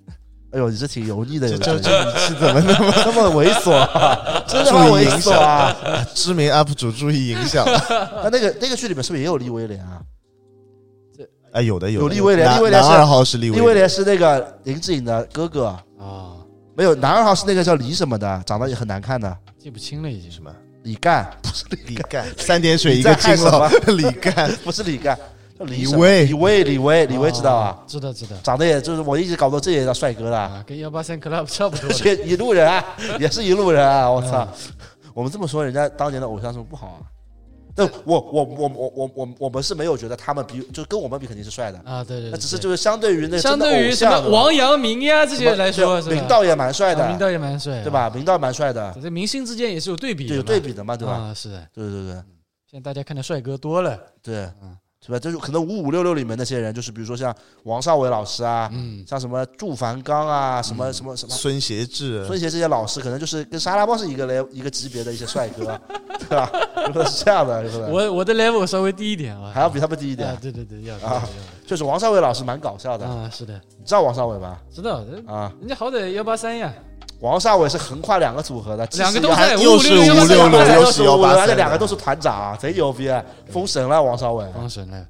A: 哎呦，你这挺油腻的，
D: 这
A: 有
D: 这
A: 这
D: 这语气怎么那么
A: 这么猥琐啊，真他妈
D: 注意
A: 猥
D: 影
A: 琐啊！
D: 知名 UP 主注意影响？
A: 那那个那个剧里面是不是也有利威廉啊？
D: 哎，有的有
A: 有
D: 的
A: 利威廉
D: 男
A: 利威廉
D: 男
A: 是
D: 二号是利
A: 利威
D: 威廉，
A: 廉是那个林志颖的哥哥，
B: 啊，
A: 没有男二号是那个叫李什么的，长得也很难看的
B: 记不清了已经。
D: 什么
A: 李干，
D: 李干三点水一
A: 你
D: 个
A: 在
D: 金
A: 害什
D: 了
A: 么，
D: 李干
A: 不是李干，叫李
D: 李
A: 什么
D: 威
A: 李威，李威，李威知道啊？？
B: 知道知道
A: 长得也就是我一直搞不懂，这也叫帅哥 的，
B: 啊，跟幺八三 club 差不 多
A: 这一路人 啊，也是一路人啊！我操，我们这么说人家当年的偶像是不是不好啊？但我我我我我我我们是没有觉得他们比，就是跟我们比肯定是帅的，
B: 啊，对对
A: 那
B: 对，
A: 只是就是相对于那
B: 相
A: 真的
B: 对于
A: 偶
B: 什
A: 像啊
B: 么王阳明呀这些来说，
A: 什么
B: 是吧
A: 对明道也蛮帅
B: 啊明
A: 的，
B: 道也蛮帅，啊
A: 对？吧？明道蛮帅的，
B: 这明星之间也是有对比的
A: 对
B: 嘛，
A: 有对比的嘛，对吧？
B: 啊，是的，
A: 对对对。
B: 现在大家看的帅哥多了，
A: 对
B: 嗯，
A: 是吧？就是可能五五六六里面那些人，就是比如说像王少伟老师啊，
B: 嗯，
A: 像什么祝凡刚啊，什么什么什么。
D: 孙协志，
A: 孙协这些老师，可能就是跟沙拉包是一个 level 一个级别的一些帅 哥，对吧？有可能是这样的，有可能
B: 我我的 level 稍微低一点啊，
A: 还要比他们低一
B: 啊
A: 点。
B: 对对对，要的
A: 啊
B: 要
A: 就是王少伟老师蛮搞笑
B: 的
A: 的，
B: 啊，是的，
A: 你知道王少伟吧？
B: 知道，人
A: 啊，
B: 家好歹幺八三呀，
A: 王少伟是横跨两个组合的，
B: 两个
A: 既
B: 都在
D: 又
B: 五
D: 是
B: 六六
D: 五六六
A: 是
D: 又
A: 又
D: 是
A: 是
D: 幺
A: 五
D: 八
A: 而
D: 三
A: 且两个都是团长啊，贼牛逼，
B: 嗯
A: 封神了王少伟。
B: 封神了，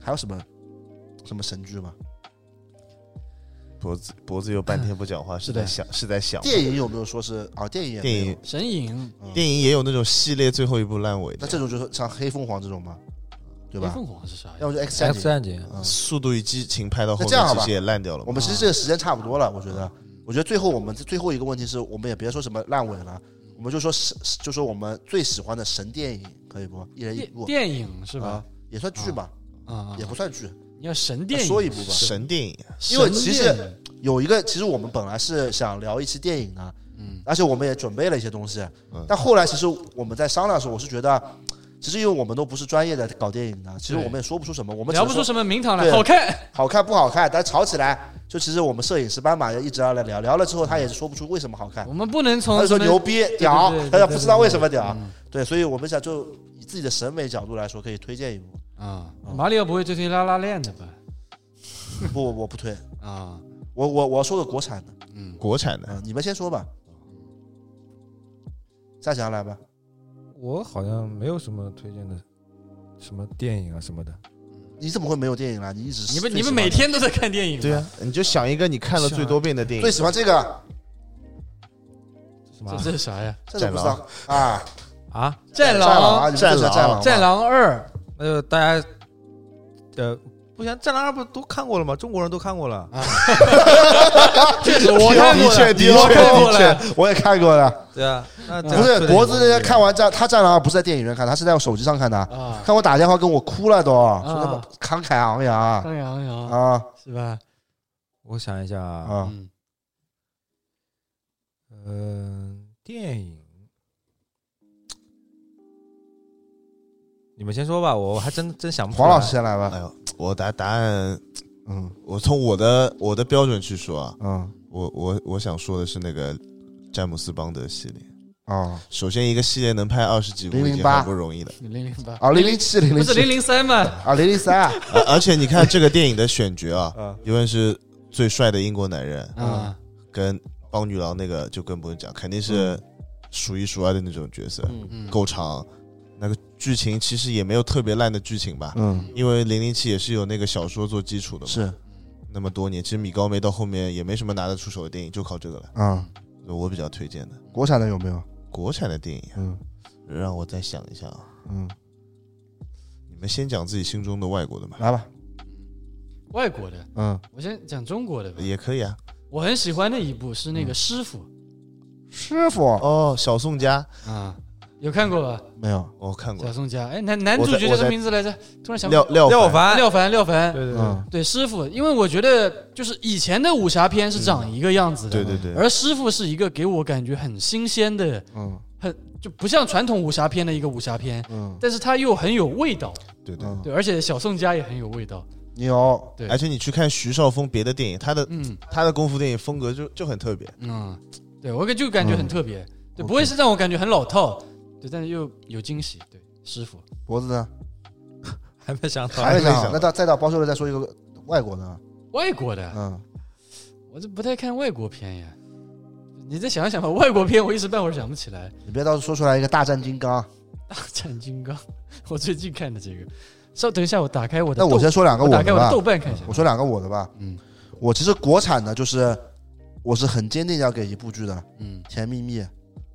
A: 还有什么什么神剧吗？
D: 脖子脖子又半天不讲话，是
B: 是的
D: 在想是在想
A: 电影有没有说是啊？嗯电影也没
D: 电
A: 有
D: 影
B: 神影
D: 电影也有那种系列最后一部烂尾
A: 那
D: 的，
A: 这种就是像黑凤凰这种吗？对
B: 黑
A: 吧？
B: 凤凰是啥呀？
A: 要么就 X 战
C: X
A: 警。
C: 战警，
A: 嗯
D: 速度与激情拍到后
A: 那这样
D: 面
A: 好
D: 其
A: 吧
D: 实也烂掉了
A: 我
D: 嘛。
A: 们其实这个时间差不多了，我觉得。我觉得最后我们最后一个问题是我们也别说什么烂尾了，我们就说神，就说我们最喜欢的神电影，可以不？一人一
B: 电
A: 部，
B: 电影是吧
A: 啊？？也算剧吧，
B: 啊，
A: 也不算剧，
B: 你要神电影
A: 啊说一部吧。
D: 神电影，啊
A: 因为其实
B: 神电影
A: 有一个，其实我们本来是想聊一期电影的，
B: 嗯，
A: 而且我们也准备了一些东西
D: 嗯，
A: 但后来其实我们在商量的时候，我是觉得，其实因为我们都不是专业的搞电影的，其实
B: 对
A: 我们也说不出什么，我们只
B: 聊
A: 能
B: 不
A: 说
B: 出什么名堂来，
A: 对哎
B: 好看，
A: 好看不好看，但吵起来，就其实我们摄影师斑马也一直要来聊，聊了之后他也是说不出为什么好看
B: 我，们不能
A: 他
B: 从
A: 就说
B: 哦什么
A: 牛逼
B: 对
A: 屌
B: 对对，
A: 大家
B: 对
A: 不
B: 对
A: 知道
B: 对
A: 为什么屌
B: 嗯，
A: 对，所以我们想就以自己的审美角度来说，可以推荐一部，
B: 啊，马里奥不会追推拉拉链的吧？
A: 不，我我不推，
B: 啊，
A: 我我我要说个国产的，
B: 嗯，
D: 国产的
A: 嗯，你们先说吧，夏翔来吧，
C: 我好像没有什么推荐的，什么电影啊什么的。
A: 你怎么会没有电影啦？你一直
B: 你们
A: 最
B: 你
A: 喜
B: 们
A: 欢
B: 每
A: 的
B: 天都在看电影，
D: 对啊，你就想一个你看了最多遍的电
A: 最
D: 影，
A: 喜欢这个，
C: 什么
B: 这
C: 啊
B: 这是啥呀？
A: 这个不知道啊，
C: 啊？
B: 战
A: 战狼啊，
B: 狼，
A: 你们最喜欢
D: 战
A: 战
D: 狼
A: 狼，啊
B: 战，狼二，
C: 那就大家，呃，不行，《战狼二》不都看过了吗？中国人都看过了。
B: 确实我看过
D: 的确
B: 了，
D: 的确
B: 我看过
D: 的
B: 了，
D: 确，
A: 我也看过了。
C: 对啊，那
A: 不是国子那天看完战，他战狼不是在电影院看，他是在我手机上看的。
B: 啊，
A: 看我打电话跟我哭了都，说他妈慷慨昂扬啊
B: 张扬扬
A: 啊
B: 是吧？
C: 我想一下啊，
A: 啊！
B: 嗯，
C: 嗯，电影，你们先说吧，我我还真真想不出来。
A: 黄老师先来吧
D: 哎，呦，我答答案，
A: 嗯
D: 我从我的我的标准去说啊，
A: 嗯
D: 我我我想说的是那个詹姆斯邦德系列。
A: 啊
D: 首先，一个系列能拍二十几部已经
A: 008
D: 很不容易了，
B: 零零八
A: 啊零零七零
B: 不
A: 零
B: 是零
A: 七
B: 零三吗？
A: 啊零零三
D: 而而且你看这个电影的选 角啊，
C: 嗯
D: 因为是最帅的英国男人
B: 啊，
D: 跟邦女郎那个就更不用讲，肯定是数一数二的那种角色，
A: 嗯
B: 嗯，
D: 够长。那个剧情其实也没有特别烂的剧情吧，
A: 嗯
D: 因为零零七也是有那个小说做基础的嘛。
A: 是
D: 那么多年，其实米高梅到后面也没什么拿得出手的电影，就靠这个了。
A: 啊，
D: 我比较推荐的
A: 国产的有没有？
D: 国产的电影，啊
A: 嗯
D: 让我再想一下啊。
A: 嗯，
D: 你们先讲自己心中的外国的吧，
A: 来吧，
B: 外国的，
A: 嗯
B: 我先讲中国的吧。
D: 也可以啊。
B: 我很喜欢的一部是那个师傅
A: 师傅
D: 哦，小宋佳，
B: 啊，有看过吧？
A: 没有，
D: 我看过
B: 小。宋佳，哎，男男
D: 我
B: 主
D: 在
B: 角
D: 我
B: 叫什
D: 在
B: 么名字来着？突然想不啊
D: 廖廖
C: 廖
D: 凡，
C: 凡，
B: 廖凡，廖凡，
C: 对对对
A: 嗯
B: 对师傅，因为我觉得就是以前的武侠片是长一个样子的，
D: 对对对，
B: 而师傅是一个给我感觉很新鲜的，
A: 嗯
B: 就不像传统武侠片的一个武侠片，
A: 嗯
B: 但是它又很有味道，
D: 对对。
A: 嗯，
B: 对，而且小宋佳也很有味道，
A: 牛，
B: 对
D: 而且你去看徐少峰别的电影，他的
B: 嗯
D: 他的功夫电影风格就就很特别，
B: 嗯，对我感就感觉很特别，对，不会是让我感觉很老套，对，但是又有惊喜，对，师傅，
A: 脖子呢？
C: 还没
B: 啊
C: 想到
D: 还
A: 没
D: 没想
A: 想好，那到再到包修了再说一个外国的啊，
B: 外国的，
A: 嗯，
B: 我这不太看外国片呀，你再想一想吧，外国片我一时半会儿想不起来，《
A: 你别到时候说出来一个大战金刚，
B: 大战金刚》， 我最近看的这个，稍等一下，我打开我的
A: 那
B: 豆，
A: 我先说两个
B: 我打
A: 的
B: 开我的
A: 吧
B: 豆，瓣看一下
A: 我，说两个我的吧，
B: 嗯
A: 我其实国产的就是我是很坚定要给一部剧的《
B: 嗯，
A: 甜蜜蜜》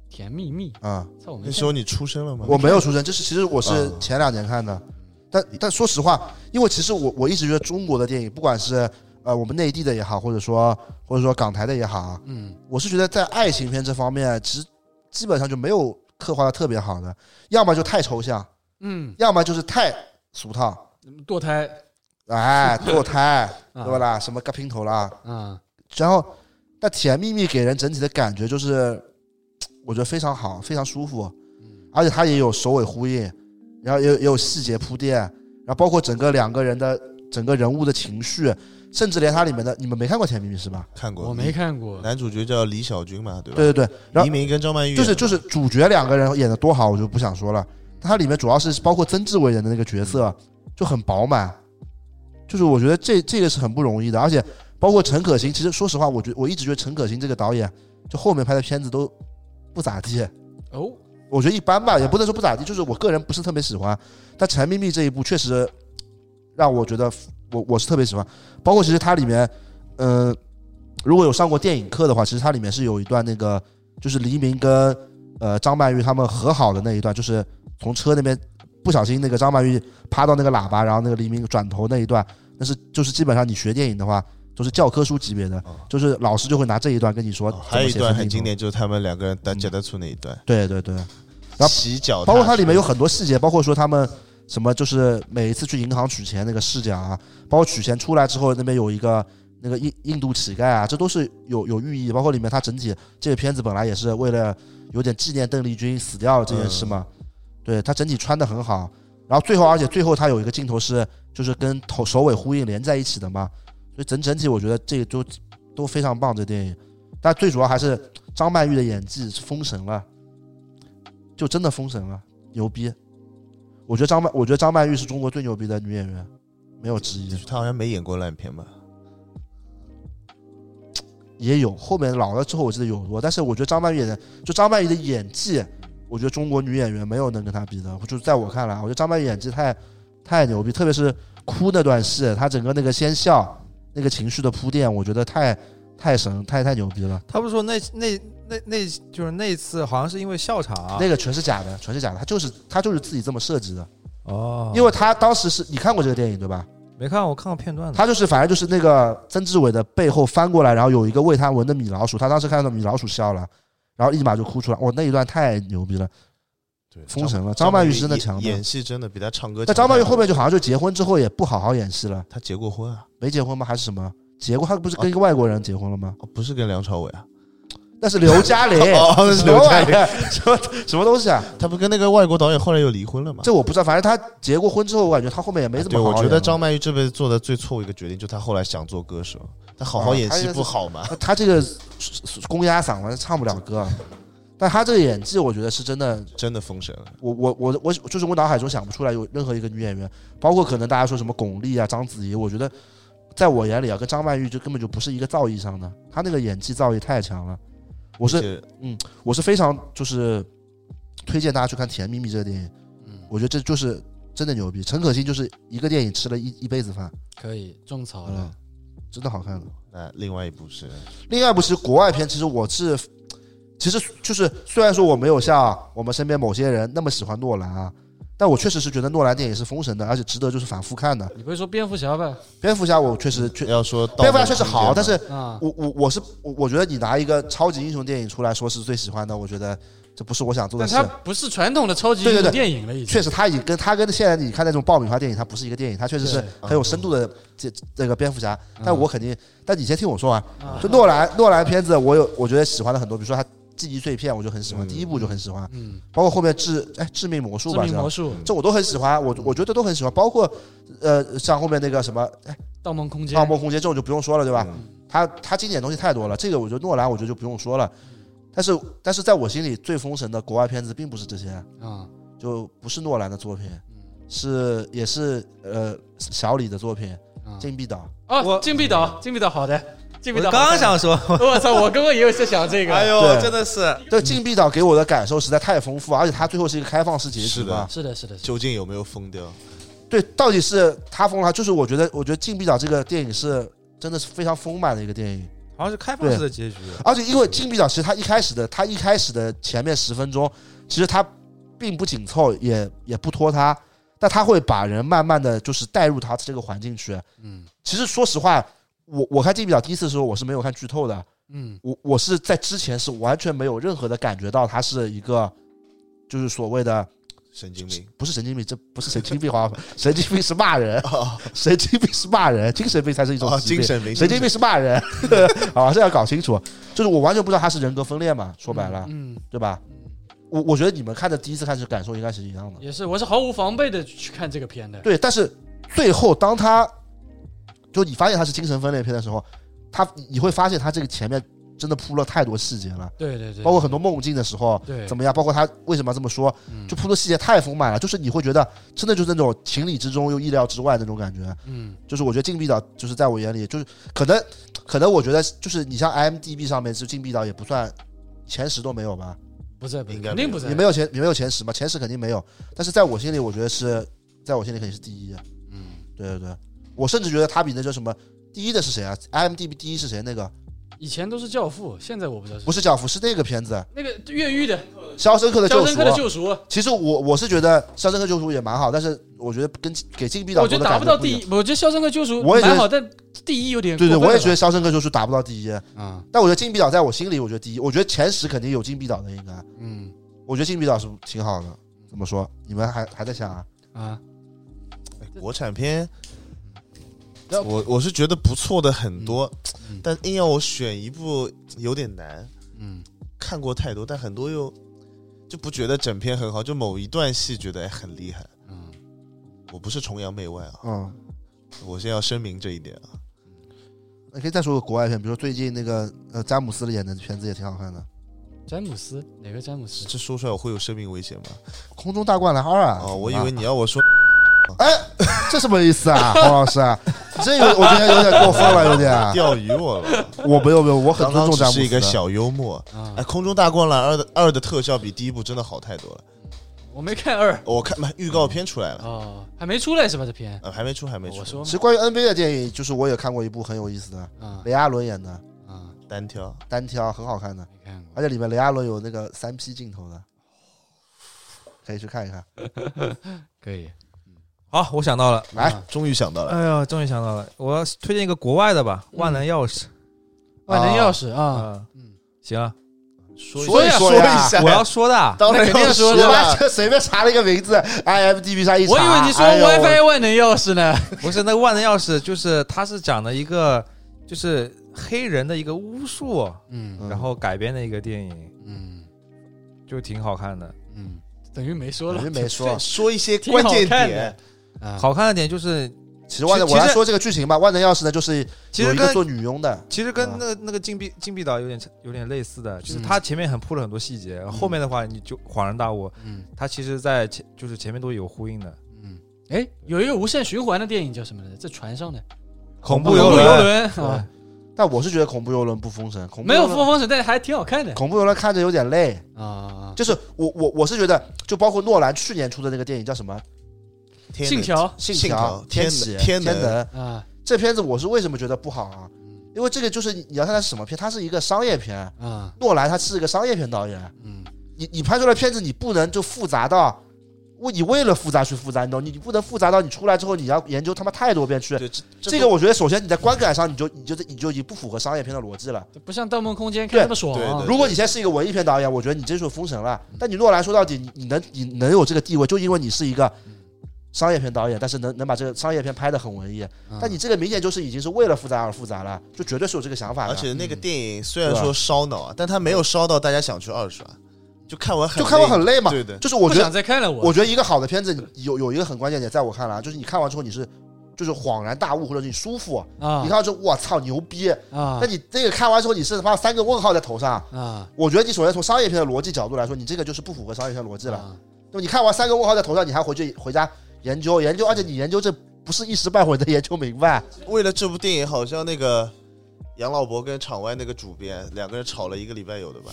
B: 甜蜜蜜，
A: 啊，
B: 操，我没
D: 那
B: 看
D: 时候你出生了吗？
A: 我没有出生，这是其实我是
D: 啊
A: 前两年看的，但但说实话，因为其实我我一直觉得中国的电影，不管是呃我们内地的也好，或者说或者说港台的也好啊，
B: 嗯，
A: 我是觉得在爱情片这方面，其实基本上就没有刻画的特别好的，要么就太抽象，
B: 嗯，
A: 要么就是太俗套，
B: 堕胎
A: 哎，堕胎，
B: 啊
A: 对吧啦？什么割平头啦，
B: 啊，
A: 然后但甜蜜蜜给人整体的感觉就是，我觉得非常好，非常舒服，而且它也有首尾呼应，然后也有也有细节铺垫，然后包括整个两个人的整个人物的情绪，甚至连它里面的你们没看过甜蜜蜜是吧？
D: 看过，
B: 我没。看过，
D: 男主角叫李小军嘛，对吧？
A: 对对对，然
D: 黎
A: 后
D: 明跟张曼玉
A: 就是就是主角两个人演的多好，我就不想说了。它里面主要是包括曾志伟演的那个角色就很饱满，就是我觉得这这个是很不容易的，而且包括陈可辛，其实说实话，我觉我一直觉得陈可辛这个导演，就后面拍的片子都不咋地，
B: 哦，
A: 我觉得一般
D: 啊
A: 吧，也不能说不咋地，就是我个人不是特别喜欢。但《陈秘密》这一部确实让我觉得我我是特别喜欢，包括其实它里面，嗯、如果有上过电影课的话，其实它里面是有一段那个就是黎明跟呃张曼玉他们和好的那一段，就是从车那边不小心那个张曼玉趴到那个喇叭，然后那个黎明转头那一段，那是就是基本上你学电影的话。都是教科书级别的
D: 哦，
A: 就是老师就会拿这一段跟你说
D: 哦
A: 怎么写分镜头。
D: 还有一段很经典，就是他们两个人打脚踏车那一段，
A: 对对对，嗯然后
D: 洗脚踏车，
A: 包括它里面有很多细节，包括说他们什么就是每一次去银行取钱那个视角啊，包括取钱出来之后那边有一个那个印印度乞丐啊，这都是有有寓意。包括里面它整体这个片子本来也是为了有点纪念邓丽君死掉了这件事嘛，对它整体穿的很好。然后最后，而且最后它有一个镜头是就是跟头首尾呼应连在一起的嘛，所以整整体我觉得这个都都非常棒这电影。但最主要还是张曼玉的演技是封神了，就真的封神了。牛逼。我觉得张曼，我觉得张曼玉是中国最牛逼的女演员，没有之一。
D: 他好像没演过烂片吧？
A: 也有后面老了之后，我记得有过，但是我觉得张曼玉演的，就张曼玉的演技，我觉得中国女演员没有能跟她比的。就是在我看来，我觉得张曼玉演技太太牛逼，特别是哭那段戏，她整个那个先笑，那个情绪的铺垫，我觉得太太神，太太牛逼了。
C: 他不是说那那那那就是那次好像是因为笑场啊
A: 那个全是假的，全是假的，她就是她就是自己这么设计的，
C: 哦，
A: 因为她当时是你看过这个电影对吧？
C: 没看我看过片段的，
A: 他就是反正就是那个曾志伟的背后翻过来，然后有一个喂他闻的米老鼠，他当时看到米老鼠笑了，然后立马就哭出来。哇，那一段太牛逼了！
D: 对，
A: 封神了张
D: 张
A: 曼玉
D: 玉
A: 是真的强的
D: 演演戏真的比他唱歌强太
A: 但
D: 多了。
A: 张曼玉后面就好像就结婚之后也不好好演戏了，
D: 他结过婚啊？
A: 没结婚吗？还是什么？结过，他不是跟一个外国人结婚了 吗？
D: 哦，不是跟梁朝伟啊？
A: 那是刘嘉玲，
D: 哦是
A: 什么
D: 刘嘉
A: 玩意
D: 玲
A: 儿？ 什么什么东西啊？
D: 他不跟那个外国导演后来又离婚了吗？
A: 这我不知道，反正他结过婚之后，我感觉他后面也没怎么
D: 对，
A: 好好
D: 我觉
A: 演
D: 得
A: 了
D: 张曼玉这辈子做的最错误一个决定，就是她后来想做歌手，她好好
A: 啊
D: 演
A: 她
D: 戏
A: 就是
D: 不好吗？
A: 他他这个公鸭嗓完唱不了歌，但他这个演技，我觉得是真的
D: 真的封神了，
A: 我我我我就是我脑海中想不出来有任何一个女演员，包括可能大家说什么巩俐啊、章子怡，我觉得在我眼里啊，跟张曼玉就根本就不是一个造诣上的，她那个演技造诣太强了。我
D: 不
A: 是我是非常就是推荐大家去看《甜蜜蜜》这个电影，我觉得这就是真的牛逼。陈可辛就是一个电影吃了一一辈子饭，
B: 可以种草了，
A: 嗯真的好看的。
D: 那呃另外一部是
A: 另外一部其实国外片，其实我是，其实就是虽然说我没有像我们身边某些人那么喜欢诺兰啊，但我确实是觉得诺兰电影是封神的，而且值得就是反复看的。
B: 你不会说蝙蝠侠吧？
A: 蝙蝠侠我确实确，
D: 要说
A: 蝙蝠侠
D: 盗
A: 确
D: 梦
A: 实好，
D: 空间
A: 但是哦
B: 啊，
A: 我我我是我我觉得你拿一个超级英雄电影出来说是最喜欢的，我觉得这不是我想做的
B: 但
A: 事
B: 它。不是传统的超级英
A: 对对对
B: 雄电影了，已经
A: 确实，他已跟他跟现在你看那种爆米花电影，它不是一个电影，它确实是
B: 对嗯
A: 很有深度的这这个蝙蝠侠。但我肯定，但你先听我说完。
B: 啊
A: 就诺兰诺兰片子，我有我觉得喜欢的很多，比如说他《记忆碎片》，我就很喜欢，第一部就很喜欢，
B: 嗯，
A: 包括后面致哎致命魔术
B: 致
A: 吧，
B: 命
A: 是吧
B: 魔？术、
A: 这我都很喜欢，我我觉得都很喜欢，包括呃像后面那个什么
B: 盗梦空
A: 《
B: 间、嗯
A: 盗梦空间》这种就不用说了，对吧？他他经典东西太多了，这个我觉得诺兰我觉得就不用说了。但是但是在我心里最封神的国外片子并不是这些，
B: 啊，
A: 就不是诺兰的作品，
B: 嗯
A: 是也是呃小李的作品
B: 啊
A: 《禁闭岛
B: 哦，
C: 我
B: 禁闭岛，禁闭岛好的，禁闭
C: 我
B: 岛。
C: 刚想说，
B: 我操，我刚刚也有在想这个。
A: 对
C: 哎的是》。
A: 对，《禁闭岛》给我的感受实在太丰富，而且它最后是一个开放式结局
D: 是的
A: 嘛。
B: 是的，是的，是的
D: 究竟有没有疯掉？
A: 对，到底是他疯了还，就是我觉得，我觉得《禁闭岛》这个电影是真的是非常丰满的一个电影。
C: 好像是开放式的结局。
A: 而且因为《禁闭岛》其实它一开始的，它一开始的前面十分钟，其实它并不紧凑，也也不拖沓，但它会把人慢慢的就是带入它这个环境去。
B: 嗯
A: 其实说实话，我我看《禁闭岛》第一次的时候，我是没有看剧透的，
B: 嗯
A: 我我是在之前是完全没有任何的感觉到它是一个就是所谓的
D: 神经病
A: 不是神经病，这不是神经病好吧？神经病是骂 人，
D: 哦
A: 神经病是骂人，精神病才是一种
D: 啊！
A: 疾
D: 精
A: 病。
D: 神病，
A: 神经病是骂人，啊，这要搞清楚。就是我完全不知道他是人格分裂嘛，说白了，
B: 嗯，
A: 对吧？我我觉得你们看的第一次看是感受应该是一样的，
B: 也是，我是毫无防备的去看这个片的。
A: 对。但是最后当他就你发现他是精神分裂片的时候，他你会发现他这个前面真的铺了太多细节了，
B: 对对对，
A: 包括很多梦境的时候。
B: 对
A: 怎么样？包括他为什么要这么说，
B: 嗯
A: 就铺的细节太丰满了，就是你会觉得真的就是那种情理之中又意料之外的那种感觉。
B: 嗯
A: 就是我觉得禁闭岛就是在我眼里，就是可能可能我觉得就是你像 IMDB 上面就禁闭岛也不算前十都没有吧，
B: 不在不在
D: 应该
B: 肯定不在
A: 也没有前也没有前十嘛，前十肯定没有，但是在我心里我觉得是在我心里肯定是第一，啊
B: 嗯
A: 对对对，我甚至觉得他比那叫什么第一的是谁啊？IMDB 第一是谁？那个
B: 以前都是教父，现在我不知道是
A: 不是教父，是那个片子《
B: 那个越狱的《
A: 肖申克的
B: 肖
A: 救
B: 申
A: 赎啊
B: 克的》。救赎》，啊
A: 其实我我是觉得《肖申克救赎》也蛮好，但是我觉得跟给禁闭岛
B: 我觉
A: 给我的
B: 得达
A: 感
B: 不到
A: 不
B: 第
A: 一样
B: 一，，我觉得《肖申克救赎
A: 我》也觉得
B: 蛮好，但第一有点
A: 对对，
B: 过分
A: 我也
B: 了
A: 觉得《肖申克救赎》达不到第一，
D: 嗯
B: 啊
A: 但我觉得禁闭岛在我心里，我觉得第一，我觉得前十肯定有禁闭岛的，应该。
B: 嗯
A: 我觉得禁闭岛是挺好的。怎么说？你们还还在想啊？
B: 啊
D: 哎国产片，
B: 要
D: 我我是觉得不错的很多
B: 嗯，
D: 但硬要我选一部有点难。
B: 嗯
D: 看过太多，但很多又就不觉得整篇很好，就某一段戏觉得哎很厉害。
B: 嗯
D: 我不是崇洋媚外啊，
A: 嗯，
D: 我先要声明这一点啊。
A: 那可以再说个国外片，比如说最近那个呃詹姆斯演的片子也挺好看的，
B: 詹姆斯哪个詹姆斯？
D: 这说出来我会有生命危险吗？
A: 《空中大灌篮二》啊。
D: 啊，我以
A: 怎么了
D: 为你要我说
A: 这什么意思啊，黄老师？你这有我觉得有点过分了，有 点。啊
D: 钓鱼我了，
A: 我没有没有， 我很
D: 刚
A: 尊
D: 刚
A: 重
D: 只
A: 詹姆斯
D: 是
A: 的。
D: 一个小幽默。
B: 啊
D: 哎，，空中大灌篮二的二的特效比第一部真的好太多了。
B: 我没看二
D: 我看嘛预告片出来了，
B: 哦，还没出来是吧？这片
D: 啊，还没出，还没
B: 我
D: 出，
B: 说
A: 其实关于 NBA 的电影，就是我也看过一部很有意思的，
B: 嘛啊
A: 雷阿伦演的
B: 啊，
D: 单挑。
A: 《单挑》，很好看的，
B: 没看过。
A: 而且里面雷阿伦有那个三 P 镜头的，可以去看一看。
B: 可以，
C: 好，哦我想到了，
A: 来
B: 啊
D: 终于想到了，
C: 哎呦，终于想到了，我推荐一个国外的吧，《万能钥匙》
B: 万能钥匙啊，
C: 啊，
B: 嗯，
C: 行啊，
D: 说
A: 所以啊
D: 一下
A: 说
D: 说
A: 呀
D: 一下，
C: 我要说的啊，
D: 当然
B: 那肯定
D: 要
B: 说
D: 说
A: 我妈
D: 了。
A: 就随便查了一个名字，IMDB 哎上一查，
B: 我以为你说
A: 哎呦
B: WiFi 万能钥匙呢。
C: 不是那个万能钥匙，就是它是讲的一个就是黑人的一个巫术，
B: 嗯
A: 嗯
C: 然后改编的一个电影，
B: 嗯
C: 就挺好看的。
B: 嗯， 等于没说
A: 我
B: 了
A: 就没说。啊
D: 说一些
B: 挺
D: 关
B: 好
D: 键
B: 看
D: 点
B: 的，
A: 哎
B: 啊。
C: 好看的点就是，
A: 其实万能，
C: 其
A: 我
C: 实
A: 来说这个剧情吧。万能钥匙呢，就是
C: 其
A: 有
C: 实
A: 一个啊
C: 跟
A: 做女佣
B: 啊
A: 的，
C: 其实跟那个那个禁闭禁闭岛有点有点类似
A: 嗯
C: 的，就是它前面很铺了很多细节，后面的话你就恍然大悟，
B: 嗯
C: 它其实在前就是前面都有呼应的。
B: 嗯，哎，有一个无限循环的电影叫什么来着？在船上的
C: 恐
A: 怖
C: 怖
A: 游
C: 游
A: 轮
B: 游
C: 轮，
B: 轮啊，
C: 对
A: 但我是觉得恐怖游轮不封神，恐怖
B: 没
A: 游
B: 有
A: 轮
B: 《风风神》，但是还挺好看的
A: 恐怖游轮看着有点累。
B: 啊。
A: 就是我我我是觉得，就包括诺兰去年出的那个电影叫什么
D: 天
B: 信
D: 哪
B: 条
A: 《信
D: 信
A: 条
D: 条》
A: 天
D: 天
A: 启
D: 能
A: 天
D: 天能
A: 能
B: 啊
A: 这片子，我是为什么觉得不好啊？因为这个就是你要看它是什么片，它是一个商业片。
B: 啊
A: 诺兰他是一个商业片导演，
B: 嗯
A: 你你拍出来片子你不能就复杂到，为你为了复杂去复杂，你懂？你你不能复杂到你出来之后你要研究他妈太多遍去，
D: 对这
A: 这个我觉得，首先你在观感上你就你就你就已经不符合商业片的逻辑了。
B: 不像《盗梦空间》
A: 对
B: 看那么爽啊
D: 对对
A: 如果你现在是一个文艺片导演，我觉得你真是封神了。但你诺兰说到底，你你能你能有这个地位，就因为你是一个商业片导演，但是能能把这个商业片拍得很文艺。但你这个明显就是已经是为了复杂而复杂了，就绝对是有这个想法的。
D: 而且那个
B: 嗯
D: 电影虽然说烧脑啊，但它没有烧到大家想去二刷，就看完很
A: 就看完很累嘛，
D: 对的，
A: 就是我觉
B: 不
A: 得
B: 想再看了
A: 我觉得一个好的片子你有有一个很关键点，在我看来啊，就是你看完之后你是就是恍然大悟，或者你舒服，
B: 啊
A: 你看到就我操牛逼。
B: 啊
A: 那你这个看完之后，你是他妈三个问号在头上。
B: 啊，
A: 我觉得你首先从商业片的逻辑角度来说，你这个就是不符合商业片逻辑了。
B: 啊
A: 就你看完三个问号在头上，你还回去回家研究研究，而且你研究这不是一时半会儿能研究明 白。
D: 为了这部电影，好像那个杨老伯跟场外那个主编两个人吵了一个礼拜有的吧？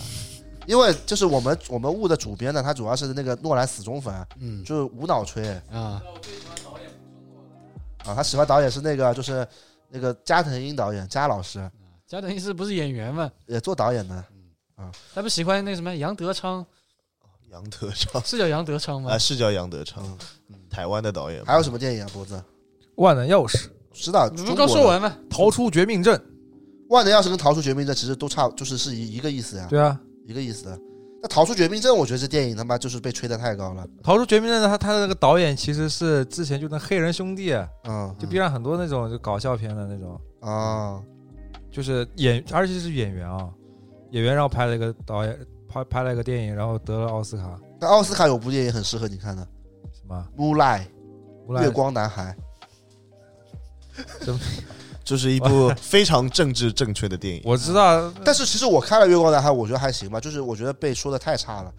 A: 因为就是我们我们雾的主编呢，他主要是那个诺兰死忠粉，
B: 嗯
A: 就是无脑吹
B: 啊
A: 啊。他喜欢导演是那个就是那个加藤鹰导演加老师
B: 加藤鹰是不是演员嘛？
A: 也做导演的，
B: 嗯他不喜欢那什么杨德昌，
D: 杨德昌
B: 是叫杨德昌吗
A: 哎
D: 啊，？是叫杨德昌，
B: 嗯
D: 台湾的导演。
A: 还有什么电影啊？脖子
C: 万能钥匙、
A: 知道
B: 你
A: 中
B: 不
A: 国
B: 刚说
A: 的
B: 完吗？
C: 逃出绝命镇，
A: 万能钥匙跟逃出绝命镇其实都差，就是是一一个意思呀，
C: 对啊，
A: 一个意思的。那逃出绝命镇，我觉得这电影他妈就是被吹得太高了，
C: 逃出绝命镇的他他的那个导演其实是之前就那黑人兄弟，啊
A: 嗯，
C: 就 B 站很多那种就搞笑片的那种，
A: 啊，
C: 就是演而且是演员啊，演员然后拍了一个导演拍拍了一个电影，然后得了奥斯卡，
A: 那奥斯卡有部电影很适合你看的，
C: 什么
A: 《Moonlight
C: 无》赖
A: 月光男孩，
D: 就是一部非常政治正确的 电影。
C: 我知道，
B: 嗯
A: 但是其实我看了《月光男孩》，我觉得还行吧，就是我觉得被说的太差了。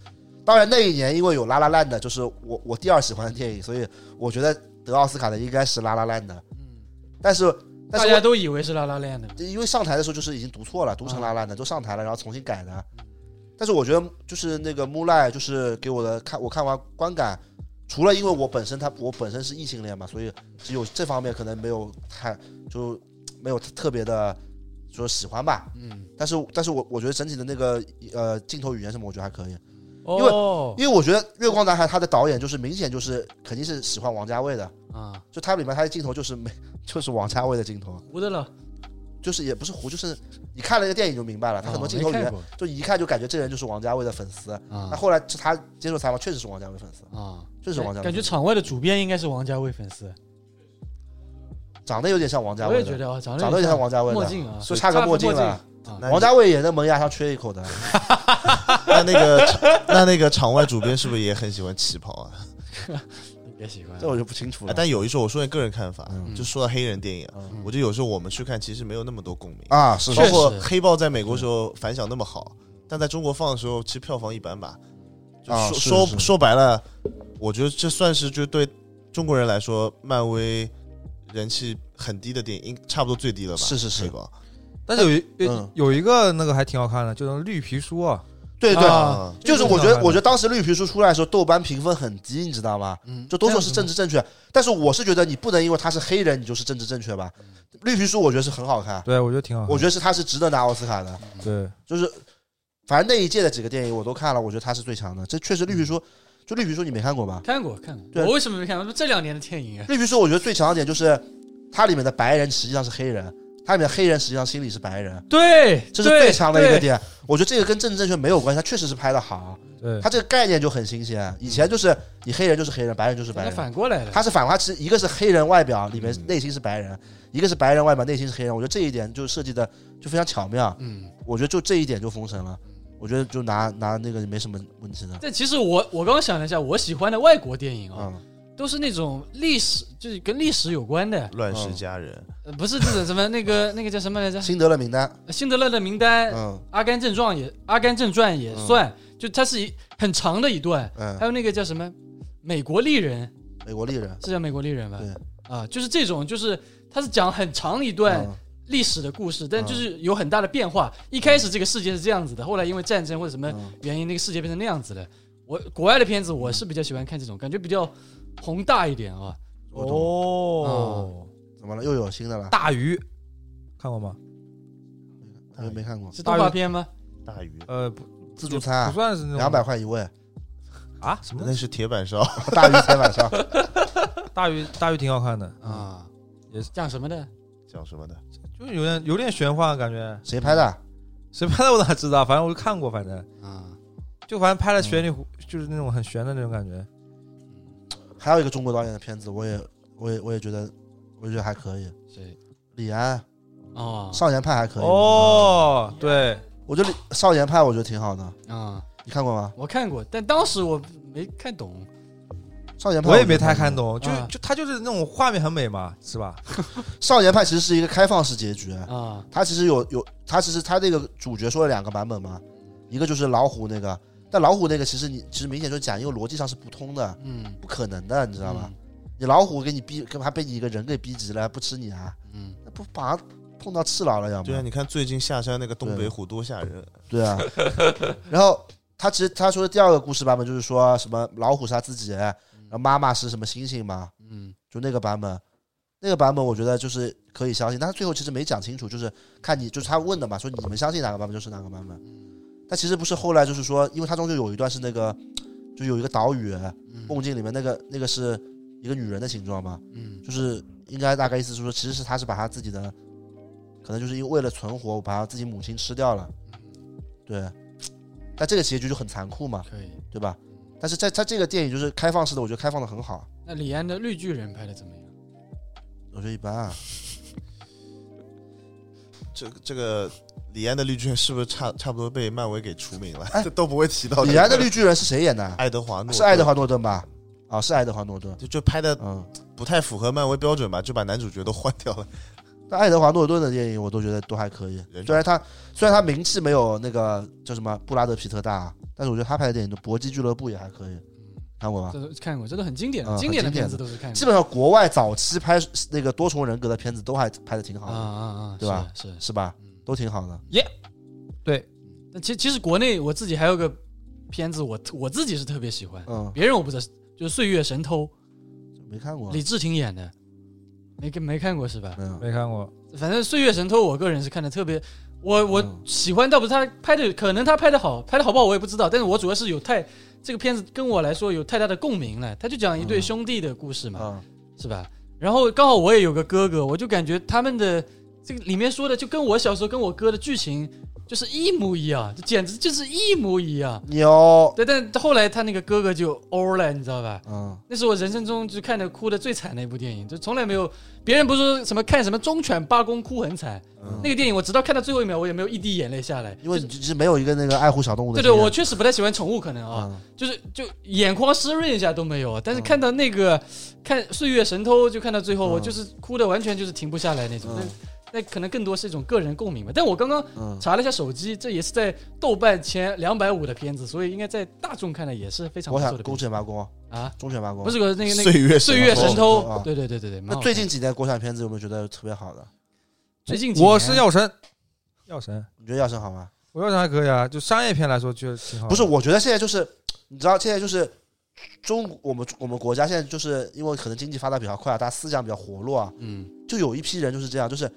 A: 当然那一年因为有《拉拉烂》的，就是我我第二喜欢的电影，所以我觉得得奥斯卡的应该是《拉拉烂》的。
B: 嗯，
A: 但是但
B: 大
A: 是
B: 家
A: 我
B: 都以为是拉拉链的，
A: 因为上台的时候就是已经读错
B: 啊
A: 了，读成《拉拉烂》的，就上台了，然后重新改的。但是我觉得就是那个《木赖》，就是给我的看我看完观感，除了因为我本身他我本身是异性恋嘛，所以只有这方面可能没有太就没有特别的说喜欢吧。
B: 嗯，
A: 但是但是我我觉得整体的那个呃镜头语言什么，我觉得还可以，
B: 哦
A: 因为我觉得《月光男孩》他的导演就是明显就是肯定是喜欢王家卫的，
B: 啊，
A: 就他里面他的镜头就是没 就是王家卫的镜头，
B: 无的了，
A: 就是也不是胡，就是你看了一个电影就明白了，他很多镜头
B: 哦
A: 语
B: 没
A: 言
B: 看过
A: 就一看就感觉这人就是王家卫的粉丝。那
B: 啊
A: 后来他接受采访，确实是王家卫粉丝，
B: 啊，
A: 确实是王家卫粉丝，
B: 感觉场外的主编应该是王家卫粉丝，
A: 长得有点像王家
B: 我
A: 卫
B: 也觉
A: 的，
B: 得啊，长
A: 长得有点
B: 得
A: 像
B: 像
A: 王家卫
B: 墨
A: 的，
B: 镜啊，
A: 就差个墨镜
B: 差
A: 了。
B: 啊
D: 那
A: 王家卫也能门牙上缺一口的，
B: 嗯
D: 那那个 那那个场外主编是不是也很喜欢旗袍啊？
B: 你别喜欢
A: 这我就不清楚
D: 哎
A: 了。
D: 但有一说，我说点个人看法，
A: 嗯
D: 就说到黑人电影，
A: 嗯
D: 我觉得有时候我们去看其实没有那么多共鸣。
A: 啊，是
D: 包
B: 确实
D: 括《黑豹》在美国时候反响那么好，但在中国放的时候，其实票房一般吧。就
A: 啊
D: 说
A: 是
D: 说
A: 是
D: 说白了，我觉得这算是就对中国人来说，漫威人气很低的电影，应差不多最低了吧？
A: 是是是
D: 黑豹
C: 但是有一
A: 嗯
C: 有一个那个还挺好看的，就是那绿皮书啊，
A: 对对，
D: 啊，
A: 就是我觉
C: 这个
A: 得，
C: 挺好看的
A: 我觉得当时绿皮书出来的时候，豆瓣评分很低，你知道吗？
B: 嗯
A: 就都说是政治正确，但是我是觉得你不能因为他是黑人，你就是政治正确
B: 嗯
A: 吧。绿皮书我觉得是很好看，
C: 对我觉得挺好看，
A: 我觉得是他是值得拿奥斯卡的，
C: 得对。
A: 就是反正那一届的几个电影我都看了，我觉得他是最强的。这确实绿皮书，
B: 嗯
A: 就绿皮书你没看过吧？
B: 看过看过，
A: 对
B: 我为什么没看？过？这两年的电影啊，
A: 绿皮书我觉得最强的点就是它里面的白人实际上是黑人，它里面黑人实际上心里是白人，
B: 对，
A: 这是最
B: 对
A: 强的一个
B: 对
A: 点。我觉得这个跟政治正确没有关系，它确实是拍的好，
C: 对，
A: 它这个概念就很新鲜。以前就是你黑人就是黑人，白人就是白
B: 把它
A: 人，
B: 反过来了，
A: 他是反过来，其实一个是黑人外表，里面
D: 嗯
A: 内心是白人；一个是白人外表，内心是黑人。我觉得这一点就设计的就非常巧妙。
B: 嗯，
A: 我觉得就这一点就封神了。我觉得就拿拿那个没什么问题的。
B: 但其实我我刚刚想了一下，我喜欢的外国电影啊，
A: 嗯，
B: 都是那种历史，就是跟历史有关的，
D: 乱世佳人，
B: 呃不是这种什么 那个那个叫什么来着，《
A: 辛德勒名单，
B: 辛德勒的名单》
A: 嗯
B: 阿甘正传》也《阿甘正传》也
A: 嗯
B: 算，就它是一很长的一段，还
A: 嗯，
B: 有那个叫什么《美国丽人
A: 美国丽人，》，
B: 是叫《美国丽人》吧？
A: 对，
B: 啊，就是这种，就是它是讲很长一段
A: 嗯
B: 历史的故事，但就是有很大的变化。一开始这个世界是这样子的，后来因为战争或者什么
A: 嗯
B: 原因，那个世界变成那样子了。我国外的片子我是比较喜欢看这种，感觉比较宏大一点啊。
A: 我懂了
C: 哦，
A: 怎么了？又有新的了？
C: 大鱼看过吗？
A: 我又没看过
B: 啊是动画片吗？
D: 大鱼，
C: 呃，不
A: 自助餐
C: 不
A: 啊，
C: 算是那种
A: 两百块一位，
C: 啊？
A: 嗯
C: 什么
D: 那是铁板烧，
A: 大鱼才晚上。
C: 大鱼？大鱼挺好看的，
B: 啊，
C: 也是
B: 讲什么的？
D: 讲什么的？
C: 就是有点有点玄幻的感觉。
A: 谁拍的？
C: 谁拍的我哪知道？反正我就看过，反正
B: 啊，
C: 就反正
A: 嗯
C: 拍了玄里、就是那种很玄的那种感觉。
A: 还有一个中国导演的片子，我也我也我也觉得，我也觉得还可以。
B: 谁？
A: 李安
B: 哦，
A: 《少年派》还可以，
C: 哦，对，
A: 我觉得《少年派》我觉得挺好的，
B: 啊，
A: 你看过吗？
B: 我看过，但当时我没看懂。
A: 少年派
C: 我也没
A: 觉得
C: 太看懂，就
B: 啊
A: 嗯
C: 就他就是那种画面很美嘛，是吧？
A: 少年派其实是一个开放式结局，
B: 啊，
A: 它其实有有它其实它这个主角说了两个版本嘛，一个就是老虎那个，但老虎那个其实你其实明显就讲，因为逻辑上是不通的，
B: 嗯，
A: 不可能的，你知
B: 知
A: 道吧？？
C: 嗯
A: 你老虎给你逼，还被你一个人给逼急了，还不吃你啊？
B: 嗯，
A: 那不把它碰到刺挠了要
D: 对啊，
A: 吗？
D: 你看最近下山那个东
A: 对
D: 北虎多吓人，
A: 对啊。 然后他其实他说的第二个故事版本就是说什么老虎是他自己，然后妈妈是什么猩猩嘛，
B: 嗯，
A: 就那个版本，那个版本我觉得就是可以相信，但是最后其实没讲清楚，就是看你就是他问的嘛，说你们相信哪个版本就是哪个版本。
B: 嗯
A: 但其实不是后来就是说，因为他中间有一段是那个，就有一个岛屿梦境里面那个那个是一个女人的形状嘛，
B: 嗯，
A: 就是应该大概意思是说，其实是他是把他自己的，可能就是因为为了存活，把他自己母亲吃掉了，
B: 嗯
A: 对。但这个结局就很残酷嘛，
B: 可以。
A: 对吧？但是在在这个电影就是开放式的，我觉得开放的很好，
B: 那李安的《绿巨人》拍的怎么样？
A: 我觉得一般、啊。
D: 这这个李安的绿巨人是不是差差不多被漫威给除名了？
A: 哎
D: 这都不会提到这个
A: 李安的绿巨人是谁演的？
D: 爱德华诺
A: 是爱德华诺顿吧？啊，是爱德华诺顿。
D: 就就拍的
A: 嗯，
D: 不太符合漫威标准吧，就把男主角都换掉了。
A: 但爱德华诺顿的电影我都觉得都还可以，
D: 人
A: 虽然他虽然他名气没有那个叫什么布拉德皮特大，啊但是我觉得他拍的电影《搏击俱乐部》也还可以，看过吗？
B: 这都看过，这都很经典的，
A: 啊
B: 经典的
A: 很经典
B: 片子都是看
A: 基
B: 过。
A: 本上国外早期拍那个多重人格的片子都还拍的挺好
B: 啊
A: 的，
B: 啊啊，
A: 对吧
B: 是？是是，
A: 是吧？
B: 嗯
A: 都挺好的。
B: 但其其实国内我自己还有个片子，我我自己是特别喜欢，
A: 嗯，
B: 别人我不知道，就是《岁月神偷
A: 没看》，过，嗯
B: 李治廷演的，没看没看过是吧？
A: 没有。
C: 没看过，
B: 反正《岁月神偷》，我个人是看的特别，我我
A: 嗯
B: 喜欢，倒不是他拍的，可能他拍的好，拍的好不好我也不知道，但是我主要是有太这个片子跟我来说有太大的共鸣了，他就讲一对
A: 嗯
B: 兄弟的故事嘛，
A: 嗯，
B: 是吧？然后刚好我也有个哥哥，我就感觉他们的这个里面说的就跟我小时候跟我哥的剧情就是一模一样，就简直就是一模一样。
A: 嗯牛。
B: 对，但后来他那个哥哥就欧了，你知道吧？
A: 嗯，
B: 那是我人生中就看的哭的最惨的一部电影，就从来没有别人不是说什么看什么忠犬八公哭很惨，
A: 嗯
B: 那个电影我直到看到最后一秒，我也没有一滴眼泪下来。
A: 因为
B: 就
A: 你
B: 是
A: 是没有一个那个爱护小动物的
B: 对
A: 经
B: 对，
A: 验。
B: 我确实不太喜欢宠物，可能啊，
A: 嗯
B: 就是就眼眶湿润一下都没有。但是
A: 嗯
B: 看到那个、看《岁月神偷》，就看到最后，
A: 嗯
B: 我就是哭的完全就是停不下来那种。
A: 嗯
B: 那那可能更多是一种个人共鸣吧。但我刚刚
A: 嗯，
B: 查了一下手机，这也是在豆瓣前两百五的片子，所以应该在大众看来也是非常不
A: 我
B: 错
A: 想
B: 的
A: 狗
B: 片子
A: 犬八公，
B: 啊。
A: 忠犬八公
B: 不。是个那个那个
D: 岁月
B: 岁月神
D: 神
B: 偷，
A: 啊
B: 对对对对对。蛮
A: 那
B: 好
A: 最
B: 看
A: 近几年国产片子有没有觉得特别好的？
B: 最近几
C: 我
B: 年
C: 是药神，药神，
A: 你觉得药神好
D: 嗯
A: 吗？
C: 我药神还可以啊，就商业片来说就挺好
A: 不
C: 的。
A: 是，我觉得现在就是，你知道现在就是中我们我们国家现在就是因为可能经济发达比较快啊，大家思想比较活络啊，
B: 嗯
A: 就有一批人就是这样，就是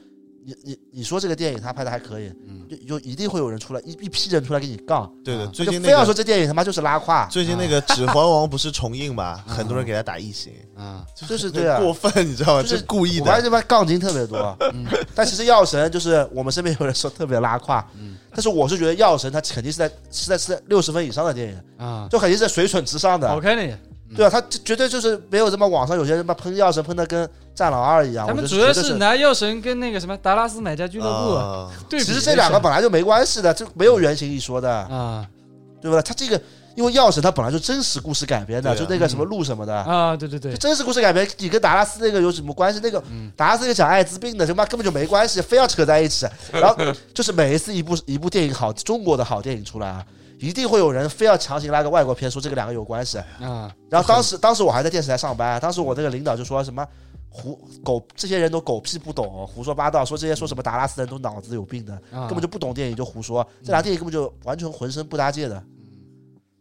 A: 你你你说这个电影他拍的还可以，
B: 嗯
A: 就就一定会有人出来一一批人出来给你杠，
D: 对的，
B: 啊
D: 最近
A: 就非要
D: 那
A: 说
D: 个
A: 这电影他妈就是拉胯，
D: 最近那个《指环王》不是重映嘛，很多人给他打异形，
B: 啊
A: 就是嗯对啊。
D: 过分，你知道吗？
A: 就是
D: 这故意
A: 我发现
D: 的。
A: 这边杠精特别多，
B: 嗯
A: 但其实药神就是我们身边有人说特别拉胯，
B: 嗯
A: 但是我是觉得药神他肯定是在是在是在六十分以上的电影，
B: 啊，哦
A: 就肯定是在水准之上的。
B: 好看的呀。
A: 对啊，他这绝对就是没有这么网上有些人把喷药神喷的跟《战狼二》一样。
B: 他
A: 啊
B: 们
A: 我觉
B: 主
A: 得
B: 要
A: 绝对
B: 是
A: 是，
B: 拿药神跟那个什么达拉斯买家俱乐部啊
D: 啊，
B: 对比一下，
A: 其实这两个本来就没关系的，这没有原型一说的，
B: 啊
A: 对不对？他这个因为药神他本来就真实故事改编的，
D: 对啊
A: 就那个什么鹿什么的。
B: 啊，对对对
A: 就，真实故事改编，你跟达拉斯那个有什么关系？那个
B: 嗯
A: 达拉斯那个讲艾滋病的，他妈根本就没关系，非要扯在一起。然后就是每一次一部一部电影好，中国的好电影出来啊，一定会有人非要强行拉个外国片，说这个两个有关系。
B: 啊
A: 然后当时当时我还在电视台上班，啊当时我那个领导就说什么胡狗这些人都狗屁不懂，胡说八道，说这些说什么达拉斯人都脑子有病的，
B: 啊，嗯
A: 根本就不懂电影就胡说，这俩电影根本就完全浑身不搭界的。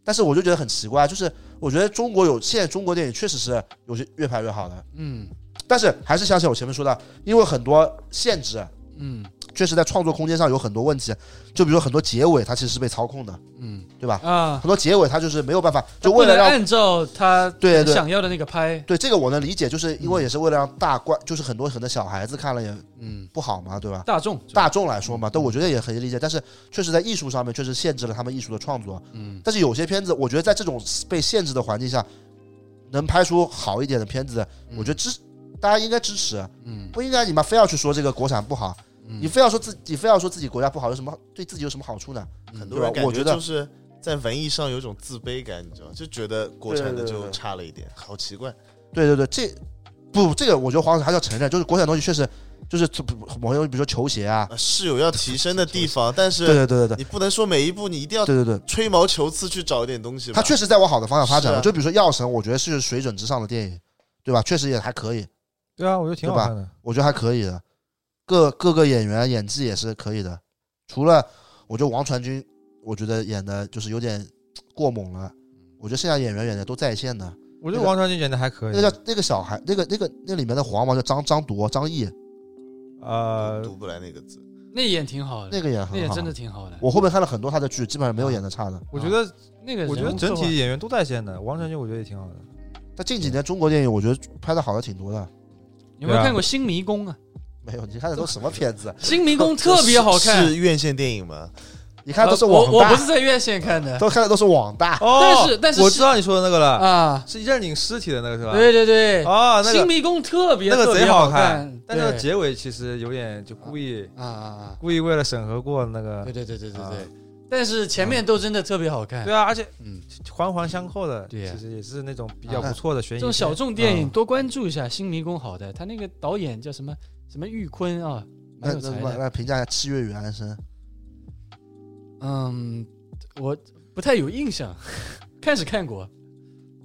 A: 但是我就觉得很奇怪，啊就是我觉得中国有现在中国电影确实是有些越拍越好的，
B: 嗯
A: 但是还是想起我前面说的，因为很多限制，啊
B: 嗯
A: 确实在创作空间上有很多问题，就比如说很多结尾它其实是被操控的，
B: 嗯
A: 对吧？
B: 啊，
A: 很多结尾它就是没有办法，就
B: 他不
A: 为了
B: 能
A: 让
B: 按照他
A: 对对
B: 想要的那个拍，
A: 对这个我能理解，就是因为也是为了让大观，就是很多很多小孩子看了也
B: 嗯，
A: 不好嘛，对吧？
B: 大众
A: 大众来说嘛，但我觉得也可以理解，但是确实在艺术上面确实限制了他们艺术的创作。
B: 嗯
A: 但是有些片子，我觉得在这种被限制的环境下，能拍出好一点的片子，
B: 嗯
A: 我觉得支大家应该支持，
B: 嗯
A: 不应该你妈非要去说这个国产不好，
B: 嗯
A: 你非要说自己非要说自己国家不好，有什么对自己有什么好处呢？
B: 嗯
D: 很多人
A: 对吧
D: 感
A: 我觉得
D: 就是在文艺上有种自卑感，你知道吗，就觉得国产的
A: 对对对
D: 就
A: 对
D: 差了一点，好奇怪。
A: 对对对，这不这个我觉得黄老师还是要承认，就是国产东西确实就是某些东西，比如说球鞋啊，
D: 啊，是有要提升的地方，但
A: 对
D: 是
A: 对对对对
D: 你不能说每一步你一定要
A: 对对对，
D: 吹毛求疵去找一点东西吧。
A: 它确实在往好的方向发展了。
D: 是啊
A: 就比如说《药神》，我觉得是水准之上的电影，对吧？确实也还可以，
C: 对啊，我觉得挺好
A: 对吧
C: 看的。
A: 我觉得还可以的。各各个演员演技也是可以的，除了我觉得王传君，我觉得演的就是有点过猛了。
B: 嗯
A: 我觉得剩下演员演的都在线的。
C: 我觉得王传君演的还可以。
A: 那个叫那个小孩，那个那个那里面的黄毛叫张张铎、张译，
C: 呃，
D: 啊读不来那个字，
B: 那演挺好的，
A: 那个也很
B: 那演
A: 好
B: 真。的挺啊好的。
A: 我后面看了很多他的剧，基本上没有演的差的。
C: 我觉得
A: 啊
B: 那个
C: 我觉
B: 人
C: 得
B: 物
C: 整
B: 刻画
C: 体演员都在线的，王传君我觉得也挺好的。
A: 但近几年中国电影，我觉得拍的好的挺多的。
B: 有没有
C: 对啊
B: 看过《新迷宫》啊？
A: 没有，你看的都什么片子？
B: 《新迷宫》特别好看，
D: 是院线电影吗？
A: 你看的都是
B: 呃我
A: 网
B: 我
A: 大，
B: 不是在院线看的
A: 都看的都是网大。
C: 哦
B: 但是但是
C: 我知道你说的那个了，
B: 啊，
C: 是认领尸体的那个是吧？
B: 对对对，
C: 哦，那
B: 新
C: 个
B: 迷宫》特别
C: 那个
B: 特
C: 贼
B: 别
C: 好
B: 看，
C: 但那个
B: 对
C: 结尾其实有点就故意
B: 啊啊啊，
C: 故意为了审核过那个
B: 对，对对对对
C: 啊
B: 对，但是前面都真的特别好看
C: 对，啊，而且
B: 嗯，
C: 环环相扣的，
B: 对呀
C: 其实也是那种比较不错的悬
B: 这
C: 疑
B: 种
C: 片。
B: 小众电影
C: 嗯
B: 多关注一下，《新迷宫》好的，他那个导演叫什么什么玉坤啊，
A: 那
B: 蛮有
A: 那
B: 才
A: 那
B: 的，
A: 那评价一下《七月与安生》，
B: 嗯，我不太有印象， 开始看过，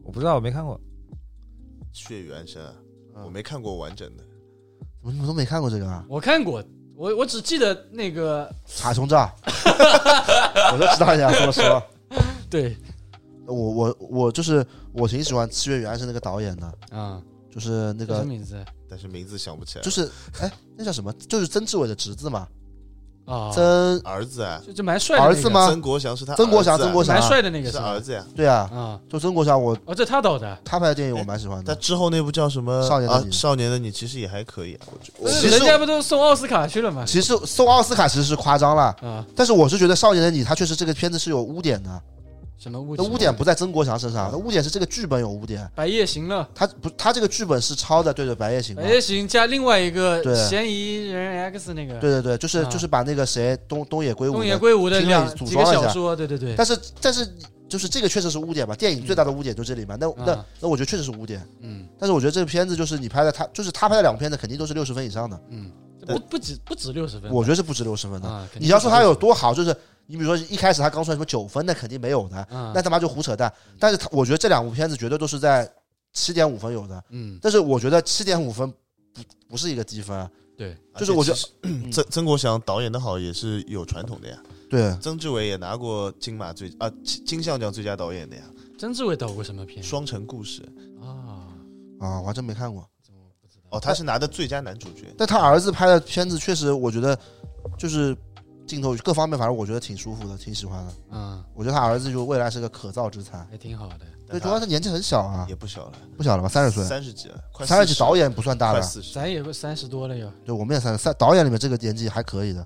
C: 我不知道，我没看过。
D: 血雨安生啊，
A: 嗯
D: 我没看过完整的。
A: 怎么你们都没看过这个啊？
B: 我看过。我我只记得那个
A: 查胸罩， 我就知道你想这么说。
B: 对
A: 我我我就是我挺喜欢《七月与安生》那个导演的，
B: 啊，
A: 就是那
B: 叫什么
A: 个
B: 名字
D: 但是名字想不起来
A: 就
D: 了，
A: 是哎那叫什么？就是曾志伟的侄子嘛，
B: 啊？
A: 曾
D: 儿子啊，
B: 就就蛮帅的那个
A: 儿子吗啊
D: 曾国祥是他儿子啊，
A: 曾国祥曾国祥
B: 蛮帅的那个
D: 是
B: 吧
D: 儿子呀。
A: 对啊，
B: 啊，
A: 就曾国祥，我
B: 哦，这他导的，
A: 他拍的电影我蛮喜欢
D: 他
A: 的。
D: 之后那部叫什么？
A: 嗯少年的
D: 啊
A: 你
D: 少年的你其实也还可以啊，我觉得。
A: 其实
B: 人家不都送奥斯卡去了吗？
A: 其实送奥斯卡其实是夸张了，
B: 啊，
A: 但是我是觉得《少年的你》他确实这个片子是有污点的，
B: 什么污
A: 那
B: 点？
A: 污点不在曾国祥身上，那污点是这个剧本有污点。
B: 白夜行了，
A: 他不，他这个剧本是抄的，对对，《白夜行》
B: 白
A: 嘛。
B: 夜行加另外一个
A: 对
B: 嫌疑人 X 那个
A: 对对对，就是
B: 啊
A: 就是把那个谁东东野圭吾的
B: 东野圭吾的
A: 拼了
B: 两
A: 组
B: 几
A: 装
B: 个
A: 了一
B: 小
A: 下
B: 说，对对对，
A: 但是但是就是这个确实是污点吧，电影最大的污点就这里嘛。那那
B: 啊
A: 那我觉得确实是污点，
B: 嗯
A: 但是我觉得这个片子就是你拍的，他就是他拍的两部片子肯定都是六十分以上的，
B: 嗯，不
D: 但
B: 不止不止六十分吧，
A: 我觉得是不止六十分的。
B: 啊，肯定
A: 你要说他有
B: 不止
A: 多好，就是你比如说一开始他刚出来什么九分，那肯定没有的，
B: 60分啊，嗯
A: 那他妈就胡扯淡。但是他我觉得这两部片子绝对都是在七点五分有的，
B: 嗯
A: 但是我觉得七点五分不不是一个低分啊，
B: 对，
A: 就是我觉得嗯
D: 得曾曾国祥导演的好也是有传统的呀，
A: 对。
D: 曾志伟也拿过金马最啊金金像奖最佳导演的呀，
B: 曾志伟导过什么
A: 嗯
B: 片
D: 《双城故事》
B: 啊？
A: 啊，我还真没看过，
D: 哦，他是拿的最佳男主角。
A: 但他儿子拍的片子确实，我觉得就是镜头各方面，反正我觉得挺舒服的，挺喜欢的。
B: 嗯，
A: 我觉得他儿子就未来是个可造之材。
B: 还挺好的，
A: 对，
D: 哎但
A: 主要
D: 他
A: 他年纪很小啊
D: 也，不小了，
A: 不小了吧？三十岁，
D: 三十几了，快
A: 三十几
D: 40
A: 导演不算大
D: 快
A: 的，
D: 四十，
B: 咱也三十多了哟，
A: 对，我们也三十三，导演里面这个年纪还可以的。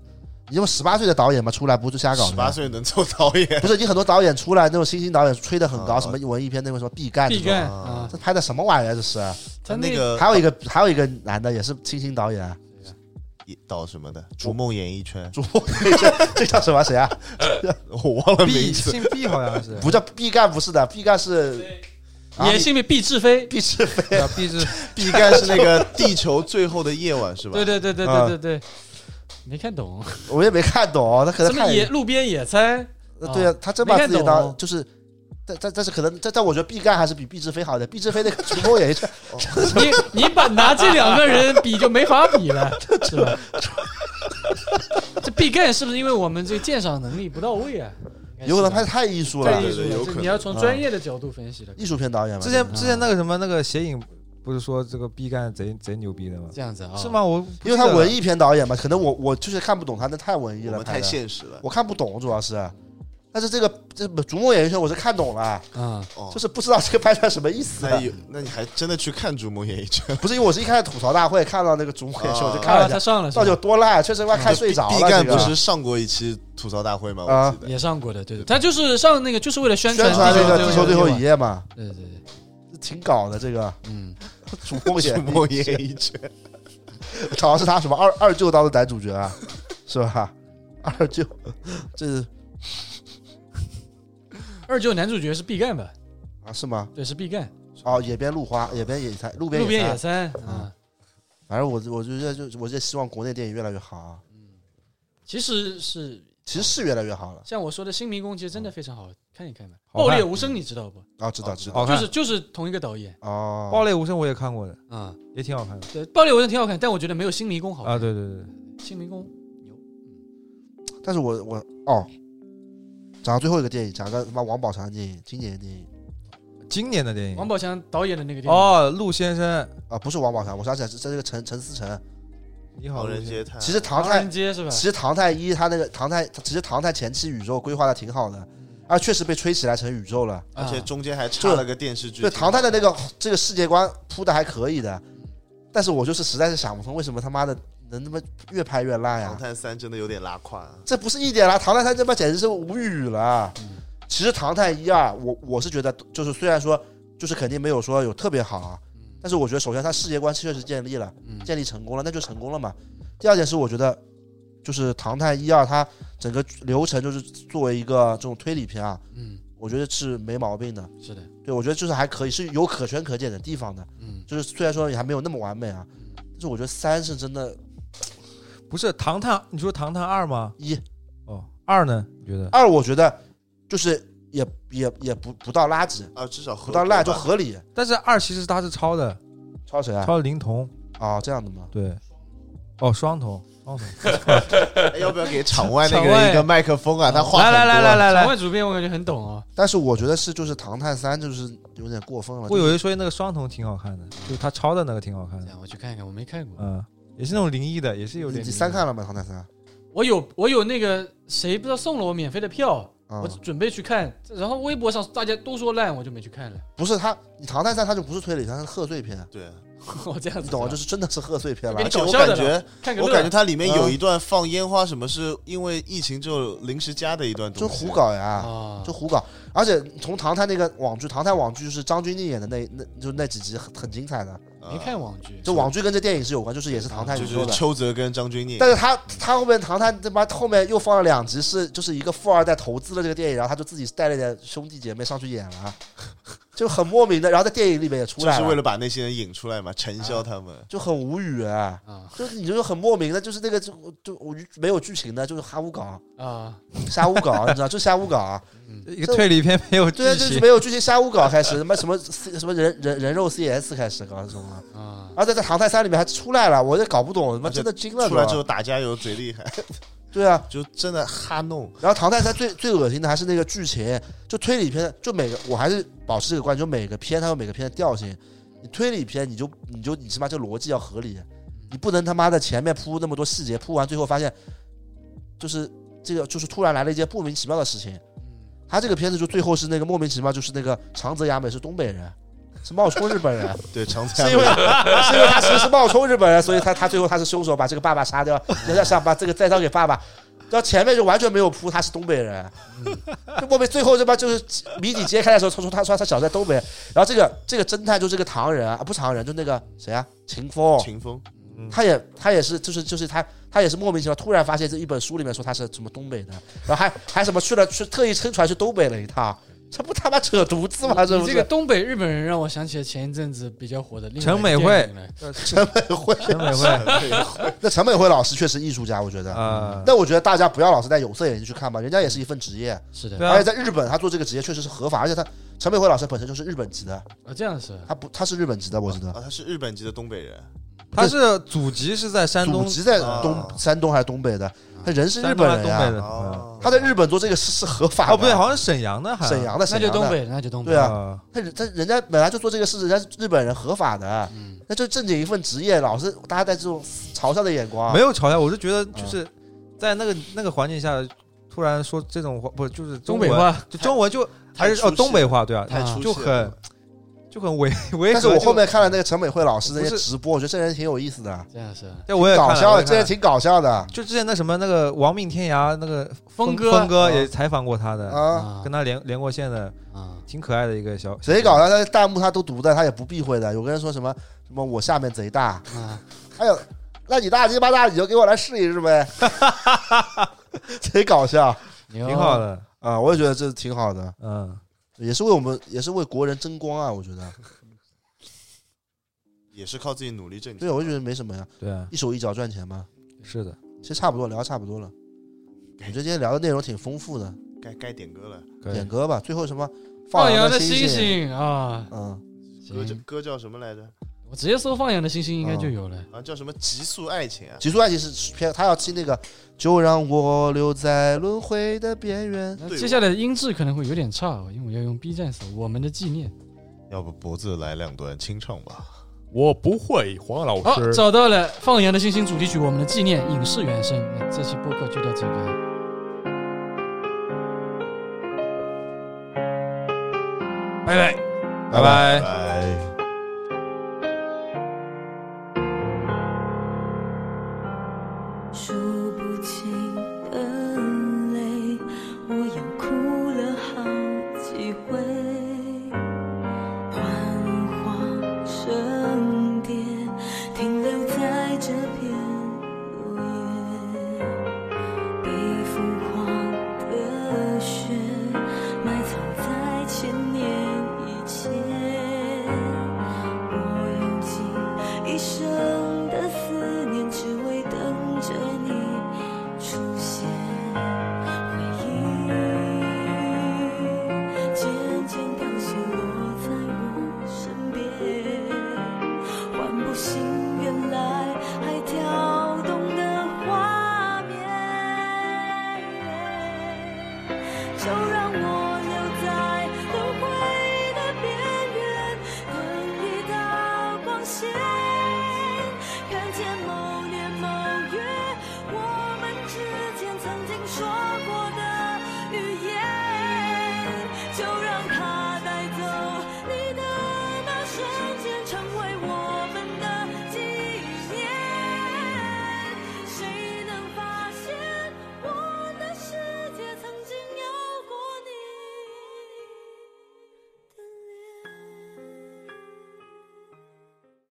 A: 你这么十八岁的导演嘛，出来不是瞎搞
D: 十
A: 的
D: 八
A: 吗？
D: 岁能做导演，
A: 不是，你很多导演出来那种新兴导演吹得很高，
D: 啊
A: 什么文艺片那种什么毕赣这
B: 毕
A: 种，
B: 赣
D: 啊
B: 啊，
A: 这拍的什么玩意儿？这是？
B: 他
D: 那个
A: 还有一个还有一个男的也是新兴导演，啊
D: 导什么的，《逐梦演艺圈
A: 主这 这叫什么谁啊？》，
D: 我忘了
C: B
D: 名字。
C: 姓 B 好像是，
A: 不叫毕赣，不是的，毕赣是啊
B: 也是因为毕志飞，
A: 毕志飞，
C: 对啊 B 是
D: 毕赣是那 个《地球最后的夜晚》是吧？
B: 对对对对
A: 啊
B: 对对对，没看懂，
A: 我也没看懂，他可能
B: 什么
A: 看
B: 野路边野餐，
A: 呃对啊，他真把
B: 没看
A: 自己
B: 懂
A: 当就是，但但但是可能但但我觉得毕赣还是比毕志飞好的，毕志飞那个主播演艺 圈
B: 你你把拿这两个人比就没法比了，是吧？这毕赣是不是因为我们这个鉴赏能力不到位啊？
A: 有可能拍的太艺术
B: 太
A: 了
D: 对，
B: 艺术
D: 对对有
B: 了，
D: 可
B: 这
D: 能
B: 你要从专业的角度分析的。
A: 艺术片导演嘛。
C: 之前
A: 对
C: 之前那个什么那个邪影，不是说这个 B 干贼贼牛逼的吗？
B: 这样子啊，
C: 是？吗？我
A: 因为他文
C: 艺，
A: 艺片导演嘛，可能我我就是看不懂他那太文艺
D: 我
A: 了，
D: 们太
A: 拍的
D: 现实了。
A: 我看不懂主要是。但是这个这《逐梦演艺圈》我是看懂了，
B: 啊，
D: 哦
A: 就是不知道这个拍出来什么意思
D: 那。有，那你还真的去看《逐梦演艺圈》
A: 不是因为我是一开始吐槽大会看到那个《逐梦演艺圈》，我就看了
B: 啊，
D: 哦
A: 一下
B: 他，上了是
A: 到
B: 吧，
A: 底有多烂，确实快看睡着了。
D: 毕赣
A: 这个
D: 嗯不是上过一期吐槽大会吗？
A: 啊
D: 我记得。
B: 也上过的，对对，他就是上那个，就是为了宣
A: 宣传
B: 传
A: 那个《地
B: 地
A: 球最后一
B: 夜
A: 夜》嘛，
B: 晚，对对对，
A: 挺搞的这个
B: 嗯，
A: 逐梦 演
D: 逐
A: 艺
D: 梦演艺圈，
A: 好像是他什么二二舅当的男主角啊，是吧？二舅，这是
B: 二舅男主角是毕赣吧？
A: 啊，是吗？
B: 对，是毕赣，
A: 哦，野边露花，野边野餐，路边
B: 路边
A: 餐
B: 野餐
A: 嗯
B: 啊。
A: 反正我我就觉得就我就希望国内电影越来越好啊，
B: 其实是
A: 其实是越来越好了
B: 像我说的《新迷宫》，其实真的非常好看一看吧。
C: 好
B: 爆
C: 看
B: 裂无声，你知道不？
A: 啊，知道知道
C: 好
B: 就
C: 看。
B: 哦是就是同一个导演
A: 哦，
C: 爆裂无声我也看过的，
B: 啊。
C: 也挺好看的
B: 对，爆裂无声挺好看，但我觉得没有《新迷宫》好看。
C: 啊。对对对，对
B: 新迷宫
A: 但是我我哦，讲到最后一个电影，讲个他妈王宝强的电影，经典的电影
C: 今年的电
B: 王
C: 影
B: 宝强导演的那个电影，
C: 哦，陆先生，
A: 啊，不是王宝强，我想起来是这是个陈陈思诚。
C: 你好，
D: 唐
C: 陆
D: 人
C: 先
D: 街。
C: 生
D: 探案
A: 其实唐
B: 唐
A: 太
B: 人，街》是吧？
A: 其实唐太一他那个唐太，其实唐太前期宇宙规划的挺好的，啊，确实被吹起来成宇宙了。
D: 而且
B: 啊
D: 中间还插了个电视剧。
A: 对
D: 啊
A: 唐太的那个这个世界观铺的还可以的，但是我就是实在是想不通，为什么他妈的能他妈越拍越烂呀、
D: 唐探三真的有点拉胯啊，
A: 这不是一点啦，唐探三这边简直是无语了。其实唐探一二，我我是觉得就是虽然说就是肯定没有说有特别好啊，但是我觉得首先它世界观确实建立了，
B: 嗯
A: 建立成功了，那就成功了嘛。第二点是我觉得就是唐探一二它整个流程就是作为一个这种推理片啊，
B: 嗯，
A: 我觉得是没毛病的。
B: 是的，
A: 对，我觉得就是还可以，是有可圈可点的地方的。
B: 嗯，
A: 就是虽然说也还没有那么完美啊，但是我觉得三是真的。
C: 不是唐探，你说唐探二吗？
A: 一
C: 哦，二呢？你觉得？
A: 二，我觉得就是也也也不不到垃圾，
D: 啊，至少合
A: 不到烂就
D: 合
A: 合理。
C: 但是二其实他是抄的，
A: 抄谁啊？
C: 抄的林童，
A: 啊，这样的吗？
C: 对，哦，双瞳， 双瞳。
D: 格吧。哎要不要给场外那个
C: 场外
D: 人一个麦克风啊？他话
C: 来
D: 很多啊
C: 来来来来
B: 两
C: 来，
B: 位主编我感觉很懂哦。
A: 但是我觉得是就是《唐探三》就是有点过分了。
C: 我有人说那个双瞳挺好看的，就是他抄的那个挺好看
B: 这
C: 的，
B: 样我去看一看，我没看过。
C: 嗯，也是那种灵异的，也是有
A: 你
C: 点。
A: 你三看？了吗？《唐探三》啊
B: 我有我有那个谁不知道送了我免费的票，
A: 啊
B: 我，准备去看，然后微博上大家都说烂，我就没去看了。
A: 不是他，你《唐探三》他就不是推理，他是贺岁片，
D: 对啊，
B: 我这样
A: 你
B: 子
A: 懂吗？就是是真的是贺岁片了
B: 给
D: 而
B: 你。
D: 且我
B: 搞笑的
D: 感觉，
B: 吧看个
D: 我
B: 乐
D: 感觉它里面有
A: 嗯
D: 一段放烟花，什么是因为疫情就临时加的一段
A: 就
D: 东西，
A: 胡搞呀，
B: 啊
A: 就胡搞。而且从《唐探》那个网剧，《唐探》网剧就是张钧甯演的那那就那几集很很精彩的。
D: 啊
B: 没看网剧，
A: 这网剧跟这电影是有关，就是也是《唐探》
D: 就
A: 宇
D: 是
A: 宙的。
D: 邱泽跟张钧甯，
A: 但是他他后面《唐探》他妈后面又放了两集，是就是一个富二代投资了这个电影，然后他就自己带了点兄弟姐妹上去演了， 就很莫名的。然后在电影里面也出
D: 就
A: 来
D: 是为
A: 了，
D: 了把那些人引出来嘛，陈潇他们。
A: 就很无语、啊。
B: 啊
A: 就是你就是很莫名的，就是那个就就我没有剧情的，就是瞎胡搞，
B: 啊，
A: 瞎胡搞， 你知道，就瞎胡搞。
C: 一个推理片没有剧
A: 对，就是
C: 情
A: 没，有剧情，瞎胡搞开始，他妈什么 C- 什么人人人肉 CS 开始搞什么，
B: 啊，
A: 而且在《唐探三》里面还出来了，我就搞不懂，他妈
D: 而且
A: 真的惊了，
D: 出来
A: 是
D: 之
A: 吧
D: 后打架又嘴厉害，
A: 对啊，
D: 就真的哈弄。
A: 然后《唐探三》最最恶心的还是那个剧情，就推理片，就每个我还是保持这个观点，就每个片它有每个片的调性。你推理片你就你就你他妈这逻辑要合理，你不能他妈的前面铺那么多细节，铺完最后发现就是这个就是突然来了一件莫名其妙的事情。他这个片子就最后是那个莫名其妙，就是那个长泽雅美是东北人，是冒充日本人，
D: 对，长
A: 是
D: 泽
A: 因为 是因为他其实是冒充日本人，所以他他最后他是凶手，把这个爸爸杀掉，然后想把这个再交给爸爸。然后前面就完全没有铺他是东北人，就莫名最后这帮就是谜底揭开的时候，从从他说他小时候在东北，然后这个这个侦探就是个唐人啊，不是唐人就那个谁啊，秦风，
D: 秦风，
A: 他也他也是就是就是他他也是莫名其妙突然发现这一本书里面说他是什么东北的，然后还还什么去了去特意撑船去东北了一趟，这不他妈扯犊子吗？这
B: 你
A: 不
B: 这
A: 是
B: 个东北日本人让我想起了前一阵子比较火的另外一个
C: 陈美
B: 电影了
A: 陈美惠，
C: 陈美惠
A: 那陈美惠老师确实艺术家，我觉得。
C: 啊，
A: 那我觉得大家不要老是戴有色眼镜去看吧，人家也是一份职业，
B: 是的
C: 对啊
A: 而且在日本他做这个职业确实是合法，而且他陈美惠老师本身就是日本籍的，
B: 啊，这样是
A: 他不他是日本籍的，我
C: 哦
A: 记得
D: 啊，他是日本籍的东北人，
C: 他是祖籍是在山
A: 祖
C: 东，啊
A: 籍在
D: 啊
A: 东山东还是东北的，他人是日
C: 山东
A: 本
C: 还是
A: 人啊
C: 东北
A: 呀，
C: 人？嗯
D: 哦，
A: 他在日本做这个是是合法的，
C: 哦，不对，好像是沈阳的，还
A: 沈阳的，
B: 那
A: 沈
B: 就
A: 阳
B: 东
A: 的，
B: 北，那就东北
A: 对啊
C: 啊，
A: 他人他人家本来就做这个事，人家是日本人合法的，
C: 嗯
A: 那就正经一份职业，老是大家带这种嘲笑的眼光，
C: 没有嘲笑，我是觉得就是
A: 嗯
C: 在那个那个环境下，突然说这种话，不就是
B: 东
C: 中
B: 北
C: 文，
B: 话，
C: 就中文就还是
D: 太出
C: 哦
D: 戏
C: 东北话，对啊，
D: 太出戏
C: 就很
D: 了
C: 就很违违和。
A: 但是我
C: 就
A: 后面看了那个陈美惠老师那些
C: 不是
A: 直播，我觉得这人挺有意思的，
B: 这样是
C: 对我也看
A: 搞
C: 了
A: 笑
C: 我
A: 的，
C: 也
A: 这
C: 看了
A: 人挺搞笑的
C: 就之前那什么那个亡命天涯那个
B: 峰
C: 哥，
B: 哥
C: 峰哥
A: 啊
C: 也采访过他的，
A: 啊。
B: 啊
C: 跟他连连过线的，
B: 啊，
C: 挺可爱的一个小。
A: 贼搞笑，他的弹幕他都读的，他也不避讳的。有个人说什么什么我下面贼大，
B: 啊
A: 哎呦，那你大鸡 巴大，你就给我来试一试呗，贼搞笑。
B: 挺
C: 挺好的。
A: 啊，我也觉得这挺好的，
C: 嗯，
A: 也是为我们，也是为国人争光啊！我觉得，
D: 也是靠自己努力挣钱。
A: 对，我就觉得没什么呀，
C: 对啊，
A: 一手一脚赚钱嘛。
C: 是的，
A: 其实差不多，聊得差不多了。我觉得今天聊的内容挺丰富的，
D: 该该点歌了，
C: 可
A: 点
C: 以。
A: 歌吧。最后什么
B: 放羊
A: 羊
B: 的
A: 星
B: 星，星啊，
A: 嗯，
D: 歌叫
B: 行，
D: 歌叫什么来着？
B: 我直接搜放羊的星星应该就有了。
D: 啊，叫什么《极速爱情》啊？
A: 极速爱情是偏，他要听那个，就让我留在轮回的边缘。
B: 那
D: 对
B: 接下来的音质可能会有点差，因为我要用 B 站搜《我们的纪念》。
D: 要不脖子来两段清唱吧？
E: 我不会，黄老
B: 好，
C: 哦
E: 师。
B: 找到了《放羊的星星》主题曲《我们的纪念》影视原声。那这期播客就到这里了。
C: 拜拜，
A: 拜
C: 拜拜。
D: 拜。
F: 数不清的泪，我又哭了好几回。幻化成蝶，停留在这片落叶。被疯狂的雪埋藏在千年以前。我用尽一生的思念，只为等着你出现。回忆渐渐凋谢，落在我身边。唤不醒原来还跳动的画面，就让我留在轮回的边缘，等一道光线。